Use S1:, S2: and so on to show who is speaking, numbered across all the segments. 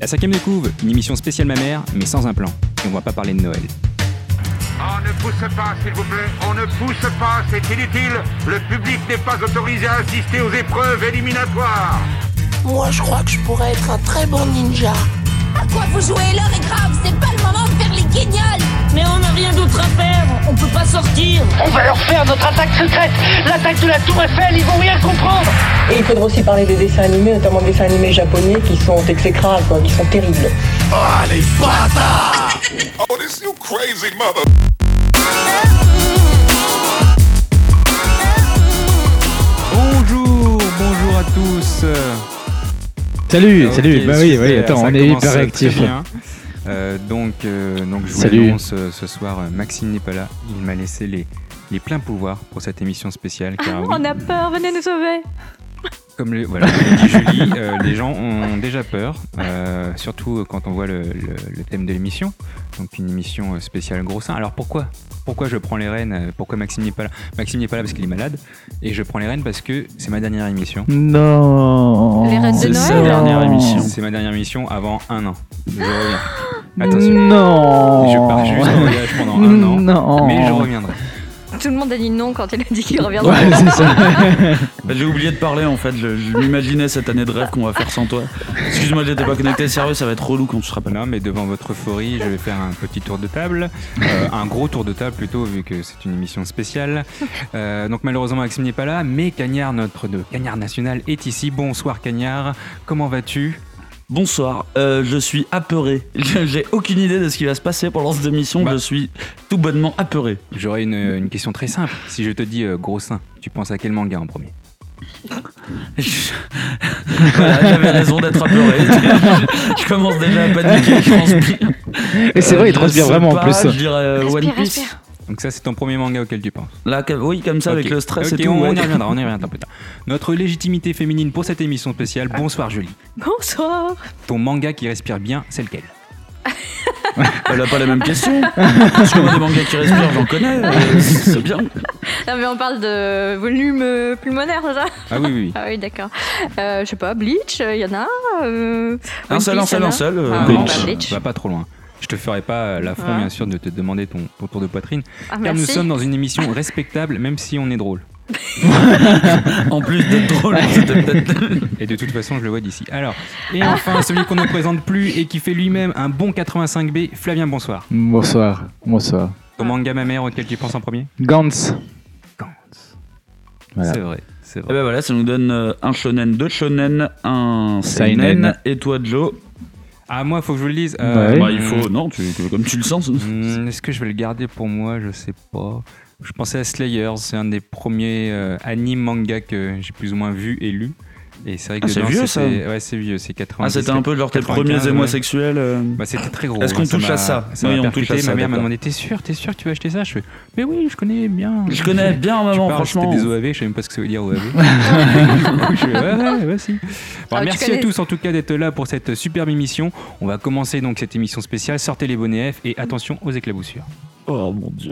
S1: La cinquième découvre, une émission spéciale mammaire, mais sans un plan. Et on va pas parler de Noël.
S2: On Ah, ne pousse pas, s'il vous plaît. On ne pousse pas, c'est inutile. Le public n'est pas autorisé à assister aux épreuves éliminatoires.
S3: Moi, je crois que je pourrais être un très bon ninja.
S4: À quoi vous jouez L'heure est grave, c'est pas le moment de faire les guignols
S5: Mais on n'a rien d'autre à faire, on peut pas sortir
S6: On va leur faire notre attaque secrète L'attaque de la Tour Eiffel, ils vont rien comprendre
S7: Et il faudra aussi parler des dessins animés, notamment des dessins animés japonais qui sont exécrables, quoi, qui sont terribles.
S8: Ah, les bâtards
S9: Oh, this you crazy mother...
S1: Bonjour, bonjour à tous.
S10: Salut,
S1: Ok,
S10: salut. Bah oui, oui,
S1: super,
S10: attends,
S1: ça
S10: on est
S1: commence
S10: hyper
S1: très
S10: réactif.
S1: bien. Euh, donc, euh, donc, je vous
S10: Salut.
S1: l'annonce euh, ce soir, euh, Maxime n'est pas là. Il m'a laissé les, les pleins pouvoirs pour cette émission spéciale. Car oui,
S11: On a peur, venez nous sauver.
S1: comme les, voilà, comme dit Julie, euh, les gens ont déjà peur, euh, surtout quand on voit le, le- le thème de l'émission. Donc une émission euh, spéciale gros sein. Alors pourquoi Pourquoi je prends les rênes euh, Pourquoi Maxime n'est pas là Maxime n'est pas là parce qu'il est malade, et je prends les rênes parce que c'est ma dernière émission.
S10: Non.
S11: Les reines de
S10: C'est
S11: Noël.
S10: sa dernière émission.
S1: C'est ma dernière émission avant un an. Je reviens. Attention.
S10: Non.
S1: Je pars juste en voyage pendant un an.
S10: Non.
S1: Mais je reviendrai.
S11: Tout le monde a dit non quand il a dit qu'il reviendrait.
S10: Ouais, c'est ça.
S12: Bah, j'ai oublié de parler en fait, je, je m'imaginais cette année de rêve qu'on va faire sans toi. Excuse-moi, j'étais pas connecté, sérieux, ça va être relou quand tu seras pas là.
S1: Non, mais devant votre euphorie, je vais faire un petit tour de table. Euh, un gros tour de table plutôt, vu que c'est une émission spéciale. Euh, donc malheureusement, Maxime n'est pas là, mais Cagnard, notre de Cagnard National, est ici. Bonsoir Cagnard, comment vas-tu
S12: Bonsoir, euh, je suis apeuré. Je- J'ai aucune idée de ce qui va se passer pendant cette émission,
S1: Bah.
S12: je suis tout bonnement apeuré.
S1: J'aurais une, une question très simple. Si je te dis euh, gros sein, tu penses à quel manga en premier
S12: Je- voilà, j'avais raison d'être apeuré. je, je commence déjà à paniquer, je transpire.
S10: Et c'est vrai,
S12: Euh,
S10: il
S12: je
S10: transpire
S12: sais
S10: vraiment en
S12: pas,
S10: plus.
S12: Je dirais euh, One Piece.
S1: Donc ça, c'est ton premier manga auquel tu penses.
S12: Là, comme- oui, comme ça, avec
S1: Ok.
S12: le stress
S1: Ok,
S12: et tout.
S1: On, on y
S12: ouais.
S1: reviendra, on y reviendra plus tard. Ah. Notre légitimité féminine pour cette émission spéciale. Bonsoir Julie.
S11: Bonsoir.
S1: Ton manga qui respire bien, c'est lequel
S12: Elle a pas la même question. Parce que moi, des mangas qui respirent, j'en connais. euh, c'est bien.
S11: Non mais on parle de volume euh, pulmonaire, c'est ça
S1: Ah oui, oui, oui.
S11: Ah oui, d'accord. Euh, je sais pas, Bleach, il y en a un. euh,
S12: Un
S11: One
S12: seul,
S11: Piece,
S12: un seul,
S11: y en a
S12: un seul. euh,
S11: Ah,
S10: Bleach.
S11: bon, bah,
S1: Tu
S11: Bleach.
S1: vas pas trop loin. Je te ferai pas euh, l'affront,
S11: Ah.
S1: bien sûr, de te demander ton, ton tour de poitrine.
S11: Ah,
S1: car nous
S11: merci.
S1: sommes dans une émission respectable, même si on est drôle.
S12: En plus d'être drôle, c'était peut-être.
S1: Et de toute façon, je le vois d'ici. Alors, et enfin, celui qu'on ne présente plus et qui fait lui-même un bon 85B, Flavien, bonsoir.
S10: Bonsoir, bonsoir.
S11: Ah.
S1: Ton manga ma mère auquel tu penses en premier
S10: Gantz. Voilà.
S1: C'est vrai, c'est
S12: Et
S1: vrai.
S12: ben voilà, ça nous donne euh, un shonen, deux shonen, un
S10: Seinen.
S12: seinen. Et toi, Joe
S1: Ah, moi, faut que je vous le dise.
S10: Ouais.
S12: Bah, il faut. Non, tu, tu- comme tu le sens. Ah,
S1: Hmm, Est-ce que je vais le garder pour moi Je sais pas. Je pensais à Slayers, c'est un des premiers euh, anime manga que j'ai plus ou moins vu et lu. Et c'est vrai que
S12: Ah, c'est
S1: dedans,
S12: vieux, ça
S1: c'était- Ouais, c'est vieux, c'est 80.
S12: Ah, c'était un peu genre tes
S1: 95,
S12: premiers émois
S1: ouais.
S12: sexuels. euh.
S1: Bah, c'était très gros.
S12: Est-ce qu'on
S1: Ça
S12: touche
S1: m'a-
S12: à ça
S1: Ça
S12: Oui,
S1: m'a
S12: on touche
S1: percuté.
S12: à ça,
S1: Ma mère m'a
S12: d'accord.
S1: demandé T'es sûr, t'es sûr que tu vas acheter ça Je fais Mais oui, je connais bien.
S12: Je connais bien,
S1: Tu
S12: maman,
S1: parles,
S12: franchement.
S1: C'était des OAV, je sais même pas ce que ça veut dire OAV. Du coup, je fais, ouais, ouais, ouais, si. Bon,
S11: Ah, tu
S1: merci à
S11: connais.
S1: tous en tout cas d'être là pour cette superbe émission. On va commencer donc cette émission spéciale. Sortez les bonnets F et attention aux éclaboussures.
S12: Oh mon dieu.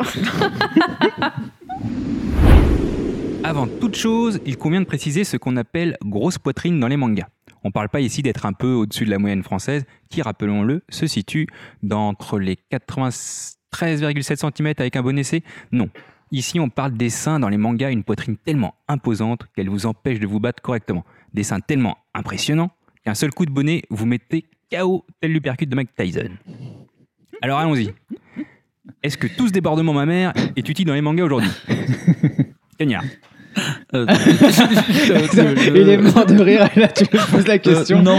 S1: Avant toute chose, il convient de préciser ce qu'on appelle grosse poitrine dans les mangas. On ne parle pas ici d'être un peu au-dessus de la moyenne française, qui, rappelons-le, se situe d'entre les 93,7 cm avec un bon essai. Non. Ici, on parle des seins dans les mangas, une poitrine tellement imposante qu'elle vous empêche de vous battre correctement. Des seins tellement impressionnants qu'un seul coup de bonnet vous mettez KO, tel l'upercute de Mike Tyson. Alors allons-y. Est-ce que tout ce débordement mammaire est utile dans les mangas aujourd'hui Kenya.
S12: Euh,
S10: Il est mort de rire, là tu lui poses la question.
S12: euh, non,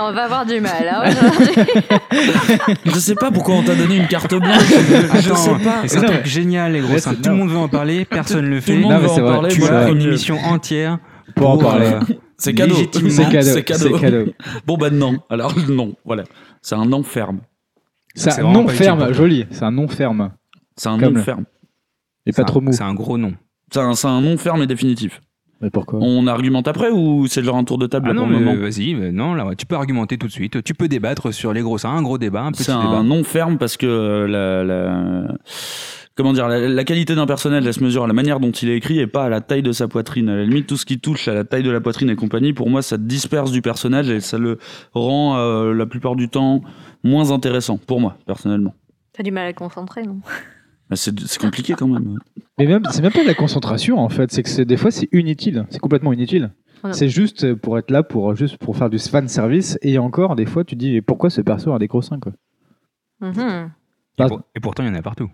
S11: On va avoir du mal. hein, aujourd'hui.
S12: je sais pas pourquoi on t'a donné une carte blanche. Je, je
S1: Attends,
S12: sais pas.
S1: mais C'est un
S10: Non,
S1: truc
S10: mais-
S1: génial, les gros
S10: Ouais,
S1: seins.
S10: c'est-
S1: Tout le
S10: non.
S1: monde veut en parler, personne le
S12: Tout
S1: fait.
S12: le monde
S10: Non, mais
S12: veut
S10: c'est
S12: en
S10: vrai,
S12: parler.
S1: tu
S12: voilà,
S1: as une
S12: mieux.
S1: émission entière
S10: Pour en parler.
S1: euh,
S12: C'est cadeau.
S1: légitimement-
S10: C'est cadeau,
S12: C'est cadeau.
S10: c'est cadeau.
S12: Bon bah non. Alors non, voilà. C'est un nom ferme.
S10: C'est
S1: C'est
S10: un
S1: vraiment
S10: nom
S1: pas utile pour
S10: ferme,
S1: toi.
S10: joli. C'est un nom ferme.
S12: C'est un
S10: Comme
S12: nom
S10: le-
S12: ferme.
S10: Et
S1: c'est
S10: pas
S1: un-
S10: trop mou.
S12: Ah
S1: C'est un gros nom.
S12: C'est un, c'est un nom ferme et définitif.
S10: Mais pourquoi
S12: On argumente après ou c'est genre un tour de table
S1: Ah
S12: là,
S1: non,
S12: pour le
S1: mais
S12: moment
S1: vas-y, mais non, là, tu peux argumenter tout de suite. Tu peux débattre sur les gros, c'est un gros débat, un petit
S12: C'est un
S1: débat.
S12: non ferme parce que euh, la, la- comment dire la, la qualité d'un personnage, elle se mesure à la manière dont il est écrit et pas à la taille de sa poitrine. À la limite, tout ce qui touche à la taille de la poitrine et compagnie, pour moi, ça disperse du personnage et ça le rend euh, la plupart du temps moins intéressant pour moi personnellement.
S11: T'as du mal à te concentrer, non
S12: Mais C'est c'est compliqué quand même.
S10: Mais même, c'est même pas de la concentration en fait, c'est que c'est- des fois c'est inutile, c'est complètement inutile.
S11: Voilà.
S10: C'est juste pour être là, pour juste pour faire du fan service. Et encore, des fois, tu te dis mais pourquoi ce perso a des gros seins quoi.
S11: Mhm.
S1: Et, pour- et pourtant, il y en a partout.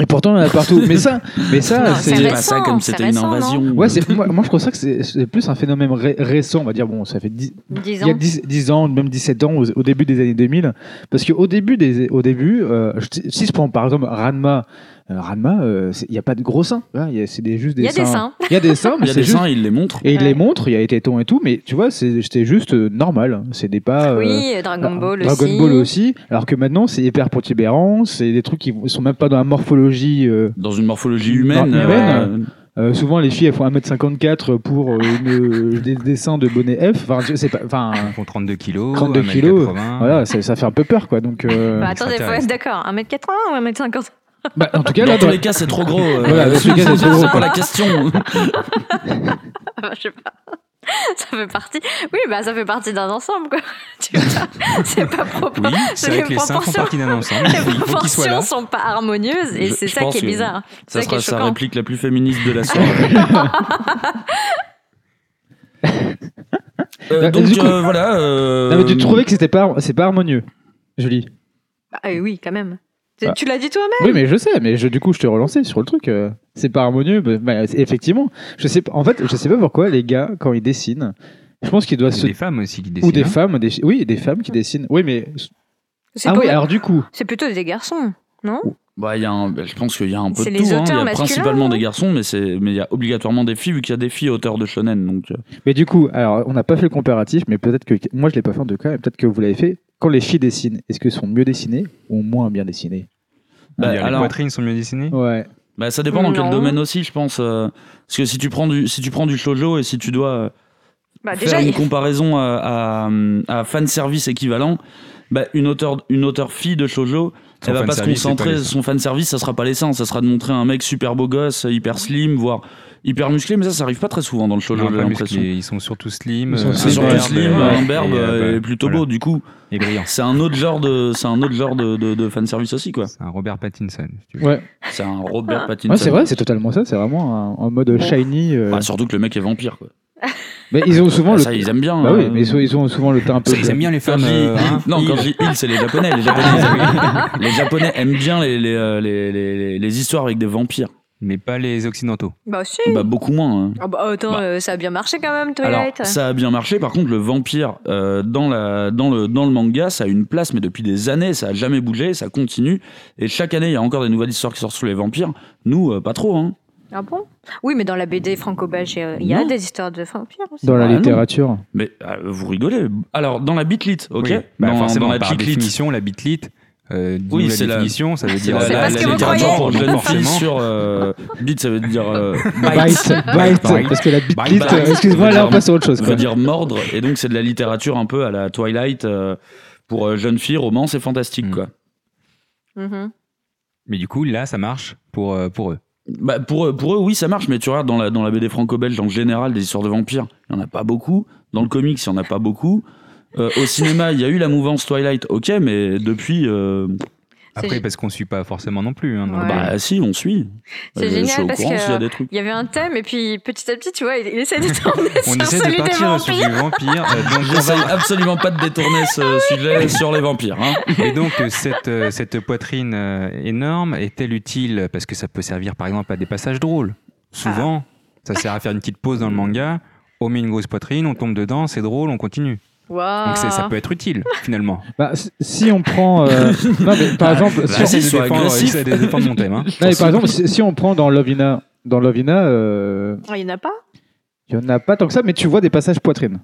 S10: Et pourtant, il y en a partout. mais ça, mais ça,
S11: Non, c'est
S10: c'est
S11: récent,
S12: Bah, ça comme
S11: c'est
S12: c'était une
S11: récent, non
S12: invasion.
S10: ouais, c'est moi, moi, je trouve ça que c'est- c'est plus un phénomène ré- récent, on va dire. Bon, ça fait 10,
S11: Dix
S10: il y a
S11: ans.
S10: 10, 10 ans, même 17 ans, au, au début des années 2000. Parce qu'au début, des, au début euh, je- si je prends par exemple Ranma, euh, Ranma, euh, c'est- il n'y a pas de gros seins. Voilà, il y a- c'est des, juste des
S11: Il y a des seins.
S10: Il y a des seins,
S12: Il
S10: mais
S12: y a
S10: c'est
S12: des
S10: juste.
S12: seins, il les montre.
S10: Et il
S11: Ouais.
S10: les montre, il y a les tétons et tout, mais tu vois, c'est- c'était juste euh, normal. C'est des pas. euh,
S11: oui, euh, Dragon Ball aussi.
S10: Dragon Ball aussi, alors que maintenant c'est hyper protubérant, c'est des trucs qui sont même pas dans la morphologie euh,
S12: Dans une morphologie
S10: Dans-
S12: humaine.
S10: humaine. euh, souvent, les filles, elles font 1m54 pour euh, une- des dessins de bonnet F. Enfin, je sais pas. Enfin,
S1: Ils font 32 kilos,
S10: 32
S1: 1m80.
S10: kilos,
S12: Ah.
S10: voilà, ça, ça fait un peu peur, quoi. Donc, euh,
S11: Bah, attendez, faut être d'accord. 1m80 ou 1m50
S10: bah, en tout cas,
S12: Dans
S10: là,
S12: tous
S10: dans-
S12: les cas, c'est trop gros. euh,
S10: Voilà, dans tous les cas, c'est trop gros,
S12: pas
S10: quoi.
S12: la question.
S11: Ah, Je sais pas. Ça fait partie. Oui, bah ça fait partie d'un ensemble, quoi. Tu vois, c'est pas propre.
S1: Oui, c'est vrai que les seins font
S11: proportions-
S1: partie d'un ensemble.
S11: Les
S1: Il faut qu'ils soient là.
S11: proportions sont pas harmonieuses et
S12: Je-
S11: c'est
S12: je
S11: ça
S12: pense
S11: qui est
S12: que
S11: bizarre. C'est
S12: Ça
S11: qui
S12: sera
S11: est
S12: sa
S11: choquant.
S12: réplique la plus féministe de la soirée. Euh,
S10: Bah,
S12: donc
S10: du coup-
S12: euh, voilà. euh,
S10: Non, mais tu trouvais que c'était pas, c'est pas harmonieux. Joli.
S11: Bah, euh, oui, quand même. Tu-
S1: Bah.
S10: Ah.
S11: Tu l'as dit toi-même
S10: Oui, mais je sais, mais je, du coup, je te relançais sur le truc. euh, c'est pas harmonieux, bah, bah, c'est- effectivement. Je sais, pas- en fait, je sais pas pourquoi les gars, quand ils dessinent, je pense qu'ils doivent
S1: Ou
S10: se.
S1: des femmes aussi qui dessinent.
S10: Ou des
S1: hein.
S10: femmes, des... oui, des femmes qui dessinent. Oui, mais.
S11: C'est
S10: Ah
S11: quand
S10: oui,
S11: même-
S10: alors du coup.
S11: C'est plutôt des garçons.
S12: bah, il y a un- bah, je pense qu'il y a un peu de
S11: C'est les
S12: tout. hein. Il y
S11: auteurs
S12: a
S11: masculins,
S12: principalement
S11: non
S12: des garçons, mais c'est mais il y a obligatoirement des filles vu qu'il y a des filles auteurs de shonen. Donc euh,
S10: Mais du coup, alors on n'a pas fait le comparatif, mais peut-être que moi je l'ai pas fait en tout cas, et peut-être que vous l'avez fait. Quand les filles dessinent, est-ce qu'elles sont mieux dessinées ou moins bien dessinées
S1: On
S12: bah,
S1: dirait Les
S12: alors,
S1: poitrines sont mieux dessinées.
S10: Ouais.
S12: bah, ça dépend dans quel
S11: Non.
S12: domaine aussi, je pense. euh, parce que si tu prends du si tu prends du shoujo et si tu dois euh,
S11: Bah,
S12: faire
S11: déjà,
S12: une
S11: il-
S12: comparaison à, à, à fan service équivalent, bah, une auteur une auteure fille de shoujo,
S1: Son
S12: elle va pas se
S1: fanservice, c'est
S12: concentrer
S1: les seins.
S12: son fan service, ça sera pas les seins, ça sera de montrer un mec super beau gosse, hyper slim, voire hyper musclé, mais ça ça arrive pas très souvent dans le shoujo,
S1: Non,
S12: j'ai
S1: pas
S12: Oh l'impression.
S1: musclés, Ils sont surtout slim.
S10: Ils sont
S1: euh,
S10: surtout
S12: C'est surtout
S1: imberbe,
S12: slim,
S1: euh,
S12: un berbe
S1: et, euh,
S12: est plutôt
S1: voilà,
S12: beau. Du coup,
S1: Et brillant.
S12: c'est un autre genre de, c'est un autre genre de, de, de fan service aussi quoi.
S1: C'est un Robert Pattinson. si tu veux.
S10: Ouais,
S12: C'est un
S11: Ah.
S12: Robert Pattinson.
S10: Ouais, c'est vrai, c'est totalement ça, c'est vraiment un- en mode shiny. euh,
S12: Bah, surtout que le mec est vampire quoi.
S10: Mais ils ont souvent
S12: Bah,
S10: le.
S12: ça ils aiment bien.
S10: Bah
S12: hein.
S10: oui, mais ils ont- ils ont souvent le teint un peu.
S1: Ils aiment bien les
S12: Quand
S1: femmes.
S12: je dis
S1: euh,
S12: il-
S1: hein.
S12: non, quand
S1: Il-
S12: je dis il, c'est les japonais. Les japonais, ils aiment- les Japonais aiment bien les, les, euh, les, les, les- les histoires avec des vampires.
S1: Mais pas les occidentaux.
S11: Bah, si.
S12: Bah, beaucoup moins. hein.
S11: Ah bah, attends,
S12: Bah.
S11: euh, ça a bien marché quand même,
S12: Alors,
S11: Twilight.
S12: ça a bien marché. Par contre, le vampire euh, dans, la, dans, le, dans le manga, ça a une place, mais depuis des années, ça a jamais bougé, ça continue. Et chaque année, il y a encore des nouvelles histoires qui sortent sur les vampires. Nous, euh, pas trop. Hein.
S11: Ah bon Oui, mais dans la BD franco-belge, euh, il y a
S12: Non.
S11: des histoires de vampires aussi.
S10: Dans la
S12: Ah, non.
S10: littérature.
S12: Mais euh, vous rigolez. Alors, dans la bitlit, ok
S1: Oui. Bah,
S12: dans,
S1: forcément,
S12: dans la
S1: par
S12: chicklit.
S1: définition, la bitlite. Euh, oui,
S12: Oui,
S1: la
S12: c'est la-
S1: définition, ça veut
S12: C'est
S1: dire euh,
S12: la,
S11: C'est
S12: la,
S11: pas
S12: la
S11: ce que vous
S12: littérature
S11: croyez.
S12: pour jeunes filles
S1: Forcément.
S12: sur euh, bit, ça veut dire euh,
S10: Bite, bite,
S1: Bite.
S10: parce que la bite.
S1: Bite.
S10: euh, Excuse-moi, là on passe à autre chose.
S12: Ça
S10: quoi.
S12: veut dire mordre, et donc c'est de la littérature un peu à la Twilight euh, pour euh, jeunes filles, romance et fantastique,
S1: Mm.
S12: quoi.
S11: Mhm.
S1: Mais du coup, là, ça marche pour, euh, pour eux.
S12: Bah, pour, eux- pour eux, oui, ça marche, mais tu regardes dans la, dans la BD franco-belge, en général, des histoires de vampires, il n'y en a pas beaucoup. Dans le comics, il n'y en a pas beaucoup. Euh, au cinéma, il y a eu la mouvance Twilight, ok, mais depuis, euh,
S11: C'est
S1: Après,
S11: gé-
S1: parce qu'on suit pas forcément non plus. hein, dans le
S11: Ouais.
S1: bail.
S12: bah si, on suit. Euh,
S11: C'est
S12: je
S11: génial
S12: suis au
S11: parce
S12: courant
S11: que-
S12: s'il y a des trucs.
S11: Il y avait un thème, et puis petit à petit, tu vois, il, il essaie de tourner
S1: On
S11: sur
S1: essaie
S11: celui
S1: de
S11: des
S1: partir sur
S11: vampires.
S1: du vampire. euh, donc, on
S12: J'essaye absolument pas de détourner ce sujet sur les vampires. Hein.
S1: va- Et donc, euh, cette, euh, cette poitrine euh, énorme est-elle utile Parce que ça peut servir, par exemple, à des passages drôles. Souvent,
S11: Ah.
S1: ça sert à faire une petite pause dans le manga. On met une grosse poitrine, on tombe dedans, c'est drôle, on continue.
S11: Waouh.
S1: Donc c'est- ça peut être utile, finalement.
S10: Bah, si- si on prend. euh, Non, mais par exemple, si on-
S12: bah, si,
S1: J'essaie de
S12: sois
S1: défendre-
S12: agressif.
S1: j'essaie de défendre mon thème. hein.
S10: non, mais par exemple, si si on prend dans Lovina. Dans Lovina, euh,
S11: Ah, Il n'y en a pas
S10: Il n'y en a pas tant que ça, mais tu vois des passages poitrine.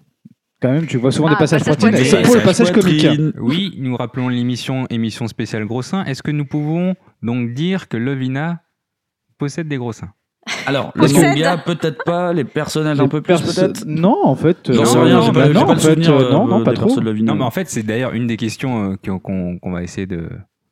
S10: Quand même, tu vois souvent
S11: Ah,
S10: des passages
S11: passage
S10: poitrine,
S11: poitrine.
S10: excepté pour le passage comique.
S12: Poitrine.
S1: Oui, nous rappelons l'émission émission spéciale gros seins. Est-ce que nous pouvons donc dire que Lovina possède des gros seins
S12: Alors, le manga, peut-être pas, les personnages un peu plus,
S10: perso-
S12: peut-être
S10: Non, en fait.
S12: J'en
S10: euh,
S12: sais rien, j'ai pas-
S10: bah
S12: j'ai
S10: non,
S12: pas
S10: en
S12: le
S10: fait,
S12: souvenir,
S10: euh, non,
S12: euh,
S10: non, pas
S12: des
S10: trop.
S12: persos de la vie,
S1: Non, mais en fait, c'est d'ailleurs une des questions euh, qu'on- qu'on qu'on va essayer de,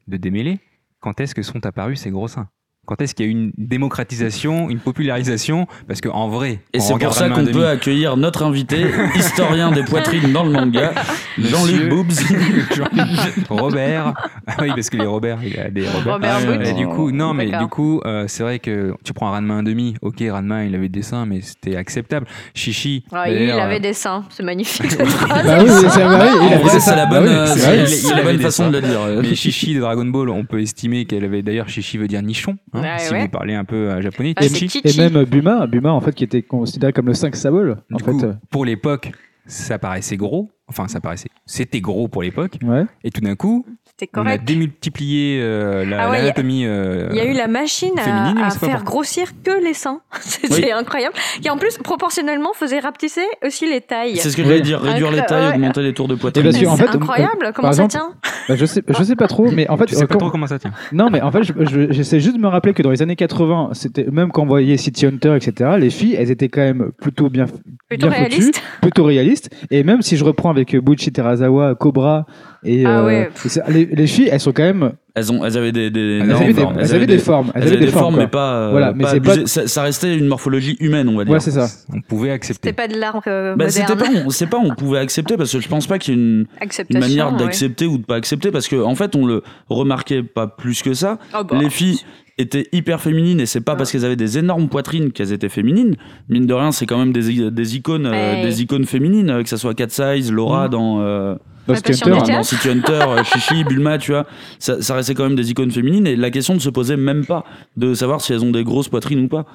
S1: de démêler. Quand est-ce que sont apparus ces gros seins Quand est-ce qu'il y a eu une démocratisation, une popularisation Parce qu'en vrai,
S12: Et
S1: on
S12: c'est pour
S1: regardera
S12: ça
S1: demain
S12: qu'on
S1: à demi.
S12: peut accueillir notre invité, historien des poitrines dans le manga, Jean-Luc
S1: Monsieur-
S12: Boobs.
S1: Robert. Ah oui, parce que les Robert, il y a des Robert.
S11: Robert
S1: Ah,
S11: Boot.
S1: et du coup, non, mais
S11: D'accord.
S1: du coup, euh, c'est vrai que tu prends Ranma 1,5. Ok, Ranma, il avait des seins, mais c'était acceptable. Chichi.
S11: Ah, il
S1: d'ailleurs,
S11: avait des seins, c'est magnifique. le
S10: Bah oui,
S11: troisième sein.
S10: c'est- c'est vrai, il
S12: En
S10: a
S12: vrai,
S10: fait
S12: c'est
S10: ça.
S12: la
S10: Bah
S12: bonne,
S10: oui,
S12: euh,
S10: c'est
S1: vrai.
S12: c'est la-
S1: Il- il
S12: la
S1: avait
S12: bonne
S1: des
S12: façon
S1: seins.
S12: de le dire.
S1: Mais Chichi de Dragon Ball, on peut estimer qu'elle avait d'ailleurs Chichi veut dire nichon, hein,
S11: Ouais,
S1: si
S11: ouais.
S1: vous parlez un peu euh, japonais.
S11: Ah,
S1: Chichi.
S11: c'est
S10: Et-
S11: Chichi.
S10: Et même Buma, Buma en fait, qui était considéré comme le 5 Sabols. En
S1: Du
S10: fait,
S1: coup,
S10: euh,
S1: pour l'époque, ça paraissait gros. Enfin, ça paraissait. C'était gros pour l'époque.
S10: ouais.
S1: Et tout d'un coup,
S11: C'était
S1: on a
S11: correct.
S1: démultiplié euh, la-
S11: Ah ouais,
S1: l'anatomie. euh,
S11: Il y a eu la machine à,
S1: féminine,
S11: à
S1: mais c'est pas
S11: faire
S1: pour-
S11: grossir que les seins. C'était
S12: Oui.
S11: incroyable. Et en plus, proportionnellement, faisait rapetisser aussi les tailles.
S12: C'est ce que j'allais
S10: Ouais.
S12: dire, réduire les
S11: Incroyable.
S12: tailles, augmenter les tours de poitrine.
S10: Et parce
S11: C'est
S10: que, Eh en fait,
S11: incroyable,
S10: euh,
S11: comment
S10: par
S11: ça
S10: exemple,
S11: tient
S10: Bah, je sais, je sais pas trop, mais en fait,
S1: Tu sais
S10: euh,
S1: pas
S10: quand-
S1: trop comment ça tient.
S10: non, mais en fait, je- je- j'essaie juste de me rappeler que dans les années 80, c'était même quand on voyait City Hunter, etc. Les filles, elles étaient quand même plutôt bien,
S11: Plutôt
S10: bien foutues,
S11: réaliste.
S10: plutôt réalistes. Et même si je reprends avec euh, Buichi Terazawa, Cobra, et,
S11: Ah
S10: euh,
S11: ouais.
S10: et ça- les, les filles, elles sont quand même,
S12: Elles, ont, elles avaient des, des,
S10: elles
S12: non,
S10: avaient des,
S12: enfin,
S10: elles avaient des formes,
S12: elles avaient des formes, mais
S10: quoi.
S12: pas. euh,
S10: Voilà, mais
S12: pas
S10: c'est pas-
S12: abusées. Ça, ça restait une morphologie humaine, on va dire.
S10: Ouais, c'est ça.
S1: On pouvait
S11: C'était
S1: accepter.
S11: pas de l'art euh,
S12: Bah, c'était
S11: moderne.
S12: pas, on, c'est pas, on pouvait accepter parce que je pense pas qu'il y ait une, une
S11: Acceptation.
S12: manière
S11: ouais.
S12: d'accepter ou de pas accepter parce que en fait on le remarquait pas plus que ça.
S11: Oh, bah. Ah.
S12: les filles étaient hyper féminines et c'est pas parce qu'elles avaient des énormes poitrines qu'elles étaient féminines. Mine de rien, c'est quand même des, des icônes, euh,
S11: Ouais. Mm.
S12: des icônes féminines, euh, que ça soit Cat Size, Laura dans, euh,
S10: Dans
S11: Ouais,
S10: City
S11: pas sur
S10: Hunter,
S11: Nature.
S12: dans City Hunter, euh, Chichi, Bulma, tu vois. Ça, ça restait quand même des icônes féminines et la question ne se posait même pas de savoir si elles ont des grosses poitrines ou pas.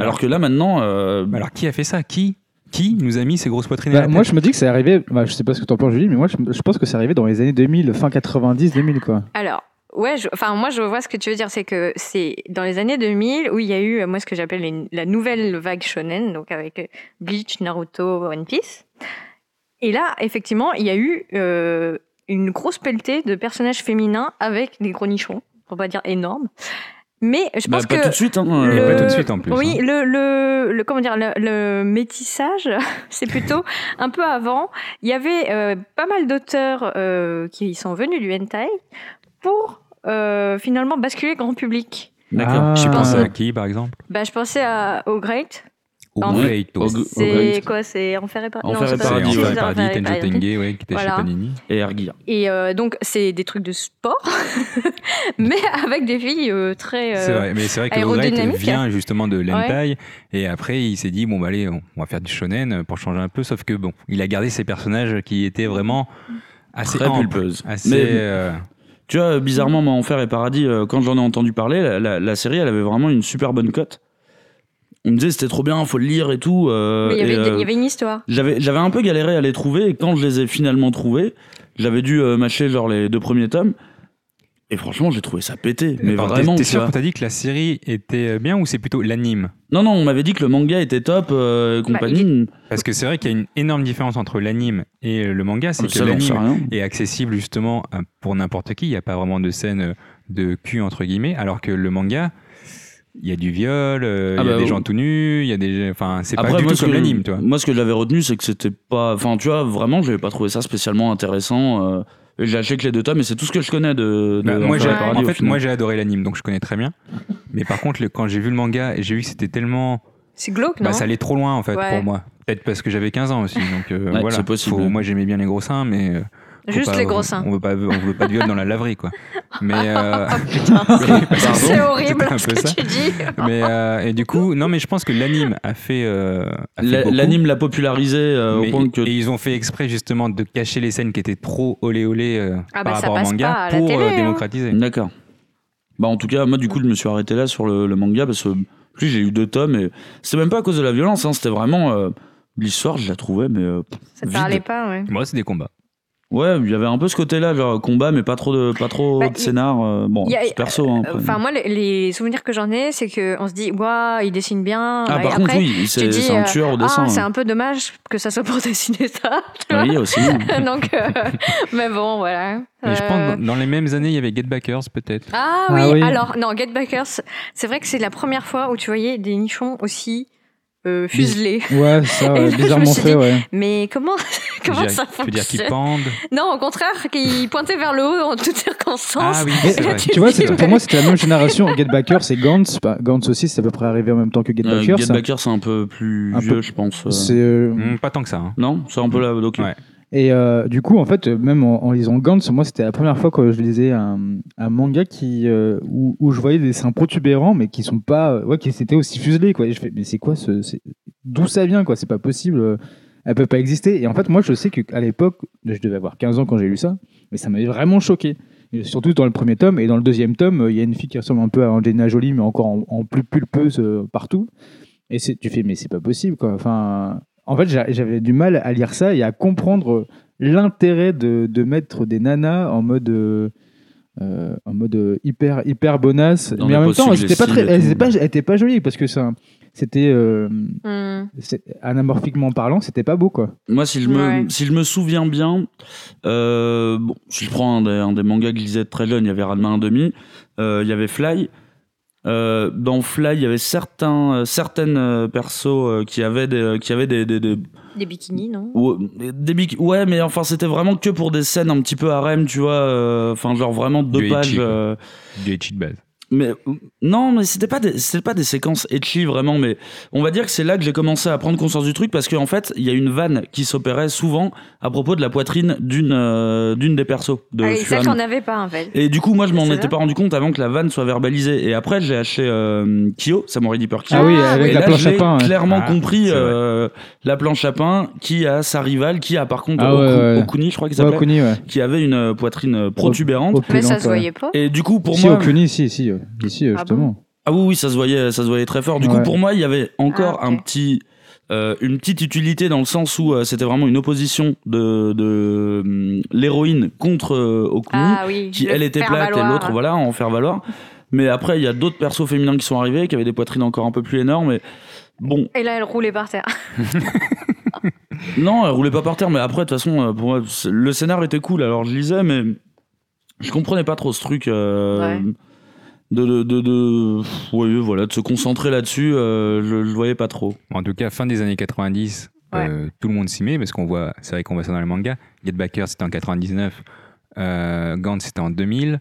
S12: Alors que là maintenant, euh,
S1: Mais Alors, qui a fait ça Qui Qui nous a mis ces grosses poitrines à
S10: Bah,
S1: la
S10: moi,
S1: tête
S10: je me dis que c'est arrivé. Bah, je sais pas ce que t'en penses, Julie, mais moi, je, je pense que c'est arrivé dans les années 2000, fin 90, 2000, quoi.
S11: Alors, ouais, je- enfin, moi, je vois ce que tu veux dire. C'est que c'est dans les années 2000 où il y a eu, euh, moi, ce que j'appelle les- la nouvelle vague shonen, donc avec euh, Bleach, Naruto, One Piece. Et là, effectivement, il y a eu euh, une grosse pelletée de personnages féminins avec des gros nichons, pour pas dire énormes. Mais je
S12: bah,
S11: pense
S12: pas
S11: que.
S12: tout de suite. hein,
S11: le-
S12: euh,
S1: Pas tout de suite en plus.
S11: Oui,
S1: hein.
S11: le, le, le- comment dire, le, le métissage, c'est plutôt un peu avant. Il y avait euh, pas mal d'auteurs euh, qui sont venus du hentai pour euh, finalement basculer grand public.
S12: D'accord.
S10: Ah.
S1: Tu penses
S11: Ah.
S1: à qui, par exemple
S11: Bah, je pensais à Au Great.
S1: Au
S11: En-
S1: Great, au-
S12: Au- au
S11: C'est
S12: Great.
S11: quoi C'est Enfer et Paradis.
S12: Enfer et
S11: c'est pas-
S1: C'est
S12: Paradis,
S11: c'est
S12: ouais.
S11: ça,
S1: Enfer et
S11: Enfer
S1: Paradis,
S11: et
S1: Tenjo
S11: Paradis.
S1: Tenge, qui était chez
S11: Voilà.
S1: Panini.
S12: Et Ergear.
S1: Ah,
S11: Et euh, donc, c'est des trucs de sport, mais avec des filles euh, très. euh,
S1: C'est vrai, mais c'est vrai que Ogret
S11: aérodynamique.
S1: vient justement de l'hentai
S11: Ouais.
S1: et après il s'est dit bon bah allez on, on va faire du shonen pour changer un peu sauf que bon il a gardé ses personnages qui étaient vraiment assez
S12: Très
S1: amples,
S12: pulpeuse.
S1: assez
S12: Mais-
S1: euh,
S12: Tu vois, bizarrement, moi, Enfer et Paradis, euh, quand j'en ai entendu parler, la, la- la série, elle avait vraiment une super bonne cote. On me disait, c'était trop bien, faut le lire et tout. euh,
S11: mais il y,
S12: et,
S11: avait, il y
S12: euh,
S11: avait une histoire.
S12: J'avais j'avais un peu galéré à les trouver, et quand je les ai finalement trouvés, j'avais dû euh, mâcher genre les deux premiers tomes. Et franchement, j'ai trouvé ça pété. Mais
S1: Attends, t'es-
S12: vraiment,
S1: t'es
S12: tu
S1: sûr
S12: vois.
S1: qu'on t'a dit que la série était bien ou c'est plutôt l'anime
S12: Non, non, on m'avait dit que le manga était top, euh, et
S11: Bah,
S12: compagnie.
S1: parce que c'est vrai qu'il y a une énorme différence entre l'anime et le manga c'est que
S12: Oh, Ça, j'en sais
S1: l'anime
S12: rien.
S1: est accessible justement à- pour n'importe qui il n'y a pas vraiment de scène euh, de cul entre guillemets alors que le manga il y a du viol, euh,
S12: Ah
S1: il y a
S12: bah,
S1: des
S12: oh.
S1: gens tout nus, il y a des, enfin, c'est pas
S12: Après,
S1: du
S12: moi,
S1: tout
S12: ce
S1: comme
S12: que-
S1: l'anime, tu vois.
S12: Moi, ce que j'avais retenu, c'est que c'était pas. Enfin, tu vois, vraiment, j'avais pas trouvé ça spécialement intéressant. euh, et j'ai acheté que les deux tomes, et c'est tout ce que je connais de. de
S1: Bah, moi,
S12: Enfer
S1: j'ai,
S12: et
S11: Ouais.
S12: Paradis,
S1: en
S12: au
S1: fait,
S12: final.
S1: moi j'ai adoré l'anime, donc je connais très bien. Mais par contre, le- quand j'ai vu le manga et j'ai vu que c'était tellement,
S11: C'est glauque, non
S1: bah, ça allait trop loin en fait
S11: Ouais.
S1: pour moi. Peut-être parce que j'avais 15 ans aussi, donc euh,
S12: Ouais,
S1: voilà.
S12: c'est possible.
S1: Faut- moi j'aimais bien les gros seins, mais euh, faut
S11: Juste
S1: pas-
S11: les gros seins.
S1: On veut pas, on veut pas de viol dans la laverie, quoi. Mais euh,
S11: C'est
S1: pardon,
S11: horrible
S1: c'était un
S11: ce
S1: peu
S11: que
S1: ça.
S11: tu dis.
S12: Ah.
S1: Mais euh, et du coup, non, mais je pense que l'anime a fait, euh, a fait
S12: La-
S1: beaucoup.
S12: L'anime l'a popularisé euh,
S1: Mais-
S12: au point que.
S1: Et ils ont fait exprès justement de cacher les scènes qui étaient trop olé olé euh,
S11: Ah bah,
S1: par
S11: ça
S1: rapport au
S11: passe
S1: manga
S11: pas à la
S1: pour
S11: télé,
S1: euh,
S11: hein.
S1: démocratiser.
S12: D'accord. Bah, en tout cas, moi, du coup, je me suis arrêté là sur le, le manga parce que plus j'ai eu deux tomes et c'était même pas à cause de la violence, hein, c'était vraiment. euh, L'histoire, je la trouvais, mais. euh,
S11: Ça te
S12: vide.
S11: parlait pas, ouais.
S1: Moi, c'est des combats.
S12: Ouais, il y avait un peu ce côté-là, genre combat, mais pas trop de, pas trop
S11: Bah,
S12: de
S11: il-
S12: scénar. euh, bon,
S11: Il y a-
S12: perso. hein, après.
S11: Enfin, moi, les, les souvenirs que j'en ai, c'est qu'on se dit, waouh, il dessine bien.
S12: Ah,
S11: bah, Et
S12: par
S11: après,
S12: contre, oui,
S11: tu te
S12: c'est-
S11: dis,
S12: c'est un
S11: euh,
S12: tueur au
S11: ah,
S12: dessin,
S11: c'est
S12: hein.
S11: un peu dommage que ça soit pour dessiner ça. tu
S12: Oui,
S11: vois.
S12: aussi.
S11: Donc, euh, mais bon, voilà.
S1: Mais je
S11: Euh,
S1: pense dans- dans les mêmes années, il y avait Get Backers peut-être.
S11: Ah oui,
S1: Ah oui.
S11: alors, non, Get Backers, c'est vrai que c'est la première fois où tu voyais des nichons aussi euh, fuselés.
S10: Ouais, ça,
S11: Et
S10: ouais,
S11: là, je me
S10: bizarrement
S11: suis
S10: fait,
S11: dit,
S10: ouais.
S11: Mais comment, comment
S1: Tu veux dire-
S11: ça
S1: tu veux dire qu'ils
S11: fonctionne
S1: pendent
S11: Non, au contraire, qu'ils pointaient vers le haut en toutes circonstances.
S1: Ah oui,
S10: Mais
S1: c'est vrai.
S10: tu vois, c'était- pour moi, c'était la même génération. Get Backers et Gantz. Bah, Gantz aussi, c'est à peu près arrivé en même temps que Get
S12: Euh,
S10: Backers.
S12: Get Backer, c'est un peu plus
S10: Un peu-
S12: vieux, je pense. euh.
S10: C'est, euh,
S1: Hmm, pas tant que ça. hein.
S12: Non, c'est un peu là. donc-
S10: Et euh, du coup, en fait, euh, même en, en lisant Gantz, moi, c'était la première fois que je lisais un, un manga qui, euh, où, où je voyais des dessins protubérants, mais qui sont pas, euh, ouais, qui étaient aussi fuselés, quoi. Et je fais, mais c'est quoi ce, c'est- d'où ça vient, quoi C'est pas possible. euh, Elle peut pas exister. Et en fait, moi, je sais qu'à l'époque, je devais avoir 15 ans quand j'ai lu ça, mais ça m'avait vraiment choqué. Et surtout dans le premier tome et dans le deuxième tome, euh, il y a une fille qui ressemble un peu à Angelina Jolie, mais encore en, en plus pulpeuse euh, partout. Et c'est- tu fais, mais c'est pas possible, quoi. Enfin, en fait, j'a- j'avais du mal à lire ça et à comprendre l'intérêt de, de mettre des nanas en mode. euh, euh, en mode euh, hyper hyper bonasse
S12: Dans
S10: mais
S12: la
S10: en même
S12: pose
S10: temps elles étaient pas
S12: suggestive
S10: très
S12: et
S10: elles
S12: tout.
S10: étaient pas elles étaient pas jolies parce que ça c'était euh,
S11: Hmm.
S10: c'est- anamorphiquement parlant c'était pas beau quoi
S12: Moi, si je me,
S11: Ouais.
S12: si je me souviens bien, euh, bon, si je prends un des, un des mangas que je lisais très jeune, il y avait Ranma 1,5, euh, il y avait Fly. Euh, dans Fly, il y avait certains, euh, certaines euh, persos euh, qui avaient des, qui avaient des, des, des,
S11: Des bikinis, non
S12: ou- des bic- ouais, mais enfin, c'était vraiment que pour des scènes un petit peu harem, tu vois, euh, enfin, genre vraiment deux
S1: Du
S12: pages.
S1: ecchi, quoi.
S12: euh,
S1: Du Ichi de base.
S12: mais euh, non, mais c'était pas des, c'était pas des séquences etchy vraiment, mais on va dire que c'est là que j'ai commencé à prendre conscience du truc parce qu'en fait, il y a une vanne qui s'opérait souvent à propos de la poitrine d'une euh, d'une des persos de
S11: Ah, et ça,
S12: Furan.
S11: j'en avais pas, en fait.
S12: Et du coup, moi, je m'en
S11: C'est
S12: étais
S11: ça
S12: pas rendu compte avant que la vanne soit verbalisée. Et après, j'ai acheté euh, Kyo, Samurai Deeper Kyo.
S10: ah oui
S11: Ah,
S10: avec
S12: Et
S10: la
S12: là,
S10: planche à
S12: j'ai
S10: pain ouais.
S12: clairement
S1: Ah,
S12: compris
S1: c'est vrai.
S12: euh, la planche à pain qui a sa rivale, qui a par contre
S10: Ah ouais,
S12: Oku-
S10: ouais.
S12: Okuni, je crois qu'il
S10: Ouais,
S12: s'appelait,
S10: Okuni, ouais.
S12: qui avait une euh, poitrine euh, protubérante.
S11: Mais ça
S10: Opulente,
S11: se
S10: ouais.
S11: voyait pas.
S12: Et du coup, pour
S10: si,
S12: moi,
S10: Okuni, si, si, euh, si, euh,
S11: Ah
S10: justement.
S12: Ah oui, oui, ça se voyait, ça se voyait très fort. Du coup,
S10: Ouais.
S12: pour moi, il y avait encore
S11: Ah, ok.
S12: un petit, euh, une petite utilité dans le sens où euh, c'était vraiment une opposition de, de hum, l'héroïne contre euh, Okuni,
S11: Ah oui.
S12: qui
S11: le
S12: elle était
S11: faire
S12: plate et
S11: valoir.
S12: l'autre, voilà, en faire valoir. Mais après, il y a d'autres persos féminins qui sont arrivés, qui avaient des poitrines encore un peu plus énormes. Et bon,
S11: Et là, elle roulait par terre.
S12: non, elle roulait pas par terre. Mais après, de toute façon, euh, pour moi, c'est- le scénar était cool. Alors je lisais, mais je comprenais pas trop ce truc. euh,
S11: Ouais.
S12: De, de, de, de- pff, ouais, voilà, de se concentrer là-dessus, euh, je, je le voyais pas trop.
S1: En tout cas, fin des années 90,
S11: Ouais.
S1: euh, tout le monde s'y met parce qu'on voit, c'est vrai qu'on voit ça dans les mangas. Get Backer, c'était en 99, euh, Gantz, c'était en 2000,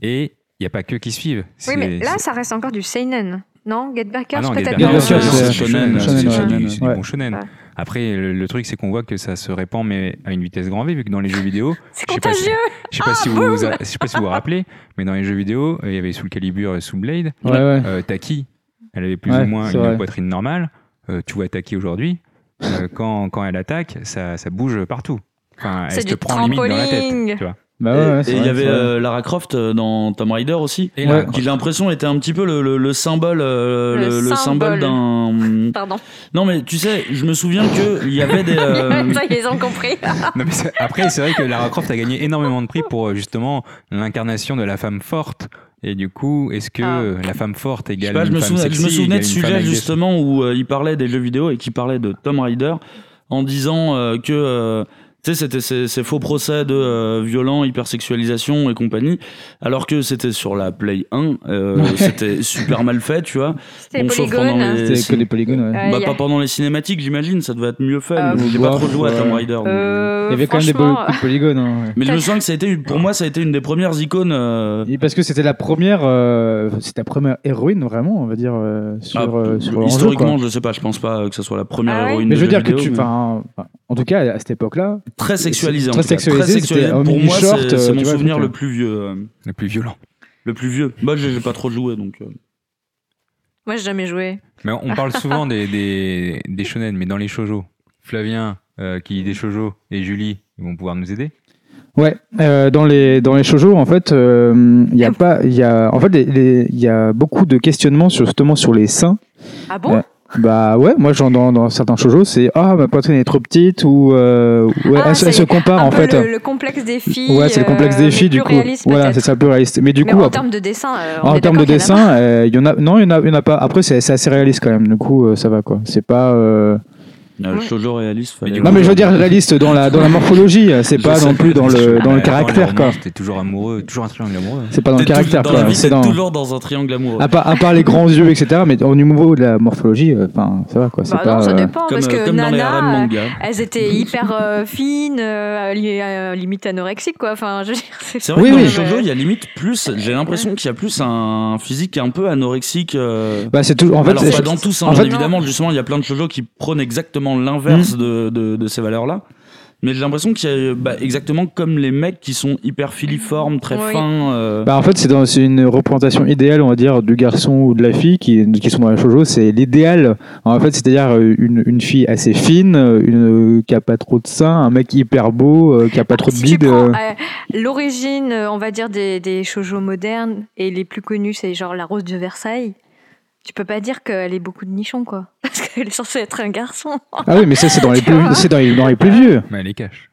S1: et il n'y a pas que qui suivent.
S11: Oui,
S1: C'est-
S11: mais là,
S1: c'est-
S11: ça reste encore du Seinen. Non Get Backers,
S1: Ah non, Get
S11: peut-être
S1: Backers,
S10: Get
S11: non.
S10: Backers,
S1: c'est-
S10: c'est
S1: c'est shonen,
S10: shonen,
S12: shonen,
S1: c'est
S10: ouais.
S1: du- c'est du
S10: Ouais.
S1: bon shonen.
S11: Ouais.
S1: Après, le, le truc, c'est qu'on voit que ça se répand, mais à une vitesse grand V, vu que dans les jeux vidéo,
S11: C'est
S1: Je sais pas si-
S11: contagieux Ah,
S1: je sais pas, si vous, vous a- je sais pas si vous vous rappelez, mais dans les jeux vidéo, euh, il y avait Soul Calibur et Soul Blade.
S10: Ouais, ouais.
S1: Euh, Taki, elle avait plus
S10: Ouais,
S1: ou moins
S10: c'est
S1: une
S10: vrai.
S1: poitrine normale. Euh, tu vois Taki aujourd'hui, euh, quand, quand elle attaque, ça, ça bouge partout. Enfin,
S11: C'est
S1: elle te
S11: du
S1: prend limite dans la tête.
S11: trampoline.
S1: Tu vois.
S10: Bah
S12: Et-
S10: ouais, ouais,
S12: et
S10: c'est
S12: il
S10: vrai,
S12: y avait
S10: c'est vrai.
S12: euh, Lara Croft euh, dans Tomb Raider aussi,
S1: Et
S10: Ouais.
S1: là,
S12: qui j'ai l'impression était un petit peu le, le- le symbole, euh,
S11: Le
S12: le, le
S11: symbole.
S12: symbole d'un.
S11: Pardon.
S12: Non mais tu sais, je me souviens que il y avait des. euh,
S11: Ça, ils ont compris.
S1: Non, mais c'est- après, c'est vrai que Lara Croft a gagné énormément de prix pour euh, justement l'incarnation de la femme forte. Et du coup, est-ce que
S11: Ah.
S1: euh, la femme forte
S12: Je, sais
S1: égale
S12: pas, je
S1: une
S12: me
S1: femme
S12: souvenais, je me
S1: sexy, égale
S12: souvenais de
S1: une
S12: ce
S1: femme
S12: sujet
S1: agressive
S12: justement où euh, il parlait des jeux vidéo et qui parlait de Tomb Raider en disant euh, que euh, tu sais c'était ces, ces faux procès de euh, violents, hypersexualisation et compagnie, alors que c'était sur la Play 1, euh,
S10: Ouais. hein.
S12: c'était super mal fait, tu vois.
S11: C'était les
S12: Bon, sauf pendant
S11: polygones.
S12: les-
S10: C'était
S12: si-
S10: que les polygones, ouais.
S11: Ouais,
S12: bah,
S11: y a-
S12: pas pendant les cinématiques, j'imagine, ça devait être mieux fait.
S11: Euh,
S12: mais J'ai
S10: Bof,
S12: pas trop joué à
S10: ouais.
S12: Tomb Raider. donc.
S11: Euh,
S10: Il y avait quand même des
S11: franchement, euh,
S10: beaucoup de polygones. hein, ouais.
S12: Mais je me souviens que ça a été, une- pour moi, ça a été une des premières icônes. euh,
S10: Et parce que c'était la première, euh, c'était la première héroïne vraiment, on va dire euh, sur,
S12: ah,
S10: euh, sur l'enjeu,
S12: historiquement,
S10: quoi.
S12: je sais pas, je pense pas euh, que ce soit la première
S11: Ah ouais
S12: héroïne.
S10: Mais
S12: de
S10: je veux
S12: jeux
S10: dire que
S12: vidéo,
S10: tu,
S12: mais
S10: enfin, enfin, en tout cas à cette époque-là,
S12: très sexualisé. en
S10: très
S12: tout cas,
S10: sexualisé, c'était un
S12: Pour moi,
S10: mini-short,
S12: c'est-
S10: euh,
S12: c'est
S10: tu
S12: mon
S10: vois,
S12: souvenir
S10: tout
S12: le
S10: ça.
S12: plus vieux. euh,
S1: le plus violent.
S12: Le plus vieux. Bah, j'ai j'ai pas trop joué, donc. euh.
S11: Moi, j'ai jamais joué.
S1: Mais on parle souvent des, des, des shonen, mais dans les shoujo, Flavien euh, qui lit des shoujo et Julie ils vont pouvoir nous aider.
S10: Ouais, euh, dans les dans les shoujo en fait, euh, il y a pas, il y a en fait les- les- il y a beaucoup de questionnements sur, justement sur les seins.
S11: Ah bon
S10: Euh, Bah ouais, moi j'en dans, dans certains shoujo, c'est ah ma poitrine est trop petite ou euh, ouais,
S11: Ah,
S10: elle, se-
S11: c'est
S10: elle se compare
S11: un
S10: en
S11: peu
S10: fait.
S11: Le, euh, le complexe des filles.
S10: ouais, c'est le complexe des filles du coup. Voilà, c'est ça plus réaliste. Mais du
S11: mais
S10: coup,
S11: en
S10: après-
S11: termes de dessin, euh, on
S10: en
S11: est
S10: termes de
S11: d'accord qu'il y en a
S10: dessin, euh, il y en a non, il y en a, il y en a pas. Après, c'est c'est assez réaliste quand même. Du coup, euh, ça va quoi. C'est pas. euh,
S12: Euh, Le shoujo réaliste. fallait-
S10: Non mais euh, je veux dire réaliste dans la dans la morphologie. euh, C'est
S1: Je
S10: pas
S1: sais
S10: non plus
S1: que
S10: dans le dans
S1: Ouais,
S10: le
S1: Ah,
S10: caractère
S1: les
S10: quoi.
S1: romans, C'était toujours amoureux, toujours un triangle amoureux. hein.
S10: C'est pas dans le
S12: T'es tout-
S10: caractère
S12: Dans la
S10: quoi.
S12: vie,
S10: C'est
S12: c'est
S10: dans Ah,
S12: toujours dans un triangle amoureux.
S10: à part à part les grands yeux etc. Mais au niveau de la morphologie, euh, enfin ça va quoi. C'est
S11: Bah
S10: pas.
S11: non, ça
S10: euh,
S11: dépend,
S12: Comme,
S11: parce
S12: euh,
S11: que
S12: comme dans les
S11: Nana,
S12: harems manga.
S11: euh, elles étaient hyper euh, fines, euh, li- euh, limite anorexiques, quoi. Enfin, je veux dire,
S12: C'est vrai que dans les shoujo, il y a limite plus. J'ai l'impression qu'il y a plus un physique un peu anorexique. euh,
S10: Bah, c'est toujours- en fait,
S12: Alors
S10: c'est-
S12: pas dans tous, hein,
S10: en
S12: bien
S10: fait- Hmm.
S12: évidemment. Justement, il y a plein de shoujo qui prônent exactement l'inverse de, de- de ces valeurs-là. Mais j'ai l'impression qu'il y a bah, exactement comme les mecs qui sont hyper filiformes, très
S11: Oui.
S12: fins. euh,
S10: Bah en fait, c'est dans- c'est une représentation idéale, on va dire, du garçon ou de la fille qui, qui sont dans les shoujo. C'est l'idéal. En fait, c'est-à-dire euh, une, une fille assez fine, euh, une, euh, qui a pas trop de seins, un mec hyper beau, euh, qui a pas trop de
S11: si tu
S10: bide.
S11: prends
S10: euh.
S11: euh, l'origine, euh, on va dire, des, des shoujo modernes, et les plus connus, c'est genre La Rose de Versailles, tu peux pas dire qu'elle est beaucoup de nichons, quoi. Parce qu'elle est censée être un garçon.
S10: Ah oui, mais ça, c'est dans les plus, c'est dans les, dans les plus vieux.
S1: Mais elle les cache.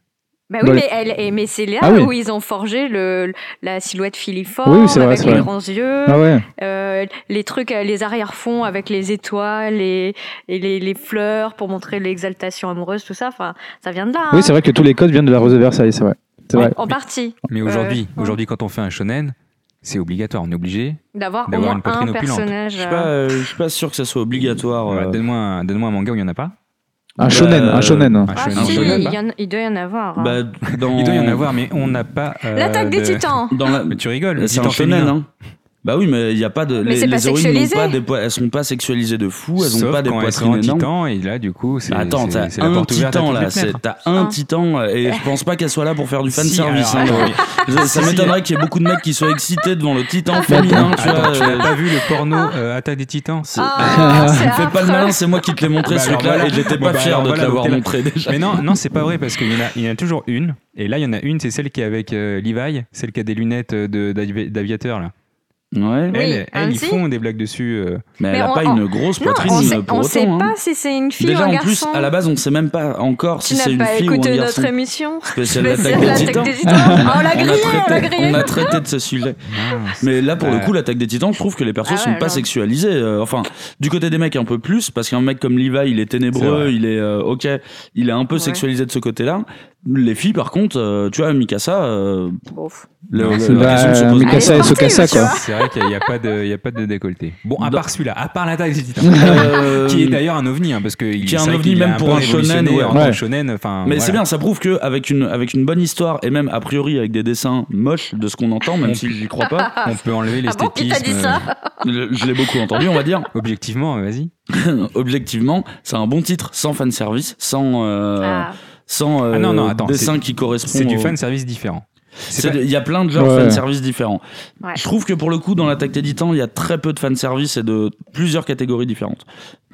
S11: Bah
S10: Dans
S11: oui,
S10: les-
S11: mais, elle, et- mais c'est là
S10: Ah oui.
S11: où ils ont forgé le, la silhouette filiforme,
S10: Oui, oui, c'est vrai,
S11: avec
S10: c'est
S11: les
S10: vrai.
S11: grands yeux,
S10: Ah ouais.
S11: euh, les trucs, euh, les arrière-fonds avec les étoiles et, et les, les fleurs pour montrer l'exaltation amoureuse, tout ça. Enfin, ça vient de là. hein.
S10: Oui, c'est vrai que tous les codes viennent de la rose de Versailles, c'est vrai. C'est vrai.
S11: En partie.
S1: Mais
S11: Euh,
S1: aujourd'hui,
S11: ouais.
S1: aujourd'hui, quand on fait un shonen, c'est obligatoire, on est obligé.
S11: D'avoir au
S1: d'avoir
S11: moins
S1: une poitrine
S11: un
S1: opulente.
S11: personnage.
S12: Je suis
S11: euh,
S12: pas, euh, je suis pas sûr que ça soit obligatoire.
S1: Voilà,
S12: euh.
S1: donne-moi, un, donne-moi un manga où il n'y en a pas.
S10: Un shonen,
S12: euh,
S10: un shonen.
S1: un
S11: Ah,
S1: shonen où
S11: si,
S1: il n'y en a
S11: il,
S1: pas.
S11: y en- il doit y en avoir. hein.
S12: Bah, dans-
S1: Il doit y en avoir, mais on n'a pas. euh,
S11: L'attaque des
S1: de-
S11: titans
S12: dans la-
S1: Mais tu rigoles, le
S12: C'est
S1: titan
S12: un shonen,
S1: féminin.
S12: hein. Bah oui, mais il n'y a pas de.
S11: Mais c'est
S12: les
S11: pas
S12: les héroïnes
S11: sexualisé.
S12: n'ont pas des po- elles sont pas sexualisées de fou, elles
S1: Sauf
S12: n'ont pas des
S1: quand elles sont
S12: poitrines
S1: en
S12: énormes.
S1: titan,
S12: Bah,
S1: et là, du coup, c'est.
S12: Attends,
S1: c'est-
S12: t'as
S1: c'est la
S12: un
S1: porte ouverte à
S12: titan
S1: toutes les
S12: là, c'est-
S1: fenêtres.
S12: t'as un
S11: Ah.
S12: titan euh, et je pense pas qu'elle soit là pour faire du
S1: Si, ah,
S12: fan service. hein,
S1: alors, oui. Si,
S12: Ça
S1: si.
S12: m'étonnerait qu'il y ait beaucoup de mecs qui soient excités devant le titan
S1: Attends,
S12: féminin, tu vois.
S1: attends, tu n'as
S12: euh,
S1: pas vu le porno euh, Attaque des titans
S12: c'est-
S11: Ah, c'est
S12: Fais pas le
S11: affreux.
S12: malin, c'est moi qui te l'ai montré
S1: Bah, alors
S12: celui-là
S1: voilà.
S12: et j'étais
S1: Bon,
S12: pas
S1: bah,
S12: fier
S1: alors
S12: de te
S1: voilà,
S12: l'avoir
S1: donc t'es là.
S12: montré déjà.
S1: Mais non, non, c'est pas vrai parce qu'il y en a, il y en a toujours une. Et là, il y en a une, c'est celle qui est avec euh, Levi, celle qui a des lunettes euh, de- d'avi- d'aviateur là.
S12: Ouais,
S11: Oui,
S1: elle, elle, ils
S11: Annecy.
S1: font des blagues dessus. euh.
S12: mais elle a
S11: on-
S12: pas
S11: on-
S12: une grosse
S11: Non, on
S12: poitrine
S11: sait,
S12: pour
S11: on
S12: autant.
S11: sait
S12: hein.
S11: pas si c'est une fille
S12: Déjà
S11: ou un
S12: en
S11: garçon.
S12: plus, à la base, on sait même pas encore si
S11: tu
S12: c'est
S11: n'as
S12: une
S11: pas
S12: fille ou un
S11: écouté
S12: garçon.
S11: notre émission
S12: Spécial
S11: Spécial
S12: attaque
S11: attaque
S12: des
S11: des
S12: titans.
S11: titans. Ah, on l'a
S12: On
S11: grillé,
S12: a
S11: on l'a
S12: traité-
S11: grillé.
S12: on a traité de ce sujet. Mais là, pour le coup, l'attaque des titans, je trouve que les persos
S11: Ah ouais,
S12: sont pas
S11: alors.
S12: sexualisés. Euh, Enfin, du côté des mecs, un peu plus, parce qu'un mec comme Levi, il est
S1: C'est
S12: ténébreux,
S1: vrai.
S12: il est euh, ok, il est un peu
S11: Ouais.
S12: sexualisé de ce côté-là. Les filles, par contre, euh, tu vois, Mikasa, euh,
S11: Bon,
S12: le,
S1: Non,
S12: le-
S1: c'est
S12: la
S1: vrai.
S12: question se pose
S11: Mikasa
S10: Mikasa
S12: pas.
S11: Elle
S10: et
S11: est sportive,
S10: Sokasa
S11: tu
S10: quoi.
S11: vois.
S1: C'est vrai qu'il n'y a, pas de- il y a pas de décolleté. Bon, à
S12: Dans-
S1: part celui-là, à part l'attaque des titans.
S12: Euh,
S1: qui est d'ailleurs un ovni, hein, parce que il-
S12: Qui est un
S1: c'est vrai
S12: ovni
S1: qu'il
S12: même
S1: un
S12: pour
S1: peu
S12: un shonen,
S1: révolutionné
S12: ouais.
S1: en tant que
S10: Ouais.
S1: shonen. Enfin,
S12: Mais
S1: voilà.
S12: c'est bien, ça prouve que avec une avec une bonne histoire et même a priori avec des dessins moches de ce qu'on entend, même si j'y crois pas,
S1: On peut enlever
S11: Ah bon, qui
S1: l'esthétisme.
S11: t'a dit ça
S1: euh,
S12: le- je l'ai beaucoup entendu, on va dire.
S1: Objectivement, euh, vas-y.
S12: Objectivement, c'est un bon titre, sans fan service, sans euh,
S11: Ah.
S12: sans euh,
S1: Ah non, non, attends,
S12: dessin
S1: c'est-
S12: qui correspond.
S1: C'est du
S12: au-
S1: fan service différent.
S12: C'est-
S1: C'est
S12: Il
S1: pas- Ah,
S12: y a plein de genres
S10: Ouais.
S12: de fanservice différents.
S11: Ouais.
S12: Je trouve que pour le coup, dans l'attaque des titans, il y a très peu de fanservice et de plusieurs catégories différentes.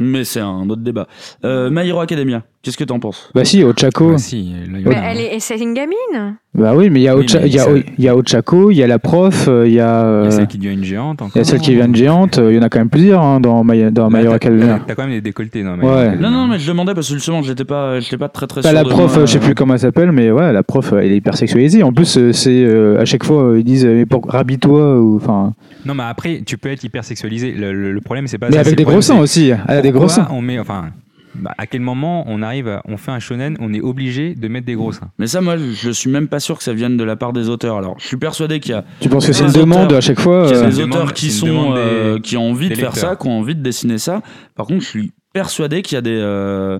S12: Mais c'est un autre débat. Euh, My Hero Academia, qu'est-ce que t'en penses
S10: Bah si, Ochako.
S1: Ah, si, là, il y en
S11: Mais
S1: a un.
S11: elle est, et c'est une gamine.
S10: Bah oui, mais il y a
S1: Oui,
S10: Ocha-
S1: mais
S10: il y a
S1: ça-
S10: O- il y a Ochako, il y a la prof, euh, il
S1: Il y
S10: y a
S1: a
S10: euh,
S1: celle qui devient une géante encore.
S10: il y a celle qui vient de géante. euh, Il y en a quand même plusieurs hein, dans My dans My
S1: Là,
S10: Hero
S1: Bah, t'as-
S10: Academia.
S1: T'as quand même des décolletés dans
S10: Ouais.
S12: Non, non, mais je demandais parce que justement, j'étais pas, j'étais pas très très
S10: Bah,
S12: sûr
S10: la
S12: de
S10: prof,
S12: moi.
S10: euh, je sais plus comment elle s'appelle, mais ouais, la prof, euh, elle est hyper sexualisée. En plus, euh, c'est euh, à chaque fois, euh, ils disent, euh, mais pour rabis-toi, ou enfin.
S1: Non, mais après, tu peux être hyper sexualisé. Le, le- le problème, c'est pas
S10: Mais
S1: ça, c'est
S10: avec
S1: le
S10: des gros
S1: problème,
S10: seins
S1: c'est
S10: aussi. Elle a des
S1: pourquoi
S10: gros seins.
S1: On met, enfin, bah, à quel moment on arrive, à- on fait un shonen, on est obligé de mettre des gros seins.
S12: Mais ça, moi, je- je suis même pas sûr que ça vienne de la part des auteurs. Alors, je suis persuadé qu'il y a
S10: Tu penses que c'est
S12: Les
S10: une demande
S12: auteurs-
S10: à chaque fois
S12: qu'il y a
S10: euh,
S1: une
S12: des
S1: demande-
S12: auteurs qui
S1: c'est
S12: sont
S1: une demande des-
S12: euh, qui ont envie de
S1: des
S12: faire
S1: lecteurs.
S12: ça, qui ont envie de dessiner ça. Par contre, je suis persuadé qu'il y a des euh,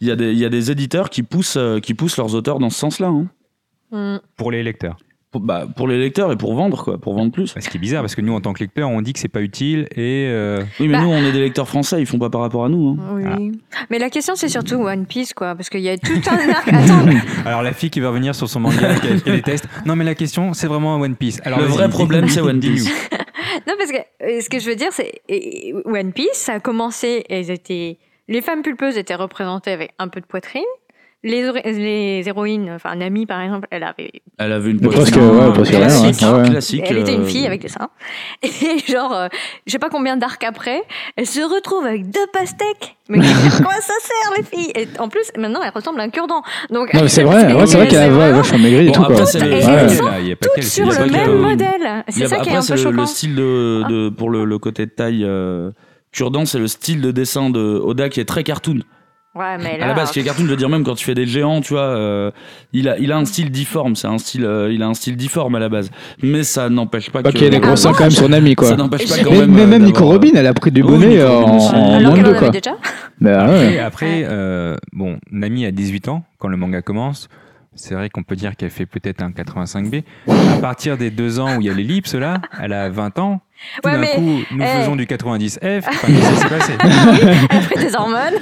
S12: il y a des il y a des éditeurs qui poussent euh, qui poussent leurs auteurs dans ce sens-là. hein.
S11: Hmm.
S1: Pour les lecteurs.
S12: Pour, bah, pour les lecteurs et pour vendre quoi, pour vendre plus.
S1: Bah, Ce qui est bizarre, parce que nous, en tant que lecteurs, on dit que c'est pas utile et. euh,
S12: Oui, mais
S11: Bah-
S12: nous, on est des lecteurs français, ils font pas par rapport à nous. hein.
S11: Oui. Ah. Mais la question, c'est surtout One Piece, quoi. Parce qu'il y a tout un arc. Attends,
S1: Alors, la fille qui va revenir sur son manga qu'elle qu'elle déteste. Non, mais la question, c'est vraiment One Piece. Alors,
S12: le
S1: vas-y,
S12: vrai
S1: dis-
S12: problème, c'est One
S1: dis-nous.
S12: Piece.
S11: Non, parce que euh, ce que je veux dire, c'est et- et One Piece, ça a commencé, elles étaient, les femmes pulpeuses étaient représentées avec un peu de poitrine. les, les héroïnes, enfin Nami par exemple, elle avait.
S12: Elle avait une
S10: Parce que, ouais, parce que rien,
S12: classique,
S10: ouais.
S12: hein, classique,
S11: Elle était
S12: euh,
S11: une fille avec des seins. Et genre, euh, je sais pas combien d'arcs après, elle se retrouve avec deux pastèques. Mais à quoi ça sert les filles Et en plus, maintenant, elle ressemble à un cure-dent. Donc,
S10: Non, mais c'est vrai, ouais, c'est vrai qu'elle a vachement maigri et
S12: Bon,
S10: tout, quoi.
S12: après, c'est-
S11: Et
S12: Ouais.
S11: elles
S12: Il y
S11: sont
S1: Ah,
S12: a- il y a pas
S11: toutes
S12: qu'elle,
S11: sur
S12: il y a
S11: le
S12: pas
S11: même
S12: que-
S11: modèle.
S12: Il y
S11: C'est
S12: a-
S11: ça qui est
S12: après,
S11: un
S12: c'est
S11: peu
S12: le-
S11: choquant.
S12: Le style de, de- pour le, le côté de taille euh, cure-dent, c'est le style de dessin de Oda qui est très cartoon.
S11: Ouais, mais là, hein.
S12: À la base, qui est cartoon, je veux dire même quand tu fais des géants, tu vois, euh, il a il a un style difforme, c'est un style euh, il a un style difforme à la base. Mais ça n'empêche pas
S10: Pas
S12: que
S10: qu'il y ait des gros seins quand même sur Nami, quoi.
S12: Ça n'empêche pas quand
S10: Ah, Mais
S12: même.
S10: mais
S12: euh,
S10: même Nico
S12: d'avoir, euh,
S10: Robin, elle a pris du
S12: oui,
S10: bonnet
S12: Nico
S10: euh,
S12: Robin
S10: en
S12: aussi.
S10: en
S11: alors qu'elle
S10: moins de deux,
S11: en avait
S10: quoi.
S11: déjà.
S10: Bah
S1: Et
S10: ouais.
S1: après, euh, bon, Nami a 18 ans quand le manga commence. C'est vrai qu'on peut dire qu'elle fait peut-être un 85B. À partir des deux ans où il y a l'ellipse, là, elle a 20 ans. Tout
S11: Ouais,
S1: d'un
S11: mais,
S1: coup, nous
S11: eh.
S1: faisons du 90F. Enfin, qu'est-ce qui s'est passé
S11: Après des hormones.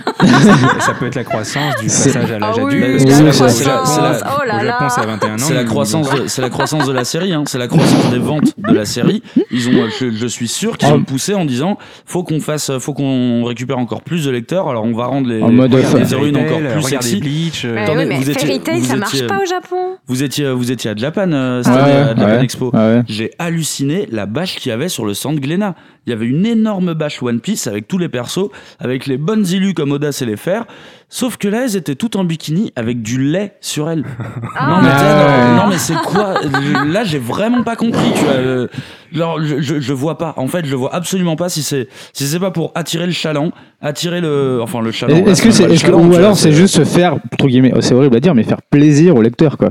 S1: Ça peut être la croissance du
S10: C'est-
S1: passage à l'âge
S11: Ah oui,
S1: adulte.
S11: la
S1: Parce que
S12: croissance.
S1: au Japon-
S12: C'est la- c'est
S11: la-
S1: au
S11: oh là
S1: Japon,
S11: là.
S1: c'est à 21 ans.
S12: C'est la
S1: nous-
S12: croissance, de, c'est la croissance de la série, hein. c'est la croissance des ventes de la série. Ils ont, euh, je, je suis sûr
S10: Ah.
S12: qu'ils ont poussé en disant, faut qu'on fasse, euh, faut qu'on récupère encore plus de lecteurs. Alors on va rendre les,
S10: En mode
S12: les
S10: fan.
S12: héroïnes encore
S1: Regardez
S12: plus
S1: Tell, regardez
S12: sexy.
S1: Bleach. euh,
S11: Mais
S12: attendez,
S11: Bah oui, mais
S12: vous étiez-
S11: Fairy Tail,
S12: vous
S11: ça
S12: étiez-
S11: marche pas au Japon.
S12: Vous étiez, vous étiez à Japan, euh, cette
S10: Ah Ouais,
S12: année, à Japan
S10: ouais,
S12: Expo.
S10: ouais.
S12: J'ai halluciné la bâche qu'il y avait sur le stand Glénat. Il y avait une énorme bâche One Piece avec tous les persos, avec les bonnes illus comme Oda sait les faire. Sauf que là, elles étaient toutes en bikini avec du lait sur elles. non, mais,
S10: Ah
S12: t'es- non,
S10: ouais.
S12: non, mais c'est quoi Je- Là, j'ai vraiment pas compris. Tu vois, euh, genre, je, je, je vois pas. En fait, je vois absolument pas si c'est si c'est pas pour attirer le chaland, attirer le, enfin le chaland. là,
S10: Est-ce que
S12: même
S10: c'est
S12: pas le
S10: est-ce que-
S12: chaland, tu
S10: ou
S12: vois,
S10: alors c'est juste se faire entre guillemets, oh, c'est horrible à dire, mais faire plaisir au lecteur, quoi.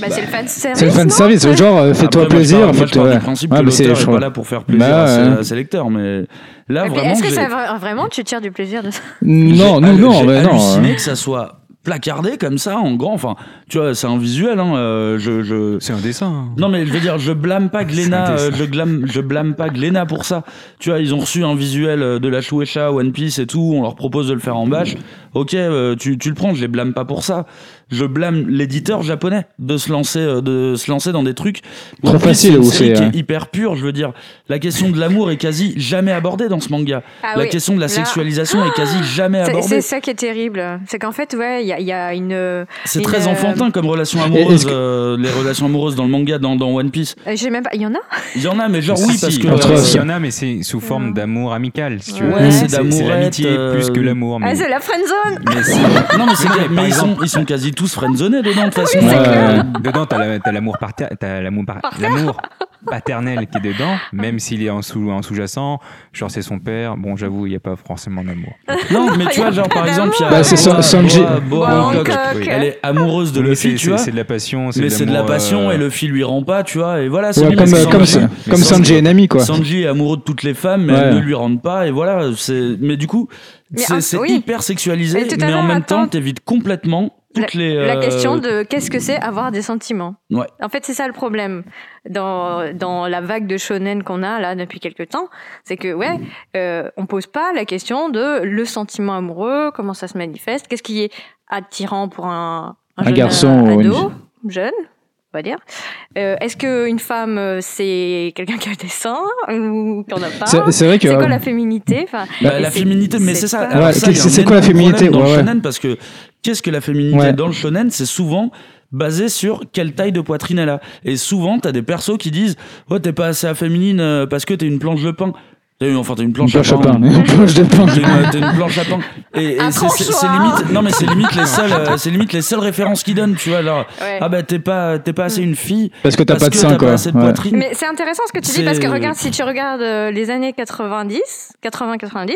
S11: Bah, c'est le fan service.
S10: C'est le fan
S11: non
S10: service, genre euh, fais-toi
S12: Après, moi, je
S10: plaisir.
S12: pars-
S10: en
S12: moi,
S10: fait,
S12: je pars
S10: ouais.
S12: du principe
S10: Ouais,
S12: que
S10: mais c'est-
S12: l'auteur
S10: je
S12: n'est
S10: crois-
S12: pas là pour faire plaisir
S10: Bah,
S12: à, ses,
S10: ouais.
S12: à ses lecteurs, mais là
S11: Mais
S12: vraiment,
S11: Est-ce que
S12: j'ai-
S11: ça va- Ah, vraiment tu tires du plaisir de ça
S10: Non,
S12: j'ai
S10: non,
S12: hallu-
S10: non,
S12: j'ai
S10: mais non.
S12: halluciné
S10: hein.
S12: que ça soit placardé comme ça en grand. Enfin, tu vois, c'est un visuel. Hein, euh, je, je-
S1: C'est un dessin. hein.
S12: Non mais je veux dire, je blâme pas Glénat,
S1: C'est un
S12: euh,
S1: dessin.
S12: je, glâme- je blâme pas Glénat pour ça. Tu vois, ils ont reçu un visuel euh, de la Shueisha, One Piece et tout, on leur propose de le faire en bâche. Ok, euh, tu, tu le prends, je les blâme pas pour ça. Je blâme l'éditeur japonais de se lancer, euh, de se lancer dans des trucs.
S10: Trop
S12: One Piece,
S10: facile, hein.
S12: c'est une
S10: ou
S12: série
S10: c'est,
S12: qui
S10: ouais.
S12: est hyper pure. Je veux dire, la question de l'amour est quasi jamais abordée dans ce manga.
S11: Ah
S12: la
S11: oui,
S12: question de la
S11: là-
S12: sexualisation est quasi jamais
S11: C'est-
S12: abordée.
S11: C'est ça qui est terrible. C'est qu'en fait, ouais, il y, a- il y a une. euh,
S12: C'est
S11: une,
S12: très
S11: euh,
S12: enfantin comme relation amoureuse,
S10: est-ce que-
S12: euh, les relations amoureuses dans le manga, dans, dans One Piece.
S11: je sais même pas. Il y en a
S12: Il y en a, mais genre oui,
S1: Si,
S12: parce
S1: si,
S12: que.
S10: entre
S12: euh,
S10: eux.
S1: il y en a, mais c'est sous forme d'amour amical, si tu veux.
S11: Ouais,
S1: C'est-
S12: c'est
S1: c'est l'amitié
S12: d'amourette,
S1: plus que
S12: euh,
S1: l'amour. mais-
S11: Ah, c'est la friend zone
S12: mais c'est- non, mais, c'est
S1: Oui,
S12: que-
S1: mais par
S12: mais ils, sont,
S1: exemple-
S12: ils sont quasi tous friendzonés dedans, de toute façon. Euh,
S10: c'est Ouais. clair.
S1: Dedans, t'as la- t'as l'amour parter- t'as l'amour par- l'amour paternel qui est dedans, même s'il est en sous en sous-jacent. Genre c'est son père. Bon, j'avoue, il n'y a pas forcément d'amour.
S12: Non, mais tu vois, genre par exemple, il y a.
S10: Bah, c'est San-
S12: Boa-
S10: Sanji.
S12: Boa- Boa
S1: Bah,
S11: Boa
S12: Bah, Hancock.
S11: Hancock.
S1: Oui.
S12: Elle est amoureuse de
S1: Mais
S12: Luffy,
S1: c'est-
S12: tu
S1: c'est
S12: vois.
S1: c'est de la passion.
S12: Mais c'est de la
S1: l'amour,
S12: passion
S1: euh,
S12: et Luffy lui rend pas, tu vois. Et voilà, c'est
S10: Ouais,
S12: bon,
S10: Comme
S12: c'est
S10: euh, comme
S12: Sanji.
S10: ça- comme
S12: Sanji-
S10: Sanji et Nami, quoi.
S12: Sanji est amoureux de toutes les femmes, mais
S10: Ouais.
S12: elles ne lui rendent pas, et voilà. c'est- Mais du coup,
S11: Mais
S12: c'est
S11: un-
S12: c'est
S11: oui.
S12: hyper sexualisé,
S11: Mais tout à
S12: mais en
S11: l'heure,
S12: même temps,
S11: attends.
S12: t'évites complètement toutes les.
S11: La
S12: euh,
S11: question de qu'est-ce que c'est avoir des sentiments
S12: Ouais.
S11: En fait, c'est ça le problème dans, dans la vague de shonen qu'on a là depuis quelques temps. C'est que, ouais, euh, on pose pas la question de le sentiment amoureux, comment ça se manifeste, qu'est-ce qui est attirant pour un,
S10: Un
S11: jeune
S10: garçon ou
S11: ado, jeune, on va dire. Euh, Est-ce qu'une femme, euh, c'est quelqu'un qui a des seins ou qui en a pas
S10: C'est c'est vrai que.
S11: C'est quoi la
S10: euh,
S11: féminité enfin,
S12: Bah,
S11: et
S12: la
S11: c'est-
S12: féminité, mais c'est ça.
S11: pas-
S12: Alors
S10: Ouais,
S12: ça, il y a
S10: c'est-
S12: un
S10: c'est quoi la
S12: énorme
S10: féminité
S12: problème dans
S10: Ouais,
S12: le
S10: ouais.
S12: shonen Parce que qu'est-ce que la féminité
S10: Ouais.
S12: dans le shonen C'est souvent basé sur quelle taille de poitrine elle a. Et souvent, t'as des persos qui disent Oh, t'es pas assez féminine euh, parce que t'es une planche de pain. T'as une- Enfin, t'es une
S10: Une
S12: planche,
S10: planche de
S12: à pain.
S10: pain. Une planche de pain.
S12: T'es une, t'es une planche à pain. Et, et
S11: Un
S12: c'est- c'est c'est
S11: tranchoir.
S12: limite, non mais c'est limite les seules, euh, c'est limite les seules références qu'ils donnent, tu vois. Alors,
S11: Ouais. Mm.
S12: ah bah t'es pas, t'es pas assez une fille
S10: Parce que t'as
S12: parce
S10: pas de
S12: que
S10: sein,
S12: t'as pas
S10: quoi.
S12: assez de
S10: Ouais.
S12: poitrine.
S11: Mais c'est intéressant ce que tu dis parce que
S12: C'est-
S11: regarde, si tu regardes euh, les années 90, 80-90,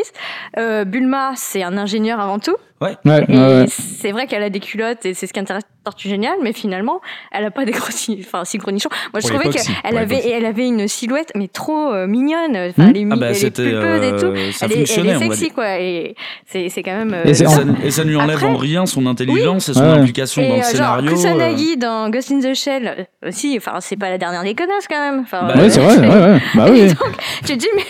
S11: euh, Bulma, c'est un ingénieur avant tout.
S10: Ouais,
S11: Et
S10: ouais, ouais.
S11: c'est vrai qu'elle a des culottes et c'est ce qui intéresse Tortue Géniale, mais finalement, elle a pas des gros si- enfin, si gros nichons. Moi, je
S1: Pour
S11: trouvais
S1: l'époque, si.
S11: qu'elle
S1: Pour
S11: avait,
S1: l'époque, si.
S11: et elle avait une silhouette, mais trop euh, mignonne. Enfin,
S10: Hmm.
S11: Elle est, mi-
S12: Ah bah
S11: elle est
S12: c'était,
S11: pulpeuse et tout.
S12: euh, ça
S11: Elle est, elle
S12: fonctionnait.
S11: est
S12: on va dire.
S11: sexy, quoi. Et c'est c'est quand même. euh,
S10: Et c'est
S12: Et
S10: en-
S12: ça, et ça ne lui enlève
S11: Après-
S12: en rien son intelligence et son
S10: Ouais.
S12: implication dans
S11: Et
S12: le
S11: euh, genre,
S12: scénario.
S11: Kusanagi dans Ghost in the Shell, euh, aussi, enfin, c'est pas la dernière des connasses quand même. Enfin,
S12: Bah
S10: Ouais, c'est vrai, ouais, ouais. Bah
S11: Et
S10: oui.
S11: donc, tu te dis, mais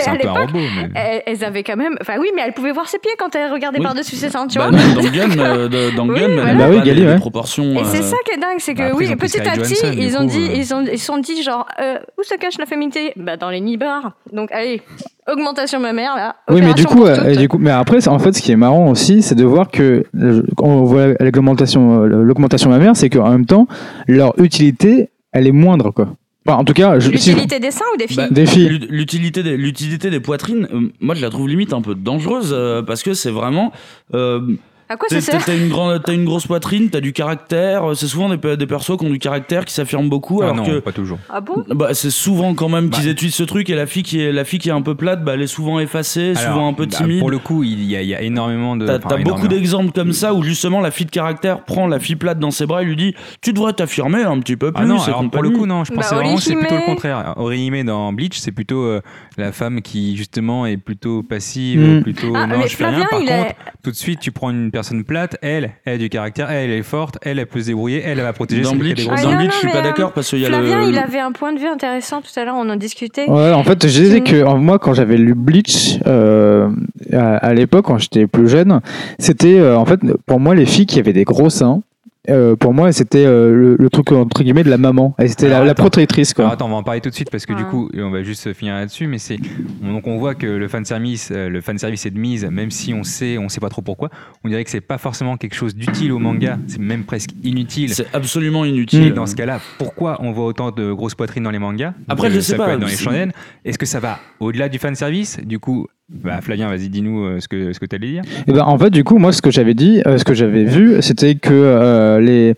S1: C'est
S11: à
S1: un peu un
S11: l'époque,
S1: robot. mais-
S11: elles, elles avaient quand même. Enfin, oui, mais elles pouvaient voir ses pieds quand elles regardaient
S12: Oui.
S11: par-dessus ses seins, tu
S12: Bah,
S11: vois.
S12: même dans Gun, euh, de- dans
S11: Oui,
S12: Gun, elle
S11: voilà.
S12: a
S10: Bah
S12: pas
S10: oui,
S12: les-
S10: Gali,
S12: les
S10: ouais.
S12: proportions.
S11: Et c'est
S12: euh,
S11: ça qui est dingue, c'est que
S1: bah, après, ils
S11: oui,
S1: ont pris
S11: petit
S1: Scarlett
S11: à petit,
S1: Johansson, du
S11: ils, ont
S1: coup,
S11: dit,
S1: euh.
S11: ils, ont, ils se sont dit genre, euh, où se cache la féminité bah, Dans les nibards. Donc allez, Allez, augmentation mammaire là.
S10: Oui, mais du
S11: opération
S10: coup,
S11: pour
S10: euh,
S11: toutes.
S10: du coup, mais après, en fait, ce qui est marrant aussi, c'est de voir que euh, quand on voit l'augmentation, euh, l'augmentation mammaire, c'est qu'en même temps, leur utilité, elle est moindre, quoi. Enfin, en tout cas, je- si-
S11: L'utilité des seins ou des filles
S10: Bah, Des filles.
S12: l'ut- L'utilité des, l'utilité des poitrines, euh, moi je la trouve limite un peu dangereuse euh, parce que c'est vraiment. euh,
S11: À quoi
S12: t'es-
S11: ça sert
S12: t'es- T'as une, grande- t'as une grosse poitrine, t'as du caractère. euh, C'est souvent des, pe- des persos qui ont du caractère, qui s'affirment beaucoup.
S1: Ah
S12: alors
S1: non, Bah.
S12: que
S1: pas toujours.
S11: Ah bon
S12: bah, c'est souvent quand même qu'ils étudient ce truc et la fille qui est la fille qui est un peu plate, bah, elle est souvent effacée, souvent
S1: Alors,
S12: un peu
S1: bah,
S12: timide.
S1: Pour le coup, il y a, il y a énormément de.
S12: T'as
S1: Euh, enfin,
S12: t'as beaucoup
S1: énormément.
S12: d'exemples comme ça où justement la fille de caractère prend la fille plate dans ses bras et lui dit tu devrais t'affirmer un petit peu plus.
S1: Ah non,
S12: et
S1: alors pour
S12: compagnie.
S1: le coup, non, je
S11: Bah,
S1: pensais vraiment que c'est
S11: Orihime.
S1: plutôt le contraire. Orihime dans Bleach, c'est plutôt euh, la femme qui, justement, est plutôt passive,
S10: Mm.
S1: plutôt
S11: Ah,
S1: non,
S11: mais
S1: je fais rien.
S11: Flavien,
S1: Par
S11: il
S1: contre,
S11: est-
S1: tout de suite, tu prends une personne plate, elle, elle a du caractère, elle, elle est forte, elle, elle peut se débrouiller, elle, elle va protéger
S12: Dans
S1: celle qui a des
S12: Bleach,
S1: grosses
S11: Ah,
S12: dans
S11: non,
S12: Bleach,
S11: non,
S12: je suis
S11: mais,
S12: pas
S11: euh,
S12: d'accord parce qu'il y a le-
S11: Flavien,
S12: le.
S11: il avait un point de vue intéressant tout à l'heure, on en discutait.
S10: Ouais, en fait, je disais que en- moi, quand j'avais lu Bleach euh, à, à l'époque, quand j'étais plus jeune, c'était euh, en fait pour moi les filles qui avaient des gros seins. euh, pour moi, c'était euh, le, le truc entre guillemets de la maman. Et c'était la,
S1: Alors,
S10: la
S1: attends.
S10: protectrice, quoi.
S1: Alors attends, on va en parler tout de suite parce que du
S11: Ouais.
S1: coup, on va juste finir là-dessus. Mais c'est donc on voit que le fan service, le fan service est de mise, même si on sait, on sait pas trop pourquoi. On dirait que c'est pas forcément quelque chose d'utile au manga. C'est même presque inutile.
S12: C'est absolument
S1: Et
S12: inutile.
S1: dans ce cas-là, pourquoi on voit autant de grosses poitrines dans les mangas
S12: Après,
S1: Euh,
S12: je sais
S1: ça peut
S12: pas,
S1: être dans les
S12: c'est-
S1: shonen. Est-ce que ça va au-delà du fan service Du coup, bah, Flavien, vas-y, dis-nous euh, ce que ce que t'allais dire.
S10: Et ben, en fait, du coup, moi, ce que j'avais dit, euh, ce que j'avais vu, c'était que euh, les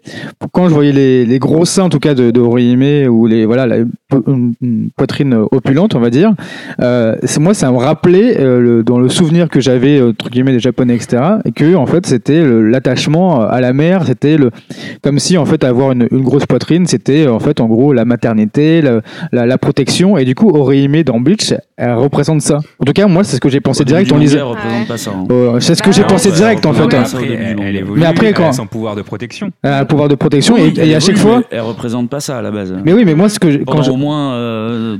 S10: quand je voyais les, les gros seins, en tout cas de, de Orihime, ou les voilà, la, une- une poitrine opulente, on va dire, euh, c'est- moi, ça me rappelait euh, le- dans le souvenir que j'avais euh, entre guillemets des japonais, etc., et que en fait, c'était le- l'attachement à la mer, c'était le comme si en fait avoir une, une grosse poitrine, c'était en fait en gros la maternité, la, la- la protection, et du coup, Orihime dans Bleach, elle représente ça. En tout cas, moi, c'est ce que j'ai pensé direct en
S12: Olivier
S10: lisant.
S12: représente
S11: Ouais.
S12: pas ça. hein.
S10: Euh, c'est ce que j'ai
S11: Bah,
S10: pensé
S12: ouais,
S10: direct en
S12: ouais,
S10: fait.
S11: ouais.
S10: hein.
S12: Ça, au
S1: Après,
S12: début,
S1: elle,
S12: non.
S1: elle évolue,
S10: Mais après,
S1: elle
S10: quand-
S1: a son pouvoir de protection.
S10: Elle a Euh, un pouvoir de protection et-
S12: Oui,
S10: et, à
S12: elle
S10: chaque
S12: évolue,
S10: fois.
S12: mais Elle représente pas ça à la base.
S10: Mais oui, mais moi ce que je- quand
S12: Pendant
S10: je-
S12: au moins. euh,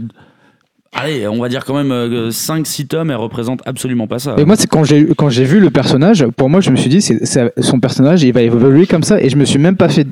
S12: Allez, on va dire quand même 5-6 tomes, elle représente absolument pas ça.
S10: et moi c'est quand j'ai quand j'ai vu le personnage, pour moi je me suis dit c'est ça- son personnage il va évoluer comme ça et je me suis même pas fait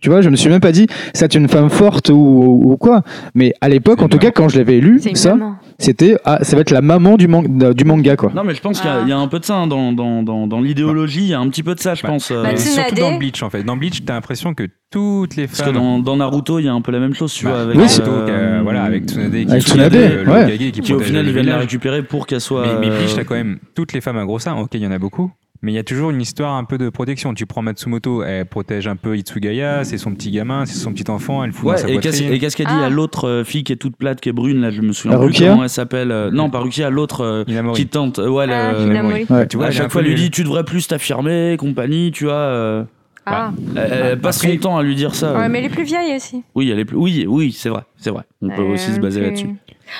S10: tu vois, je me suis même pas dit c'est une femme forte ou, ou- ou quoi. Mais à l'époque,
S1: C'est
S10: en tout
S1: une
S10: cas, quand je l'avais lu,
S11: C'est une
S10: ça,
S11: maman.
S10: c'était ah, ça va être la maman du, man- du manga quoi.
S12: Non, mais je pense qu'il y a-
S11: Ah.
S12: il y, a un peu de ça hein, dans, dans, dans, dans l'idéologie, il y a un petit peu de ça, je
S1: Bah,
S12: pense. euh,
S11: Bah,
S1: Mais
S11: Tsunade.
S1: surtout dans Bleach, en fait. Dans Bleach, t'as l'impression que toutes les
S12: parce que
S1: femmes.
S12: dans, dans Naruto, il y a un peu la même chose, tu
S1: Bah,
S12: vois. Avec,
S1: Naruto,
S10: Oui, c'est-
S1: euh, voilà, avec Tsunade qui
S10: Avec
S1: qui-
S10: Tsunade,
S1: le- le
S10: ouais.
S1: Hokage qui
S12: qui au
S1: protège
S12: final,
S1: le
S12: ils viennent la
S1: village.
S12: récupérer pour qu'elle soit.
S1: Mais, mais Bleach,
S12: euh,
S1: t'as quand même toutes les femmes à gros seins. Ok, il y en a beaucoup. Mais il y a toujours une histoire un peu de protection. Tu prends Matsumoto, elle protège un peu Itsugaya, c'est son petit gamin, c'est son petit enfant, elle fout dans sa
S12: Ouais, et qu'est-ce
S1: poitrine.
S12: et qu'est-ce qu'elle dit
S11: Ah.
S12: à l'autre euh, fille qui est toute plate, qui est brune, là, je me souviens
S10: La
S12: plus
S10: Rukia
S12: comment elle s'appelle. euh, non, pas Rukia, l'autre euh,
S1: Inamori.
S12: qui tente. euh, ouais,
S11: Ah,
S12: le-
S11: je l'ai
S1: Moïse.
S11: amoureux.
S10: Ouais.
S1: Tu vois,
S12: à
S1: elle est un
S12: chaque
S1: peu
S12: fois, elle lui
S1: nulle.
S12: dit Tu devrais plus t'affirmer, compagnie, tu vois. euh,
S11: Ah.
S12: elle elle passe son
S1: Bah, Après-
S12: temps à lui dire
S1: Ah,
S12: ça. euh.
S11: Ouais, mais les plus vieilles aussi.
S12: Oui, elle est plus. Oui, oui, c'est vrai, c'est vrai. On peut
S11: Euh,
S12: aussi se baser
S11: plus-
S12: là-dessus.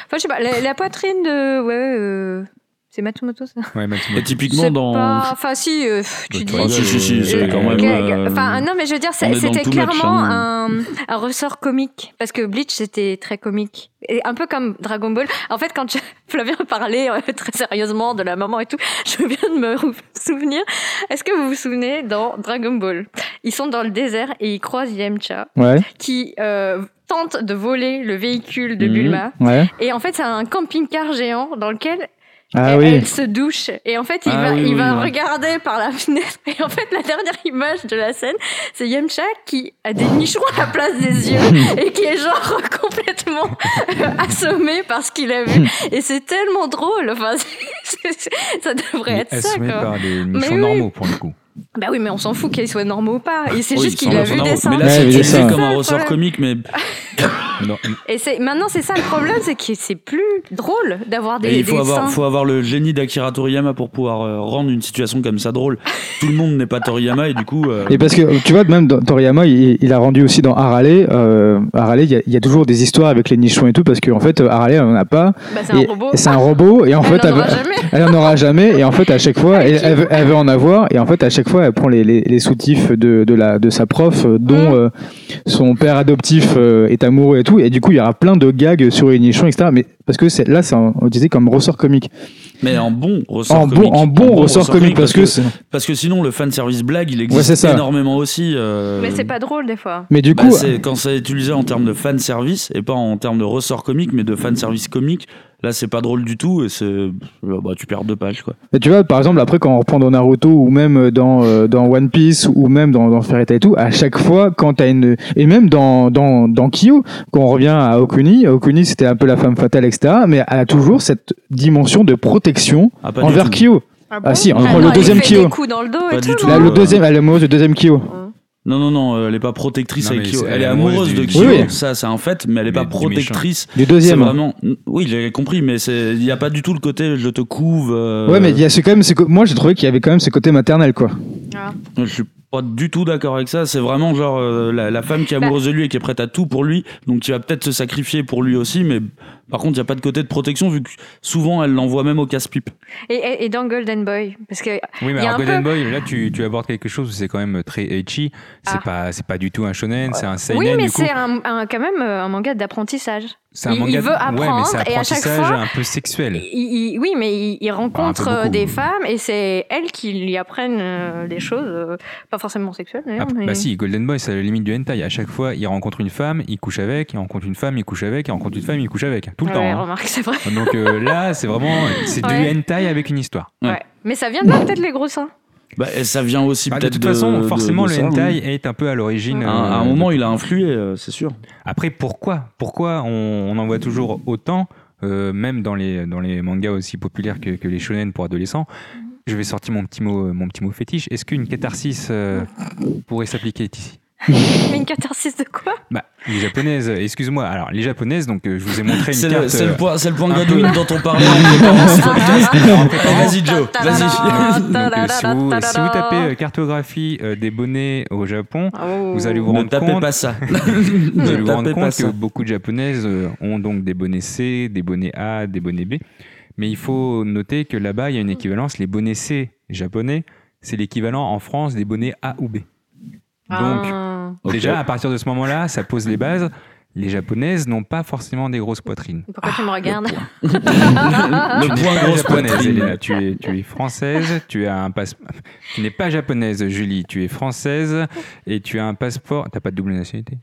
S11: Enfin, je sais pas, la, la poitrine de. Ouais, euh, c'est Matsumoto ça
S1: Ouais,
S12: Et
S1: Matsumoto.
S12: typiquement
S11: C'est
S12: dans.
S11: pas- Enfin, si, euh, pff, tu dis.
S1: toi,
S12: Ah, si, si, si, c'est
S11: Euh,
S12: quand même.
S11: gag.
S12: euh,
S11: Enfin, non, mais je veux dire,
S12: on
S11: c'est-
S12: est dans le
S11: c'était
S12: too much,
S11: clairement
S12: hein.
S11: un, un ressort comique. Parce que Bleach, c'était très comique. Et un peu comme Dragon Ball. En fait, quand je- Flavien parlait euh, très sérieusement de la maman et tout, je viens de me rou- souvenir. Est-ce que vous vous souvenez dans Dragon Ball Ils sont dans le désert et ils croisent Yamcha,
S10: Ouais,
S11: qui euh, tente de voler le véhicule de
S12: Mhm.
S11: Bulma.
S10: ouais.
S11: Et en fait, c'est un camping-car géant dans lequel
S10: Ah
S11: elle,
S10: oui.
S11: elle se douche et en fait il
S12: Ah
S11: va,
S12: oui,
S11: il
S12: oui,
S11: va
S12: oui.
S11: regarder par la fenêtre et en fait la dernière image de la scène c'est Yamcha qui a des nichons à la place des yeux et qui est genre complètement euh, assommé par ce qu'il a vu et c'est tellement drôle enfin c'est- c'est- ça devrait
S1: Mais
S11: être ça
S1: Assumé
S11: quoi
S1: par des
S11: Mais
S1: méchants
S11: oui.
S1: normaux pour le coup.
S11: bah oui mais on s'en fout qu'il soit normal ou pas et c'est
S12: oui,
S11: juste
S12: sans
S11: qu'il a
S12: raison
S11: vu
S12: d'arbre.
S11: des seins
S12: Mais là,
S10: Ouais,
S12: c'est
S10: mais c'est
S12: utilisé
S10: ça.
S12: comme
S11: C'est
S12: un
S11: ça,
S12: ressort
S11: le
S12: comique, mais
S1: Non,
S11: et c'est maintenant c'est ça le problème c'est que c'est plus drôle d'avoir des,
S12: Et il faut
S11: des
S12: avoir,
S11: seins
S12: faut avoir le génie d'Akira Toriyama pour pouvoir euh, rendre une situation comme ça drôle. Tout le monde n'est pas Toriyama et du coup. euh,
S10: Et parce que tu vois, même dans Toriyama, il, il a rendu aussi dans Harale. Euh, Harale, il y, a- il y a toujours des histoires avec les nichons et tout, parce qu'en fait, Harale, on en a pas.
S11: bah, c'est un
S10: Et-
S11: robot
S10: et C'est un robot, et en
S11: Elle
S10: fait,
S11: n'en aura
S10: veut-
S11: jamais.
S10: elle en aura jamais, et en fait, à chaque fois, elle, elle veut, elle veut en avoir, et en fait, à chaque fois, elle prend les, les, les soutifs de, de, la, de sa prof, euh, dont
S11: Mm.
S10: euh, son père adoptif euh, est amoureux et tout, et du coup, il y aura plein de gags sur les nichons, etc. Mais parce que c'est- là, c'est un- on disait comme ressort comique.
S12: mais en bon ressort
S10: En
S12: comique.
S10: bon, en bon ressort comique, parce que. c'est-
S12: parce que sinon, le fanservice blague, il
S10: Ouais, c'est
S12: existe
S10: ça.
S12: énormément aussi. euh,
S11: mais c'est pas drôle des fois
S10: Mais du
S12: bah,
S10: coup.
S12: c'est- quand c'est utilisé en termes de fanservice et pas en termes de ressort comique, mais de fanservice comique, Là, c'est pas drôle du tout et c'est bah, tu perds deux pages quoi.
S10: Et tu vois, par exemple, après quand on reprend dans Naruto ou même dans euh, dans One Piece ou même dans, dans Fairy Tail et tout, à chaque fois quand t'as une et même dans dans dans Kyo, quand on revient à Okuni, Okuni c'était un peu la femme fatale etc. Mais elle a toujours cette dimension de protection
S12: Ah, pas du
S10: envers
S12: tout.
S10: Kyo. Ah, si, on prend le deuxième
S11: Kyo.
S10: Kyo.
S11: Des coups dans le dos
S12: Pas
S11: et
S12: du
S11: tout. hein.
S12: tout. euh,
S10: Là,
S11: non
S10: le deuxième, elle est amoureuse du deuxième Kyo.
S12: Non, non, non, euh, elle est pas protectrice
S1: Non,
S12: avec
S1: mais
S12: Kyo.
S1: c'est-
S12: Elle est amoureuse de
S1: du-
S12: Kyo,
S10: Oui, oui.
S12: ça c'est un fait, mais elle est
S1: Mais
S12: pas
S1: du
S12: protectrice.
S10: Du
S12: C'est
S10: deuxième.
S12: vraiment. Oui, j'ai compris, mais c'est- il n'y a pas du tout le côté je te couve. euh,
S10: Ouais, mais il y a ce, quand même, ce co- moi j'ai trouvé qu'il y avait quand même ce côté maternel quoi.
S12: Je suis pas du tout d'accord avec ça. C'est vraiment genre euh, la, la femme qui est
S11: Bah.
S12: amoureuse de lui et qui est prête à tout pour lui, donc qui va peut-être se sacrifier pour lui aussi, mais par contre, il n'y a pas de côté de protection vu que souvent elle l'envoie même au casse-pipe.
S11: Et, et- et dans Golden Boy, parce que
S1: Oui, mais
S11: Il y a
S1: alors
S11: un
S1: Golden Boy, là, tu, tu abordes quelque chose où c'est quand même très ecchi. C'est
S11: Ah.
S1: pas, c'est pas du tout un shonen, c'est un seinen.
S11: oui, mais
S1: du coup,
S11: c'est un, un- quand même euh, un manga d'apprentissage.
S1: c'est un
S11: il-
S1: manga.
S11: il
S1: de-
S11: veut
S1: ouais, mais c'est
S11: apprendre, et à chaque
S1: apprentissage
S11: fois,
S1: un peu sexuel.
S11: Il- il- oui, mais il, il rencontre
S1: Bah, un peu
S11: euh,
S1: beaucoup.
S11: des femmes et c'est elles qui lui apprennent euh, des choses, euh, pas forcément sexuelles d'ailleurs.
S1: Après-
S11: mais-
S1: Bah si, Golden Boy, c'est la limite du hentai. À chaque fois, il rencontre une femme, il couche avec, il rencontre une femme, il couche avec, il rencontre une femme, il couche avec. Tout le
S11: Ah Ouais,
S1: temps. hein.
S11: remarque, c'est vrai.
S1: Donc euh, là, c'est vraiment c'est
S11: Ouais.
S1: du hentai avec une histoire.
S12: Ouais.
S11: Ouais. Mais ça vient de là, peut-être les gros seins.
S12: Bah, et ça vient aussi
S1: Bah, de
S12: peut-être
S1: toute façon,
S12: de-
S1: forcément,
S12: de
S1: le
S12: ça,
S1: hentai
S12: oui.
S1: est un peu à l'origine.
S11: Ouais.
S12: À, un- à
S1: euh,
S12: un moment, il a influé, euh, c'est sûr.
S1: Après, pourquoi Pourquoi on, on en voit toujours autant, euh, même dans les, dans les mangas aussi populaires que, que les shonen pour adolescents
S11: Mhm.
S1: Je vais sortir mon petit mot, mon petit mot fétiche. Est-ce qu'une catharsis euh, pourrait s'appliquer ici
S11: Mais une catharsis de quoi
S1: bah, Les japonaises, euh, excuse-moi. Alors, les japonaises, donc euh, je vous ai montré une
S12: C'est le,
S1: carte.
S12: c'est le
S1: euh,
S12: point, c'est le point
S1: un
S12: Godwin
S1: peu-
S12: dont on parlait. en préparant ce podcast. Vas-y, Joe.
S11: Ah,
S12: Vas-y.
S1: donc, euh, si, vous, si vous tapez euh,
S11: tapez.
S1: cartographie euh, des bonnets au Japon,
S11: Oh.
S1: vous allez vous
S12: Ne
S1: rendre
S12: tapez
S1: compte
S12: pas ça.
S1: Vous allez
S12: ne
S1: vous rendre
S12: tapez pas
S1: compte que
S12: ça.
S1: beaucoup de japonaises euh, ont donc des bonnets C, des bonnets A, des bonnets B. Mais il faut noter que là-bas, il y a une équivalence. Les bonnets C japonais, c'est l'équivalent en France des bonnets A ou B. Donc,
S11: Ah.
S12: Ok.
S1: déjà, à partir de ce moment-là, ça pose les bases. Les japonaises n'ont pas forcément des grosses poitrines.
S11: Pourquoi tu me regardes
S1: Tu
S12: Le
S1: n'es
S12: point
S1: Ah, pas
S12: grosse
S1: japonaise,
S12: poitrine.
S1: Elena. Tu es, tu es française, tu as un passe- Tu n'es pas japonaise, Julie. Tu es française et tu as un passeport. T'as pas de double nationalité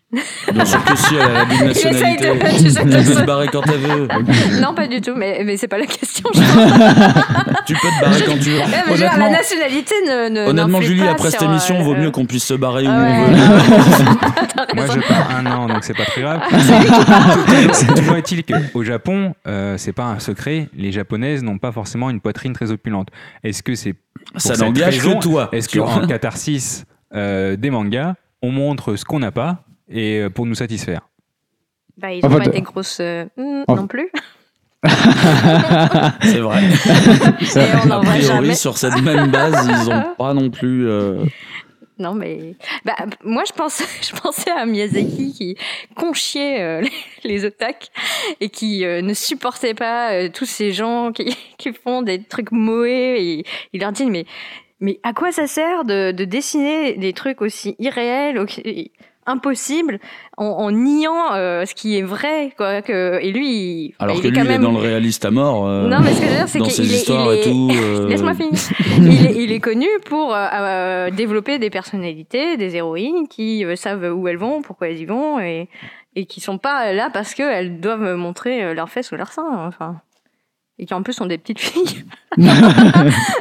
S12: Bien sûr que si, elle a la double
S11: Il essaye
S12: nationalité.
S11: de. tu sais
S12: Elle
S11: que
S12: peut
S11: ça-
S12: se barrer quand elle veut.
S11: Non, pas du tout, mais, mais c'est pas la question. je pense.
S12: Tu peux te barrer quand tu veux.
S11: Eh, mais je veux dire,
S12: Honnêtement,
S11: la nationalité ne. ne
S12: honnêtement
S11: n'influe
S12: Julie,
S11: pas
S12: après cette
S11: sur, euh,
S12: émission, vaut
S11: euh,
S12: mieux qu'on puisse se barrer où
S11: ah
S12: on
S11: ouais.
S12: veut. Ah,
S1: Moi, je pars un an, donc c'est pas très grave. Toujours- Toujours est-il qu'au Japon, euh, c'est pas un secret, les japonaises n'ont pas forcément une poitrine très opulente. Est-ce que c'est. pour
S12: Ça
S1: cette
S12: n'engage
S1: raison,
S12: que toi.
S1: Est-ce
S12: Tu vois.
S1: qu'en catharsis euh, des mangas, on montre ce qu'on n'a pas et euh, pour nous satisfaire
S11: Bah, ils
S10: En
S11: ont
S10: fait,
S11: pas
S10: euh,
S11: été grosses euh, mm,
S10: en-
S11: non plus.
S12: C'est vrai.
S11: Et on
S12: A
S11: n'en voit jamais.
S12: priori, sur cette même base, ils ont pas non plus. euh,
S11: Non, mais. Bah, moi, je, pense, je pensais à Miyazaki qui conchiait euh, les, les otaques et qui euh, ne supportait pas euh, tous ces gens qui, qui font des trucs moés. Et, il leur dit mais, mais à quoi ça sert de, de dessiner des trucs aussi irréels aussi- impossibles en, en niant euh, ce qui est vrai quoi que et lui il-
S12: Alors
S11: il
S12: que
S11: est
S12: lui,
S11: quand
S12: il est
S11: même
S12: dans le réaliste à mort. euh,
S11: Non, mais ce que je veux dire, c'est
S12: dans
S11: qu'il
S12: ses
S11: est-
S12: histoires
S11: il
S12: et
S11: est-
S12: tout. euh,
S11: Laisse-moi finir. il, est, il est connu pour euh, euh, développer des personnalités, des héroïnes qui euh, savent où elles vont, pourquoi elles y vont, et, et qui sont pas là parce qu'elles doivent montrer euh, leurs fesses ou leurs seins. hein, Enfin. Et qui en plus sont des petites filles.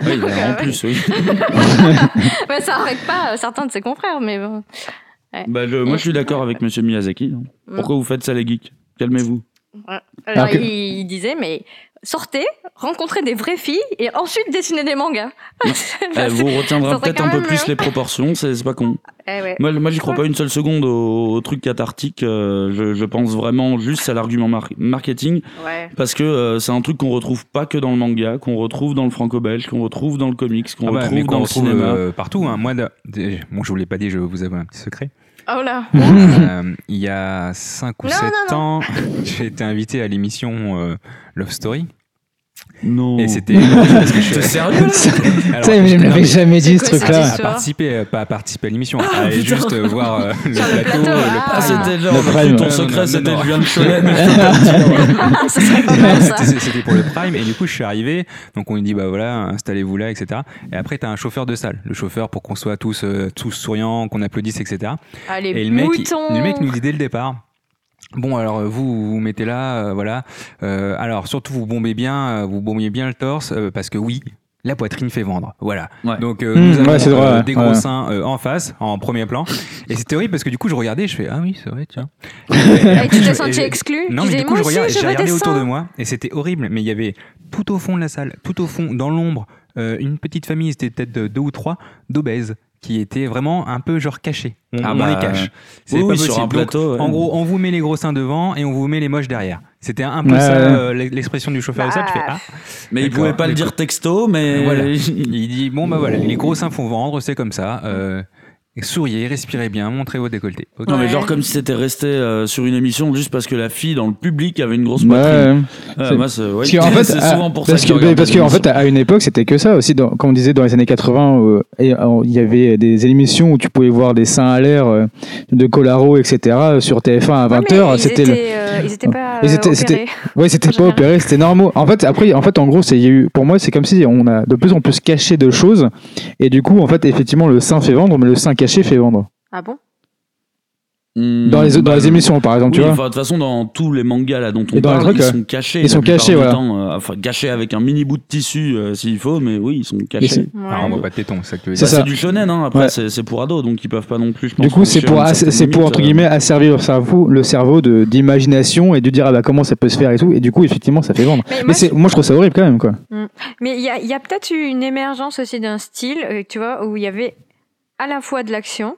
S12: oui,
S11: Donc, euh,
S12: en plus, oui.
S11: Ouais, ça arrête pas euh, certains de ses confrères, mais bon.
S12: Bah, je- moi, je suis d'accord avec Monsieur Miyazaki. hein. Pourquoi vous faites ça, les geeks Calmez-vous.
S11: Alors,
S10: Alors que-
S11: il, il disait, mais sortez, rencontrez des vraies filles et ensuite dessinez des mangas.
S12: Eh, vous retiendrez
S11: Ça serait
S12: peut-être
S11: quand
S12: un peu
S11: même
S12: plus
S11: mieux.
S12: les proportions, c'est c'est pas con.
S11: Eh ouais.
S12: Moi, moi j'y crois pas une seule seconde au, au truc cathartique. euh, je, je pense vraiment juste à l'argument mar- marketing.
S11: ouais.
S12: Parce que euh, c'est un truc qu'on retrouve pas que dans le manga, qu'on retrouve dans le franco-belge, qu'on retrouve dans le comics, qu'on
S1: Ah bah,
S12: retrouve
S1: mais
S12: dans
S1: qu'on
S12: le
S1: retrouve,
S12: cinéma.
S1: euh, partout. hein. Moi, de- de- bon, je vous l'ai pas dit, je vous avais un petit secret.
S11: Oh là.
S1: Euh, il y a 5 ou
S11: Non,
S1: 7
S11: non,
S1: ans, j'ai été invité à l'émission euh, Love Story.
S12: Non.
S1: Et c'était. parce que je suis-
S12: T'es sérieux
S1: Alors,
S10: Ça, mais je me
S1: non, mais-
S10: l'avais jamais dit Ah, ce
S11: C'est quoi
S10: truc là.
S11: cette
S1: à participer, euh, pas à participer à l'émission, à aller juste euh, voir euh, le plateau,
S11: plateau,
S1: euh, le
S11: ah.
S12: Ah,
S1: prime.
S12: c'était genre,
S10: Le prime.
S12: ton
S1: Non, non,
S12: secret,
S1: non,
S12: c'était
S1: non.
S12: Julien de Cholet.
S11: Ah, ça
S10: Oh,
S11: serait pas mal ça.
S1: C'était- C'était pour le prime et du coup je suis arrivé donc on lui dit bah voilà installez-vous là etc et après t'as un chauffeur de salle le chauffeur pour qu'on soit tous euh, tous souriants qu'on applaudisse etc
S11: Allez,
S1: et le mec, il-
S11: moutons.
S1: le mec nous dit dès le départ Bon, alors euh, vous vous mettez là, euh, voilà. Euh, alors surtout vous bombez bien, euh, vous bombez bien le torse euh, parce que oui. La poitrine fait vendre, voilà.
S12: Ouais.
S1: Donc euh,
S10: Mmh,
S1: nous avons
S10: ouais, c'est vrai,
S1: euh,
S10: ouais.
S1: des gros
S10: Ouais.
S1: seins euh, en face, en premier plan. Et c'était horrible parce que du coup je regardais, je fais ah oui c'est vrai tiens.
S11: Et Eh, tu
S1: Je-
S11: t'es senti
S1: et-
S11: exclu
S1: Non
S11: Tu
S1: mais
S11: disais,
S1: du coup
S11: moi
S1: je
S11: aussi,
S1: regarde-
S11: je
S1: j'ai
S11: veux des
S1: regardé autour
S11: seins.
S1: de moi et c'était horrible. Mais il y avait tout au fond de la salle, tout au fond dans l'ombre, euh, une petite famille, c'était peut-être de- deux ou trois d'obèses qui étaient vraiment un peu genre cachés. On,
S12: Ah
S1: on
S12: bah,
S1: les cache. C'est
S12: oui,
S1: pas
S12: oui,
S1: possible.
S12: sur un
S1: Donc,
S12: plateau, ouais.
S1: en gros, on vous met les gros seins devant et on vous met les moches derrière. C'était un peu
S10: Ouais,
S1: ça
S10: ouais.
S1: euh, l'expression du chauffeur de salle. Tu fais
S11: Bah.
S1: ah.
S12: Mais il
S1: D'accord.
S12: pouvait pas le dire texto, mais
S1: Voilà. Il dit bon bah voilà, les gros seins font vendre, c'est comme ça. Euh, souriez, respirez bien, montrez vos décolletés. Ok.
S12: Non mais
S11: Ouais.
S12: genre comme si c'était resté euh, sur une émission juste parce que la fille dans le public avait une grosse
S10: Ouais.
S12: poitrine. Ah,
S10: C'est-
S12: moi, c'est ouais,
S10: Parce que, en fait,
S12: c'est
S10: à-
S12: souvent pour
S10: parce
S12: ça
S10: que,
S12: je regarde
S10: parce
S12: des
S10: que, en fait,
S12: émissions.
S10: à une époque, c'était que ça aussi. Dans, comme on disait dans les années 80, euh, et, euh, il y avait des émissions où tu pouvais voir des seins à l'air euh, de Colaro, etc. euh, sur TF1 à
S11: Ouais,
S10: 20
S11: mais
S10: h
S11: ils
S10: C'était le-
S11: étaient, euh, ils étaient pas
S10: Ils
S11: euh,
S10: étaient- c'était-
S11: opérés.
S10: Ouais, c'était
S11: En
S10: pas
S11: général.
S10: opéré, c'était normal. En fait, après, en fait, en gros, c'est, il y a eu, pour moi, c'est comme si on a de plus en plus caché de choses, et du coup, en fait, effectivement, le sein fait vendre, mais le sein caché fait vendre.
S11: Ah bon
S12: Hmm,
S10: Dans les,
S12: bah,
S10: dans les émissions, par exemple,
S12: oui,
S10: tu vois.
S12: enfin, de toute façon, dans tous les mangas là dont on
S10: Et dans les
S12: parle,
S10: trucs,
S12: ils
S10: euh,
S12: sont cachés.
S10: ils
S12: la
S10: sont
S12: plupart
S10: cachés,
S12: du
S10: voilà.
S12: temps, euh, enfin, cachés avec un mini bout de tissu euh, s'il faut, mais oui, ils sont
S10: c'est-
S12: cachés.
S11: Ouais.
S1: Ah, on voit pas de tétons, c'est ça que tu veux
S10: C'est
S1: dire.
S12: Bah,
S10: ça.
S12: C'est du shonen, hein. Après,
S10: Ouais.
S12: c'est c'est pour ados, donc ils peuvent pas non plus. je
S10: Du
S12: pense,
S10: coup, c'est
S12: franchir
S10: pour,
S12: une
S10: ass-
S12: certaine
S10: c'est pour
S12: limite,
S10: entre
S12: euh,
S10: guillemets asservir le cerveau, le cerveau de, d'imagination et de dire ah bah comment ça peut se faire et tout. Et du coup, effectivement, ça fait vendre.
S11: Mais
S10: Mais
S11: moi,
S10: c'est, moi, je trouve ça horrible quand même, quoi.
S11: Mais il y a, il y a peut-être eu une émergence aussi d'un style, euh, tu vois, où il y avait à la fois de l'action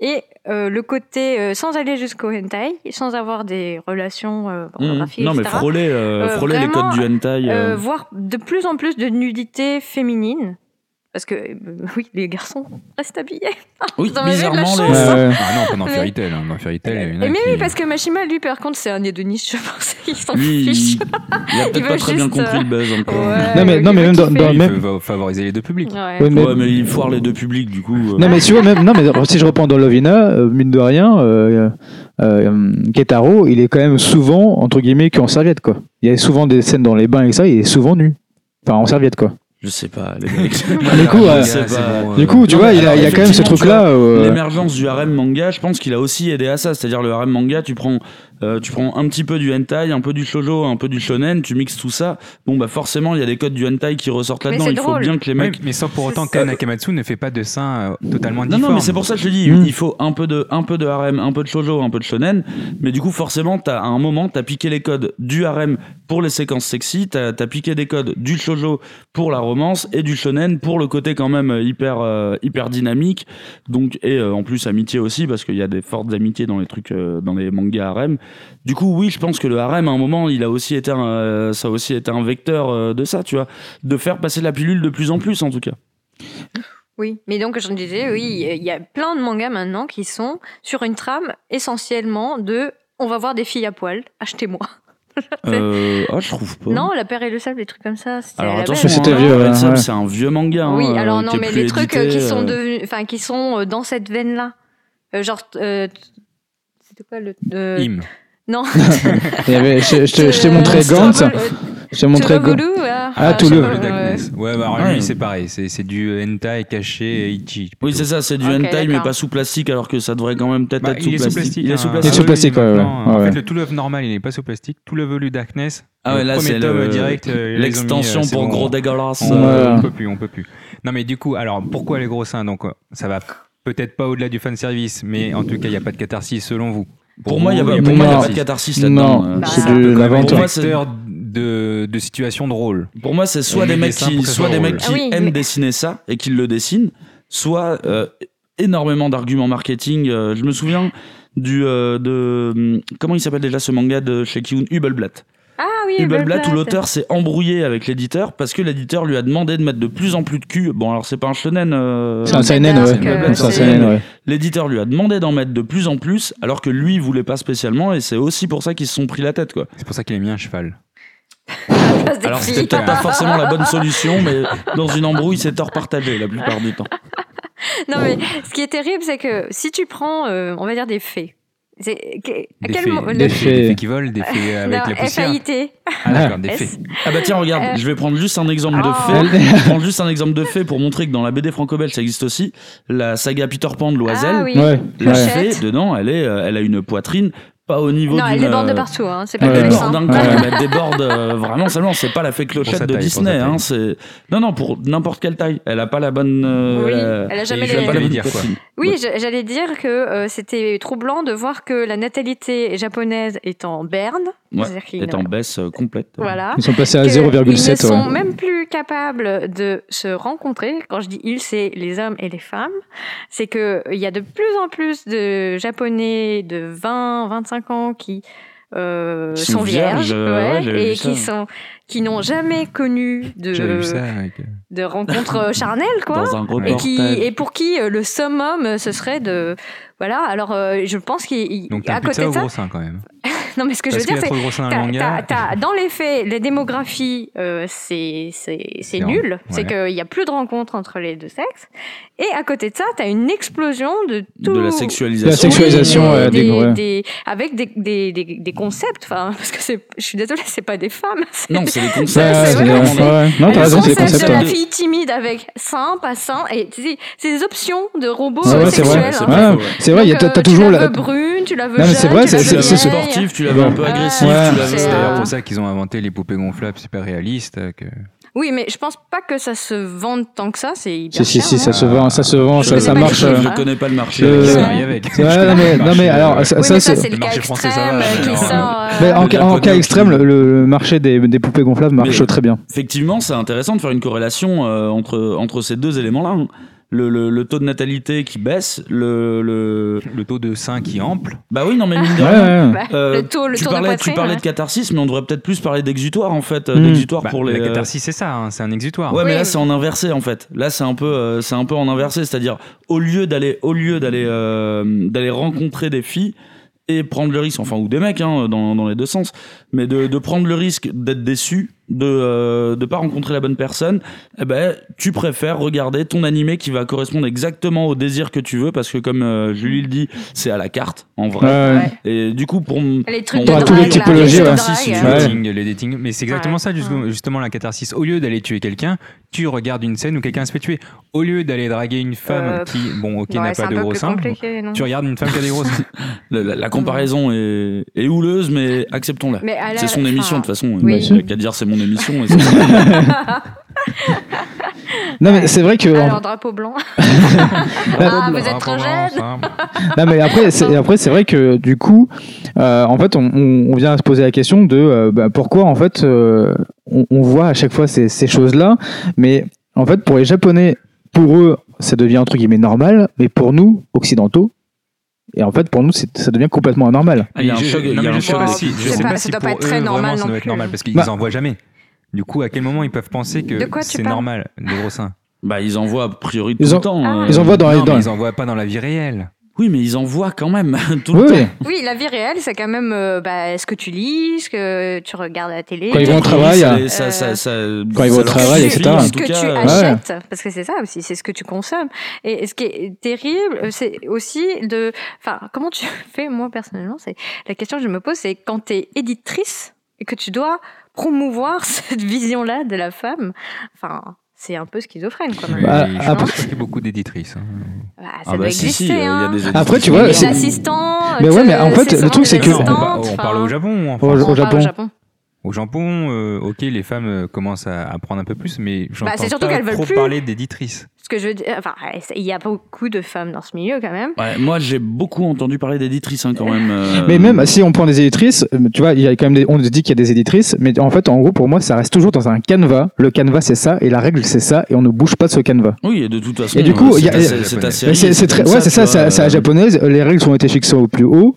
S11: et euh, le côté, euh, sans aller jusqu'au hentai, sans avoir des relations
S1: Mmh.
S11: euh,
S12: Mhm.
S11: pornographiques,
S12: Non, mais
S11: etc.,
S12: frôler, euh,
S11: Euh,
S12: frôler les codes
S11: vraiment,
S12: du hentai.
S11: euh,
S12: euh,
S11: voir de plus en plus de nudité féminine. Parce que, euh, oui, les garçons restent habillés.
S12: Oui,
S11: Vous en avez de la
S12: bizarrement,
S11: chance,
S12: les-
S11: hein.
S10: Euh,
S1: Ah non, pas dans
S11: Mais-
S1: Fairy Tail, hein. Dans Fairy Tail, il y en a
S11: mais
S1: qui-
S11: oui, parce que Mashima, lui, par contre, c'est un hédoniste, je pense. Il s'en
S12: lui,
S11: fiche.
S12: il, il a peut-être
S11: veut
S12: pas très bien
S11: juste,
S12: compris
S11: euh,
S12: le buzz encore.
S11: Ouais,
S10: Non,
S11: il
S10: mais- non, Bah, mais
S11: veut
S10: même dans-
S11: kiffer.
S10: dans-
S1: Il
S10: même-
S1: peut favoriser les deux publics.
S11: Ouais.
S10: Ouais, mais-
S12: Ouais, mais il foire les deux publics, du coup. euh,
S10: Non mais tu vois même non mais si je reprends dans Lovina euh, mine de rien euh, euh, Ketaro il est quand même souvent entre guillemets qu'en serviette quoi. Il y a souvent des scènes dans les bains et ça il est souvent nu. Enfin en serviette quoi.
S12: Je sais pas, les mecs.
S10: Du coup, euh,
S12: Je sais pas.
S10: Du coup tu
S12: non,
S10: vois
S12: mais
S10: il, a, il
S12: alors,
S10: y a quand même ce euh,
S12: effectivement,
S10: truc là.
S12: L'émergence du harem manga, je pense qu'il a aussi aidé à ça. C'est-à-dire le harem manga, tu prends, euh, tu prends un petit peu du hentai, un peu du shoujo, un peu du shonen, tu mixes tout ça. Bon bah forcément, il y a des codes du hentai qui ressortent
S11: Mais
S12: là-dedans.
S11: c'est
S12: Il faut
S11: drôle.
S12: bien que les
S1: Oui,
S12: mecs.
S1: mais sans pour autant que Nakamatsu ne fait pas de seins euh, totalement
S12: Non,
S1: différents.
S12: non, mais c'est pour ça que je te dis,
S10: Mm.
S12: il faut un peu de, un peu de harem, un peu de shoujo, un peu de shonen. Mais du coup, forcément, t'as, à un moment, t'as piqué les codes du harem pour les séquences sexy, t'as, t'as piqué des codes du shoujo pour la romance et du shonen pour le côté quand même euh, hyper, euh, hyper dynamique. Donc, et euh, en plus, amitié aussi, parce qu'il y a des fortes amitiés dans les trucs, euh, dans les mangas harem. Du coup, oui, je pense que le harem, à un moment, il a aussi été un, euh, ça a aussi été un vecteur euh, de ça, tu vois. De faire passer la pilule de plus en plus, en tout cas.
S11: Oui, mais donc je disais, oui, il y a plein de mangas maintenant qui sont sur une trame essentiellement de on va voir des filles à poil, achetez-moi.
S12: Euh, ah, je trouve pas.
S11: Non, la paire et le sable, des trucs comme ça. c'était à
S12: Alors
S11: la
S12: attention,
S11: base,
S10: c'était
S12: hein,
S11: non
S10: vieux,
S12: Red
S10: ouais,
S12: Sap,
S10: ouais.
S12: c'est un vieux manga. hein,
S11: Oui, alors
S12: euh, qui
S11: non,
S12: est
S11: mais
S12: plus
S11: les trucs euh,
S12: édité,
S11: qui sont
S12: euh,
S11: devenus, enfin qui sont euh, dans cette veine-là, Euh, genre. euh, c'était quoi le euh,
S1: Im.
S11: Non. Euh,
S10: je, je te- je t'ai montré Gantz, je t'ai montré Gantz.
S11: Touloulou,
S10: Ah, Touloulou.
S1: Le Darkness. Ouais, bah alors
S12: Ouais.
S1: lui, c'est pareil. C'est c'est du hentai caché et ichi.
S12: Ah, Oui, c'est ça, c'est du
S11: Ok,
S12: hentai, mais
S11: d'accord.
S12: pas sous plastique, alors que ça devrait quand même peut-être
S1: Bah,
S12: être sous
S1: il est sous
S12: plastique.
S1: plastique.
S12: Il est
S1: hein.
S12: sous
S10: Il est
S12: plastique.
S10: sous plastique, ouais, ouais.
S1: maintenant, En
S10: Ouais.
S1: fait, le tout love normal, il n'est pas sous plastique. Tout le velu Darkness.
S12: Ah ouais, là,
S1: premier
S12: c'est
S1: tome
S12: le-
S1: direct. euh, ils les ont mis, euh,
S12: l'extension
S1: c'est
S12: pour
S1: bon,
S12: gros dégueulasse.
S1: On,
S12: euh,
S10: Ouais.
S1: on peut plus, on peut plus. Non, mais du coup, alors pourquoi les gros seins Donc, euh, ça va peut-être pas au-delà du fan service, mais en tout cas, il n'y a pas de catharsis selon vous.
S12: Pour moi, il n'y a, pas-
S10: y a
S12: pour
S10: pas
S12: moi, il y a
S10: de
S12: pas de
S10: catharsis.
S12: catharsis là-dedans.
S10: Non,
S12: euh.
S11: Bah,
S10: c'est
S11: ça
S10: de
S1: Quand
S10: la
S1: même, pour
S10: vente.
S12: vente.
S1: moi,
S12: Pour
S10: ouais.
S1: c'est de, de situation drôle.
S12: Pour moi, c'est soit
S1: Il
S12: des
S1: est
S12: mecs
S1: dessin pour
S12: qui,
S1: que ce
S12: soit
S1: soit
S12: des
S1: drôle.
S12: mecs qui
S11: Ah oui,
S12: aiment
S11: mais-
S12: dessiner ça et qui le dessinent, soit euh, énormément d'arguments marketing. euh, je me souviens du euh, de hum, comment il s'appelle déjà ce manga de chez Kiun Hubelblatt.
S11: Ah oui,
S12: Et blabla,
S11: Blatt.
S12: où l'auteur s'est embrouillé avec l'éditeur parce que l'éditeur lui a demandé de mettre de plus en plus de cul. Bon, alors c'est pas un shonen. euh,
S10: C'est un seinen,
S11: Dark,
S10: E, ouais.
S11: euh,
S10: C'est un
S11: c'est-
S10: seinen, ouais.
S12: L'éditeur lui a demandé d'en mettre de plus en plus alors que lui il voulait pas spécialement et c'est aussi pour ça qu'ils se sont pris la tête quoi.
S1: C'est pour ça qu'il a mis un cheval.
S11: à la place des
S12: Alors c'était
S11: filles.
S12: peut-être pas forcément la bonne solution, mais dans une embrouille c'est tort partagé la plupart du temps.
S11: Non, mais ce qui est terrible, c'est que si tu prends, euh, on va dire, des faits, c'est, que- à
S1: Des
S11: quel
S1: fées,
S11: moment.
S1: des fées,
S11: le-
S10: Fées.
S1: des fées qui volent, des fées avec
S11: non,
S1: la poussière.
S11: FAIT.
S1: Ah d'accord, des fées.
S11: S.
S12: Ah bah tiens regarde,
S11: Euh.
S12: je vais prendre juste un exemple de
S11: Ah.
S12: fait. Je prends juste un exemple de fait pour montrer que dans la BD franco-belge ça existe aussi. La saga Peter Pan de Loisel,
S11: Ah oui.
S10: Ouais,
S12: La
S10: ouais.
S11: Pochette.
S12: fée, dedans, elle, est, euh, elle a une poitrine pas au niveau
S11: Non, elle
S12: d'une,
S11: déborde de
S12: euh,
S11: partout, hein, c'est
S12: elle
S11: pas que le
S12: déborde
S11: sang.
S12: d'un coup, elle déborde euh, vraiment seulement. C'est pas la fée clochette
S1: sa
S12: de
S1: taille, pour
S12: Disney.
S1: sa
S12: Hein, c'est... Non, non, pour n'importe quelle taille. Elle a pas la bonne. euh,
S11: Oui, elle a jamais
S12: elle
S11: les-
S12: pas la bonne
S1: J'allais dire, quoi.
S12: poitrine.
S11: Oui, j'a- j'allais dire que euh, c'était troublant de voir que la natalité japonaise est en berne.
S12: Ouais,
S11: C'est-à-dire qu'ils
S12: elle est en
S11: ne-
S12: baisse euh, complète.
S11: Voilà.
S10: Ils sont passés
S12: Ah,
S10: à
S11: Que
S10: 0,7,
S11: Ils ne sont
S10: ouais.
S11: même plus capables de se rencontrer. Quand je dis ils, c'est les hommes et les femmes. C'est que euh, il y a de plus en plus de Japonais de 20, 25 ans qui euh,
S12: Qui
S11: sont
S12: sont
S11: vierges
S12: vierges, euh, ouais, j'avais
S11: et
S12: vu ça.
S11: qui sont qui n'ont jamais connu
S1: J'avais vu ça
S11: de
S1: avec- euh,
S11: de rencontre charnelle quoi
S12: euh, Dans un gros
S11: et, qui,
S12: portail.
S11: et pour qui euh, le summum euh, ce serait de voilà alors euh, je pense qu'il
S1: Donc t'as
S11: à
S1: un
S11: côté
S1: ça
S11: de
S1: au
S11: ça
S1: gros sein quand même.
S11: non mais ce que
S1: Parce
S11: je veux
S1: qu'il y
S11: dire
S1: a
S11: c'est
S1: trop de gros seins dans le
S11: t'as-
S1: manga.
S11: t'as- t'as- dans les faits les démographies euh, c'est c'est c'est
S1: C'est
S11: nul
S1: en-
S11: c'est
S1: ouais.
S11: qu'il n'y a plus de rencontres entre les deux sexes et à côté de ça t'as une explosion de tout
S12: De la sexualisation.
S10: De la sexualisation,
S11: Oui,
S10: euh,
S11: des-
S10: des- ouais.
S11: des- avec des, des, des, des concepts enfin parce que c'est je suis désolée c'est pas des femmes c'est-
S12: Non, c'est les
S10: Ouais,
S12: concepts.
S11: c'est
S10: c'est-
S11: vrai,
S10: ouais.
S11: c'est-
S10: Non, t'as
S11: le
S10: raison, c'est les
S11: concept
S10: concepts. hein.
S11: de la
S10: ouais.
S11: fille timide avec sain, pas sain, et tu sais, c'est des options de robots
S10: Ah Ouais,
S11: euh,
S10: ouais, c'est
S11: sexuels.
S10: vrai.
S11: hein.
S12: pas
S10: Ouais,
S12: faux, ouais.
S10: C'est vrai, il y a-
S11: Donc,
S10: t'as
S11: euh,
S10: t'as toujours
S11: tu
S10: la.
S11: la veux brune, tu la veux
S10: Non, mais
S11: jeune,
S10: c'est vrai,
S11: tu la
S10: c'est-
S11: veux
S10: c'est- c'est
S11: vieille.
S12: sportif, tu l'avais un peu
S10: Ouais.
S12: agressif,
S10: Ouais.
S12: tu l'avais.
S11: C'est,
S1: C'est d'ailleurs
S11: euh,
S1: pour ça qu'ils ont inventé les poupées gonflables super réalistes. euh, Que...
S11: Oui, mais je pense pas que ça se vende tant que ça, c'est hyper
S10: Si, si,
S11: cher,
S10: si, ça
S11: hein.
S10: se vend, ça se vend,
S11: Je
S10: ça,
S11: connais
S10: ça
S11: pas
S10: marche.
S11: les
S10: euh,
S11: chiffres.
S12: Je connais pas le marché.
S10: Euh,
S1: Ça Euh,
S12: Ça
S1: marie
S12: arrive.
S1: avec.
S10: Ouais, non, mais- non, mais alors, ça-
S11: Oui, mais ça,
S10: c'est-
S11: c'est le
S1: Le
S11: cas
S1: marché français, ça
S11: extrême
S1: va,
S11: euh, qui
S1: alors,
S11: sort. euh,
S10: Mais en,
S1: Le
S10: en cas
S1: japonais
S10: extrême,
S1: aussi.
S10: le, le marché des, des poupées gonflables marche
S12: Mais-
S10: très bien.
S12: Effectivement, c'est intéressant de faire une corrélation euh, entre, entre ces deux éléments-là. hein. Le, le- le taux de natalité qui baisse, le, le-
S1: Le taux de sein qui est ample.
S12: Bah oui, non, mais mine de
S10: Ouais,
S12: rien,
S10: ouais.
S11: bah,
S12: euh,
S11: le tour, le
S12: tu
S11: tour de
S12: parlais, tu
S11: poitrine.
S12: parlais
S11: ouais.
S12: de catharsis, mais on devrait peut-être plus parler d'exutoire en fait. euh,
S10: Mm.
S12: D'exutoire
S1: Bah,
S12: pour les.
S1: La
S12: euh,
S1: catharsis, c'est ça, hein, c'est un exutoire.
S12: Ouais, mais
S11: Oui,
S12: là
S11: oui.
S12: c'est en inversé en fait. Là c'est un peu, euh, c'est un peu en inversé, c'est-à-dire au lieu d'aller, au lieu d'aller, euh, d'aller rencontrer des filles et prendre le risque, enfin ou des mecs hein, dans, dans les deux sens, mais de, de prendre le risque d'être déçu, de euh, de pas rencontrer la bonne personne, eh ben tu préfères regarder ton animé qui va correspondre exactement au désir que tu veux parce que comme euh, Julie le dit, c'est à la carte en vrai.
S10: Ouais.
S11: Ouais.
S12: Et du coup pour m-
S11: Les trucs
S12: on
S11: de
S12: va
S11: drague,
S12: tous les
S11: là,
S10: typologies,
S11: les
S10: ouais.
S11: trucs de
S12: Si, si,
S11: drague,
S12: tu
S11: euh,
S1: Le
S12: Ouais.
S1: dating, les dating. Mais c'est exactement
S11: Ouais.
S1: ça, justement, justement, la catharsis. Au lieu d'aller tuer quelqu'un, tu regardes une scène où quelqu'un se fait tuer. Au lieu d'aller draguer une femme
S11: Euh,
S1: qui, bon, ok,
S11: ouais,
S1: n'a
S11: c'est
S1: pas
S11: un
S1: de
S11: peu
S1: gros
S11: plus
S1: sein,
S11: compliqué, non
S1: tu regardes une femme qui a des gros seins.
S12: La, la- la comparaison est, est houleuse, mais acceptons-la.
S11: Mais à Ah. la-
S12: C'est son émission, de toute
S11: enfin,
S12: façon.
S11: oui.
S12: Il n'y a qu'à dire c'est mon émission. et c'est-
S10: Non, mais c'est vrai que. euh,
S11: Alors, drapeau blanc. Ah, vous êtes trop jeune.
S10: Non, mais après, c'est, après, c'est vrai que du coup, euh, en fait, on, on- on vient à se poser la question de euh, bah, pourquoi, en fait, euh, on, on voit à chaque fois ces, ces choses-là, mais en fait, pour les Japonais, pour eux, ça devient entre guillemets normal, mais pour nous, occidentaux, et en fait, pour nous, c'est, ça devient complètement anormal.
S12: Il y a un choc. il y a
S1: Non, mais
S12: un
S1: je sais
S12: choc
S1: pas
S12: des-
S1: si, je
S11: C'est
S1: sais
S11: pas-
S1: pas
S11: ça
S1: si
S11: doit
S1: pour
S11: pas être très
S1: eux,
S11: normal
S1: vraiment, ça
S11: non
S1: doit être
S11: plus.
S1: normal parce qu'ils
S10: Bah.
S1: en voient jamais. Du coup, à quel moment ils peuvent penser
S11: De
S1: que
S11: quoi tu
S1: c'est
S11: parles
S1: normal, les gros seins
S12: Bah, ils en voient a priori tout
S10: Ils en-
S12: le temps.
S11: Ah.
S12: euh.
S10: Ils en voient dans les
S1: Non, mais
S10: dans-
S1: ils en voient pas dans la vie réelle.
S12: Oui, mais ils en voient quand même tout
S10: Oui,
S12: le
S10: oui.
S12: temps.
S11: Oui, la vie réelle, c'est quand même euh, bah, ce que tu lis, ce que tu regardes à la télé.
S10: Quand ils vont au
S12: Oui,
S10: travail,
S12: ça-
S10: euh,
S12: ça- ça- ça-
S10: Quand ils
S12: ça
S10: vont au
S12: leur
S10: travail,
S12: suffit,
S10: etc.
S12: En
S11: Ce
S12: tout
S11: que
S12: cas,
S11: tu
S10: Ah
S12: euh,
S11: achètes, parce que c'est ça aussi, c'est ce que tu consommes. Et ce qui est terrible, Euh, c'est aussi de. Enfin, comment tu fais, moi personnellement, c'est la question que je me pose, c'est quand tu es éditrice et que tu dois promouvoir cette vision-là de la femme, enfin. C'est un peu schizophrène, quand même.
S10: Bah,
S1: Et je
S10: après-
S1: pense pas qu'il y ait beaucoup d'éditrices. hein.
S11: Bah, ça
S12: ah
S11: doit
S12: bah, si,
S11: exister.
S12: si, euh, il y a
S11: hein.
S12: des éditions
S10: Après, tu
S12: qui
S10: vois,
S12: sont-
S11: les
S10: c'est-
S11: assistants. euh,
S10: Mais ouais,
S11: tu-
S10: mais en fait,
S11: c'est
S10: le
S11: souvent
S10: truc, c'est
S11: des
S10: que-
S1: Non, on,
S11: assistantes,
S1: par- on
S11: enfin,
S1: parle au Japon. en
S10: Au-
S1: France.
S10: au
S11: on parle
S10: Japon.
S1: Au Japon, euh, ok, les femmes euh, commencent à, à prendre un peu plus, mais j'entends
S11: Bah, c'est surtout
S1: pas
S11: qu'elles veulent
S1: trop
S11: plus.
S1: parler d'éditrices.
S11: Ce que je veux dire, enfin, il y a beaucoup de femmes dans ce milieu quand même.
S12: Ouais, moi, j'ai beaucoup entendu parler d'éditrices hein, quand même. euh,
S10: Mais même si on prend des éditrices, euh, tu vois, il y a quand même des- on dit qu'il y a des éditrices, mais en fait, en gros, pour moi, ça reste toujours dans un canevas. Le canevas, c'est ça, et la règle, c'est ça, et on ne bouge pas de ce canevas.
S12: Oui, et de toute façon.
S10: Et du coup,
S12: euh,
S10: il y a-
S12: c'est assez-
S1: Mais
S12: c'est assez.
S10: Mais c'est, c'est très, ouais, c'est ça,
S12: tu
S10: c'est,
S12: vois,
S10: c'est à la
S12: euh,
S10: japonaise. Les règles ont été fixées au plus haut,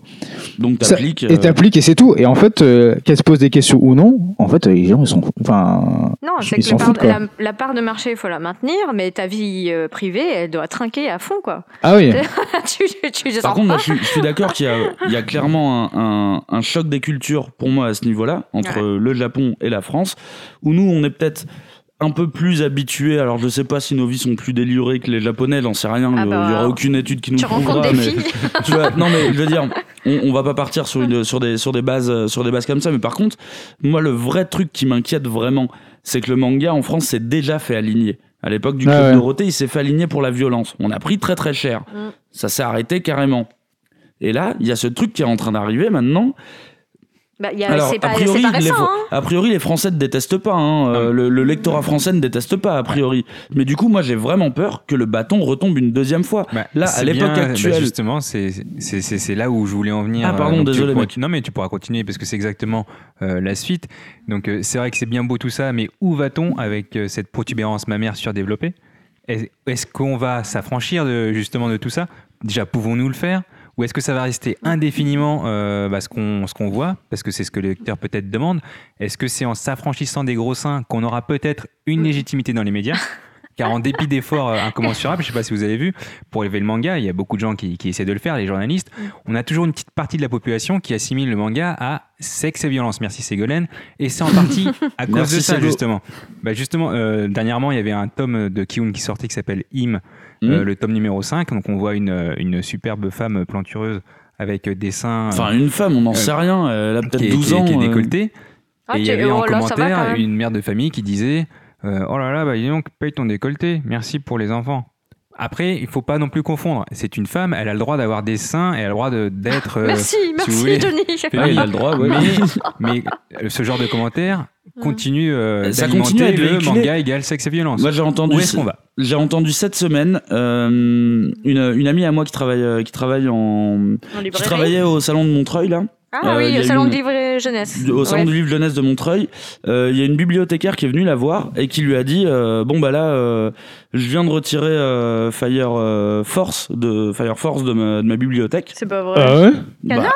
S12: Donc,
S10: ça-
S12: t'appliques. euh,
S10: et t'appliques, et c'est tout. Et en fait, euh, qu'elles se posent des questions ou non, en fait, euh, les gens, ils sont, enfin,
S11: Non,
S10: Ils
S11: c'est que
S10: s'en
S11: la part,
S10: foutent, quoi.
S11: la, la part de marché, il faut la maintenir, mais ta vie euh, privée, elle doit trinquer à fond, quoi.
S10: ah oui.
S11: tu, tu, tu les
S12: Par
S11: sors
S12: contre, moi,
S11: pas.
S12: je suis, je suis d'accord qu'il y a, il y a clairement un, un- un choc des cultures pour moi à ce niveau-là, entre le Japon et la France, où nous, on est peut-être un peu plus habitués. Alors, je sais pas si nos vies sont plus délurées que les Japonais, j'en sais rien.
S11: Ah
S12: il y
S11: bah,
S12: aura aucune étude qui nous
S11: tu
S12: prouvera.
S11: rencontres des
S12: mais-
S11: filles.
S12: tu vois, non mais je veux dire, on, on va pas partir sur une, sur des sur des bases euh, sur des bases comme ça. Mais par contre, moi le vrai truc qui m'inquiète vraiment, c'est que le manga en France s'est déjà fait aligner. À l'époque du
S10: Ah
S12: club
S10: ouais.
S12: Dorothée, il s'est fait aligner pour la violence. On a pris très très cher.
S11: Mm.
S12: Ça s'est arrêté carrément. Et là, il y a ce truc qui est en train d'arriver maintenant.
S11: Bah, y a- c'est pas, c'est pas
S12: les,
S11: récent. hein. Ah.
S12: a priori, les Français ne détestent pas. hein. Euh, le, le lectorat français ne déteste pas, a priori. Mais du coup, moi, j'ai vraiment peur que le bâton retombe une deuxième fois. là, à
S1: C'est bien,
S12: l'époque
S1: bah,
S12: actuelle,
S1: justement, c'est- c'est c'est- c'est là où je voulais en venir.
S12: Ah, pardon,
S1: Euh, donc tu
S12: désolé,
S1: pourras-
S12: mec.
S1: Non, mais tu pourras continuer parce que c'est exactement euh, la suite. Donc, euh, c'est vrai que c'est bien beau tout ça, mais où va-t-on avec euh, cette protubérance mammaire surdéveloppée Est- Est-ce qu'on va s'affranchir de, justement de tout ça Déjà, pouvons-nous le faire ou est-ce que ça va rester indéfiniment euh, bah, ce qu'on ce qu'on voit Parce que c'est ce que le lecteur peut-être demande. Est-ce que c'est en s'affranchissant des gros seins qu'on aura peut-être une légitimité dans les médias car en dépit d'efforts euh, incommensurables, je ne sais pas si vous avez vu, pour élever le manga, il y a beaucoup de gens qui, qui essaient de le faire, les journalistes. On a toujours une petite partie de la population qui assimile le manga à sexe et violence. Merci Ségolène. Et c'est en partie à cause
S12: Merci
S1: de ça,
S12: Ségo.
S1: justement. Bah, justement, euh, dernièrement, il y avait un tome de Kiun qui sortait qui s'appelle Im, euh,
S12: Mhm.
S1: le tome numéro 5. Donc on voit une, euh, une superbe femme plantureuse avec euh, des seins. euh,
S12: Enfin, une femme, on n'en sait rien. Elle a
S1: qui est-
S12: peut-être 12
S1: qui est-
S12: ans.
S1: qui est
S12: euh.
S1: décolletée.
S11: Ah,
S1: et il y
S11: tu-
S1: avait en
S11: oh là, ça va quand
S1: commentaire
S11: même.
S1: une mère de famille qui disait euh, Oh là là, bah, dis donc, paye ton décolleté, merci pour les enfants. Après, il faut pas non plus confondre. C'est une femme, elle a le droit d'avoir des seins et elle a le droit de- d'être. euh,
S11: Merci,
S1: si vous voulez,
S11: merci Johnny.
S12: Ah, il a le droit, ouais.
S1: Mais, mais, euh, ce genre de commentaire
S11: Hum.
S1: continue euh,
S12: Ça continue à
S1: d'alimenter
S12: être
S1: le
S12: véhiculé.
S1: manga égale sexe et violence.
S12: Moi, j'ai entendu.
S1: Où est-ce qu'on va
S12: J'ai entendu cette semaine euh, une, une amie à moi qui travaille euh, qui travaille en qui
S11: librairie
S12: travaillait au salon de Montreuil là.
S11: Ah
S12: Euh, il
S11: oui,
S12: y a
S11: au salon
S12: une-
S11: de livre jeunesse.
S12: au salon
S11: Ouais.
S12: du livre jeunesse de Montreuil, euh, il y a une bibliothécaire qui est venue la voir et qui lui a dit euh, bon bah là euh, je viens de retirer euh, Fire euh, Force de Fire Force de ma, de ma bibliothèque. Bah,
S11: C'est pas vrai.
S10: Ah ouais
S11: Cana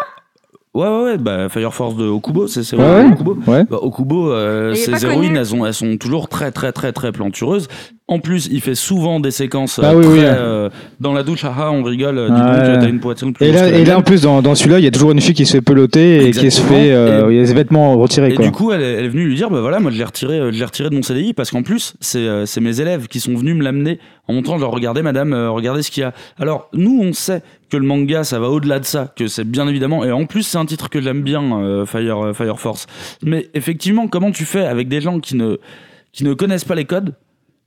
S12: Ouais ouais ouais bah Fire Force de Okubo c'est c'est
S10: Ouais, ouais.
S12: Okubo.
S10: Ouais.
S12: Bah, Okubo, euh,
S11: Il est pas
S12: ses
S11: connu.
S12: héroïnes, elles, ont- elles sont toujours très, très, très, très plantureuses. En plus, il fait souvent des séquences euh,
S10: Ah oui,
S12: très,
S10: oui, ouais.
S12: euh, dans la douche. Ah, ah, on rigole, euh, dis
S10: Ah,
S12: donc,
S10: ouais.
S12: t'as une poitrine plus
S10: Et
S12: grosse
S10: là,
S12: que la
S10: et là,
S12: mienne.
S10: en plus, dans, dans celui-là, il y a toujours une fille qui se fait peloter et qui se
S12: Exactement.
S10: fait. euh,
S12: Et-
S10: il y a ses vêtements retirés,
S12: Et
S10: quoi.
S12: du coup, elle, est- elle est venue lui dire, bah voilà, moi je l'ai retiré, euh, je l'ai retiré de mon CDI parce qu'en plus, c'est euh, c'est mes élèves qui sont venus me l'amener en montrant, genre, regardez madame, euh, regardez ce qu'il y a. Alors, nous, on sait que le manga, ça va au-delà de ça, que c'est bien évidemment, et en plus, c'est un titre que j'aime bien, euh, Fire, euh, Fire Force. Mais effectivement, comment tu fais avec des gens qui ne, qui ne connaissent pas les codes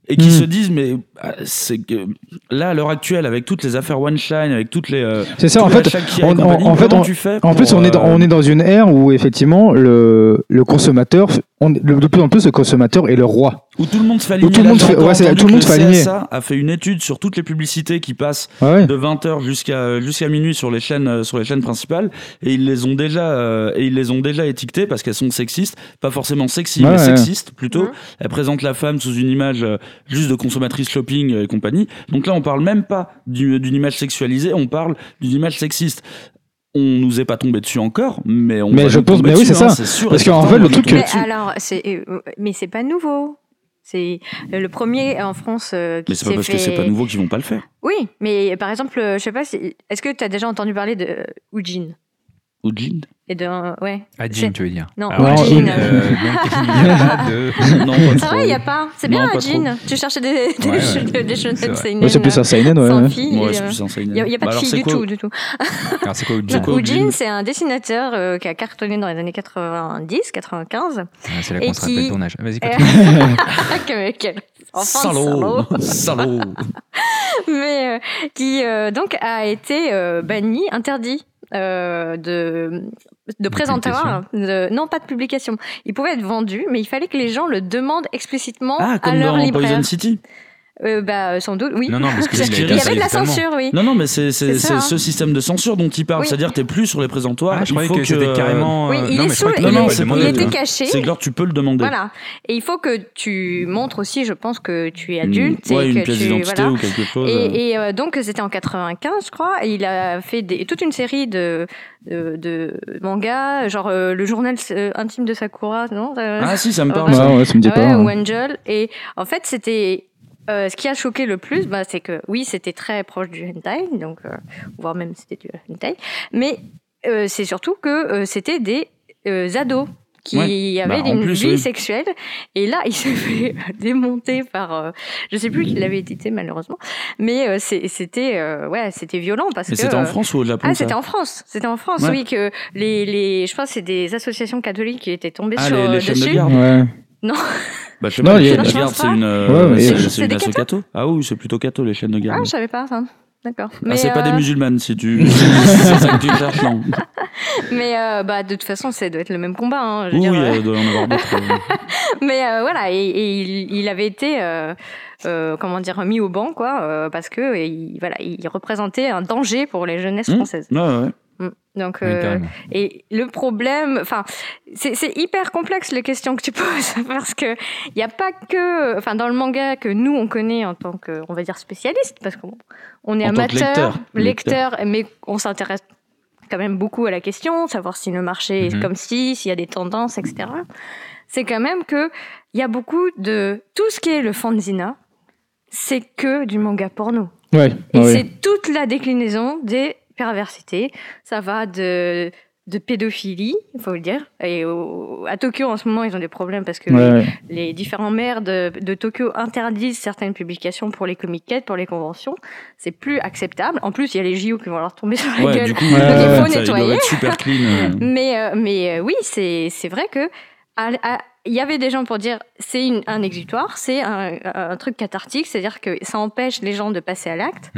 S12: et qui
S10: Mm.
S12: se disent, mais ah, c'est que là, à l'heure actuelle, avec toutes les affaires One Shine, avec toutes les. euh,
S10: C'est ça,
S12: tous
S10: en
S12: les
S10: fait,
S12: hashtags qu'il y a et
S10: on,
S12: compagnie,
S10: on- en fait,
S12: comment
S10: on-
S12: tu fais
S10: en
S12: pour,
S10: plus, on est, dans,
S12: euh,
S10: on est dans une ère où effectivement le, le consommateur, on- le- de plus en plus, le consommateur est le roi.
S12: Où tout le monde se fait aligner.
S10: tout le
S12: Là,
S10: monde
S12: j'ai
S10: fait-
S12: encore
S10: ouais, c'est-
S12: entendu
S10: tout le
S12: que
S10: monde fait aligner.
S12: CSA a fait une étude sur toutes les publicités qui passent
S10: Ah ouais.
S12: de 20h jusqu'à jusqu'à minuit sur les chaînes euh, sur les chaînes principales et ils les ont déjà euh, et ils les ont déjà étiquetées parce qu'elles sont sexistes, pas forcément sexy
S10: Ouais,
S12: mais
S10: ouais.
S12: sexistes plutôt.
S11: Mmh.
S12: Elles présentent la femme sous une image euh, juste de consommatrice shopping euh, et compagnie. Donc là, on parle même pas du- euh, d'une image sexualisée, on parle d'une image sexiste. On nous est pas tombé dessus encore, mais on
S10: Mais
S12: va
S10: je
S12: nous
S10: pense-
S12: tomber
S10: mais oui,
S12: dessus,
S10: c'est
S12: hein,
S10: ça.
S12: sûr et
S10: Parce qu'en
S12: certain,
S10: fait,
S12: on
S10: le
S12: va nous
S10: truc
S12: tomber
S11: Mais
S12: dessus.
S11: alors, c'est euh, mais c'est pas nouveau. C'est euh, le premier en France euh, qui
S12: Mais c'est pas
S11: s'est
S12: parce que c'est
S11: fait-
S12: pas nouveau qu'ils vont pas le faire.
S11: Oui, mais par exemple, euh, je sais pas si est-ce que tu as déjà entendu parler de euh, Ujin
S12: Ou Jean.
S11: et de euh, ouais.
S12: Ah,
S1: À
S11: C'est-
S1: Jean, tu veux dire
S11: Non,
S1: Alors,
S10: non,
S1: Jean,
S10: Jean.
S1: euh, donc, il n'y a pas de-
S12: Non, pas
S11: Ça
S12: trop.
S11: va, Ah il y a pas. C'est
S12: Non,
S11: bien
S12: pas
S11: Ujin. Tu cherchais des des,
S1: Ouais,
S11: ch-
S1: ouais.
S11: des shonen
S1: C'est vrai.
S11: seinen,
S10: Ouais, c'est plus
S11: euh,
S10: un seinen, ouais.
S11: sans
S10: ouais.
S11: fille,
S12: Ouais,
S11: et,
S12: c'est
S11: euh,
S12: plus un seinen.
S11: Il n'y a, pas de
S12: Bah alors,
S11: fille
S12: c'est
S11: du
S12: quoi- Ah,
S11: tout, du tout.
S1: Alors, c'est quoi Jean
S12: C'est quoi Ujin
S11: Ujin, c'est un dessinateur euh, qui a cartonné dans les années 90, 95.
S1: Ah, C'est là
S11: Et
S1: qu'on se rappelle
S11: qui-
S1: ton âge. Vas-y,
S11: Euh,
S1: continue.
S11: que- quel enfant de
S12: salaud,
S11: salaud.
S12: salaud.
S11: mais euh, qui euh, donc a été euh, banni, interdit. euh, de, de hein, présentateur, de- non pas de publication. Il pouvait être vendu, mais il fallait que les gens le demandent explicitement
S12: Ah,
S11: à
S12: comme
S11: leur
S12: dans
S11: libraire.
S12: Poison City.
S11: Euh, bah euh, sans doute, oui.
S1: Non, non, parce que
S12: Parce
S1: lui,
S12: qu'il
S1: il
S11: il
S1: a
S11: y
S1: été
S12: était
S11: avait de la
S1: harcelé tellement.
S11: censure, oui.
S12: Non, non, mais c'est c'est-
S11: C'est ça,
S12: c'est
S11: hein.
S12: ce système de censure dont il parle.
S11: Oui.
S12: C'est-à-dire, t'es plus sur les présentoirs.
S1: Ah, je
S12: il
S1: croyais
S12: faut
S1: que, c'était carrément.
S11: Oui,
S1: euh,
S11: il
S1: non,
S11: est
S1: mais je croyais que
S11: sous-
S12: il
S1: non,
S12: est-
S1: mais je
S12: il
S1: demandais,
S11: était
S1: tu vois.
S11: caché.
S12: C'est que leur, tu peux le demander.
S11: Voilà. Et il faut que tu montres aussi, je pense, que tu es
S12: Une-
S11: adulte.
S12: Hmm. ouais,
S11: et
S12: une
S11: que
S12: pièce
S11: tu,
S12: d'identité
S11: voilà.
S12: ou quelque chose. euh.
S11: Et, et, euh, donc c'était en 95, je crois. Et il a fait des, toute une série de, de, de mangas, genre euh, le journal euh, intime de Sakura, non Euh,
S12: Ah, si, ça me parle.
S11: Ouais.
S12: ça.
S10: Ouais, ouais, ça me dit
S11: ouais,
S10: pas. hein.
S11: ou
S12: hein.
S10: ouais.
S11: Angel. Et en fait, c'était euh, ce qui a choqué le plus, bah, c'est que oui, c'était très proche du hentai, donc euh, voire même c'était du hentai, mais euh, c'est surtout que euh, c'était des euh, ados qui
S12: Ouais.
S11: avaient
S12: Bah, en
S11: une
S12: plus,
S11: vie
S12: oui.
S11: sexuelle. Et là, il s'est fait démonter par, euh, je sais plus qui l'avait édité malheureusement, mais euh, c'est- c'était euh, ouais, c'était violent parce
S12: Et
S11: que
S12: c'était en
S11: euh,
S12: France ou au Japon
S11: ah,
S12: ça
S11: c'était en France, c'était en France,
S12: Ouais.
S11: oui, que les, les, je pense, que c'est des associations catholiques qui étaient tombées
S12: Ah,
S11: sur
S12: les, les
S11: euh,
S12: chaînes de
S11: dessus.
S12: garde.
S10: Ouais.
S12: Bah, je sais
S10: Non,
S12: pas,
S10: il y
S12: les
S10: a-
S12: chaînes de
S11: je
S12: garde,
S11: pense
S12: c'est
S11: pas.
S12: une,
S10: Ouais,
S12: euh,
S10: mais-
S12: c'est-
S11: C'est
S12: c'est une
S11: des
S12: asso
S11: cathos
S12: catho. Ah oui, c'est plutôt catho les chaînes de
S11: Ah,
S12: garde.
S11: je savais pas ça. D'accord.
S12: Ah, c'est pas des
S11: euh,
S12: musulmanes si tu. c'est ça que tu cherches, non.
S11: Mais euh, bah, de toute façon, ça doit être le même combat. hein, je veux
S12: Oui,
S11: dire.
S12: oui, il doit y en avoir d'autres.
S11: Mais euh, voilà, et, et il, il avait été, euh, euh, comment dire, mis au banc, quoi, euh, parce que euh, il, voilà, il représentait un danger pour les jeunesses
S12: Hmm
S11: françaises.
S12: Ouais, ouais.
S11: Mm. Donc,
S12: Oui,
S11: euh,
S12: carrément.
S11: et le problème, enfin, c'est c'est hyper complexe les questions que tu poses parce que il n'y a pas que, enfin, dans le manga que nous on connaît en tant que, on va dire spécialiste, parce qu'on on est
S13: En tant que
S11: amateur,
S13: lecteur.
S11: lecteur, mais on s'intéresse quand même beaucoup à la question, savoir si le marché
S13: Mhm.
S11: est comme si, s'il y a des tendances, etc. C'est quand même que il y a beaucoup de tout ce qui est le fanzina, c'est que du manga porno.
S10: Ouais,
S11: Et
S10: ouais.
S11: c'est toute la déclinaison des perversités. Ça va de, de pédophilie, il faut le dire. Et au- à Tokyo, en ce moment, ils ont des problèmes parce que
S10: Ouais, ouais.
S11: les, les différents maires de, de Tokyo interdisent certaines publications pour les comiquettes, pour les conventions. C'est plus acceptable. En plus, il y a les JO qui vont leur tomber sur la
S12: Ouais,
S11: gueule.
S12: du coup,
S11: Donc,
S12: ouais,
S11: il faut
S12: ouais, ça, il doit
S11: nettoyer.
S12: être super clean. euh.
S11: Mais, euh, mais euh, oui, c'est c'est vrai que à- à- il y avait des gens pour dire c'est une- un exutoire, c'est un, un truc cathartique, c'est-à-dire que ça empêche les gens de passer à l'acte.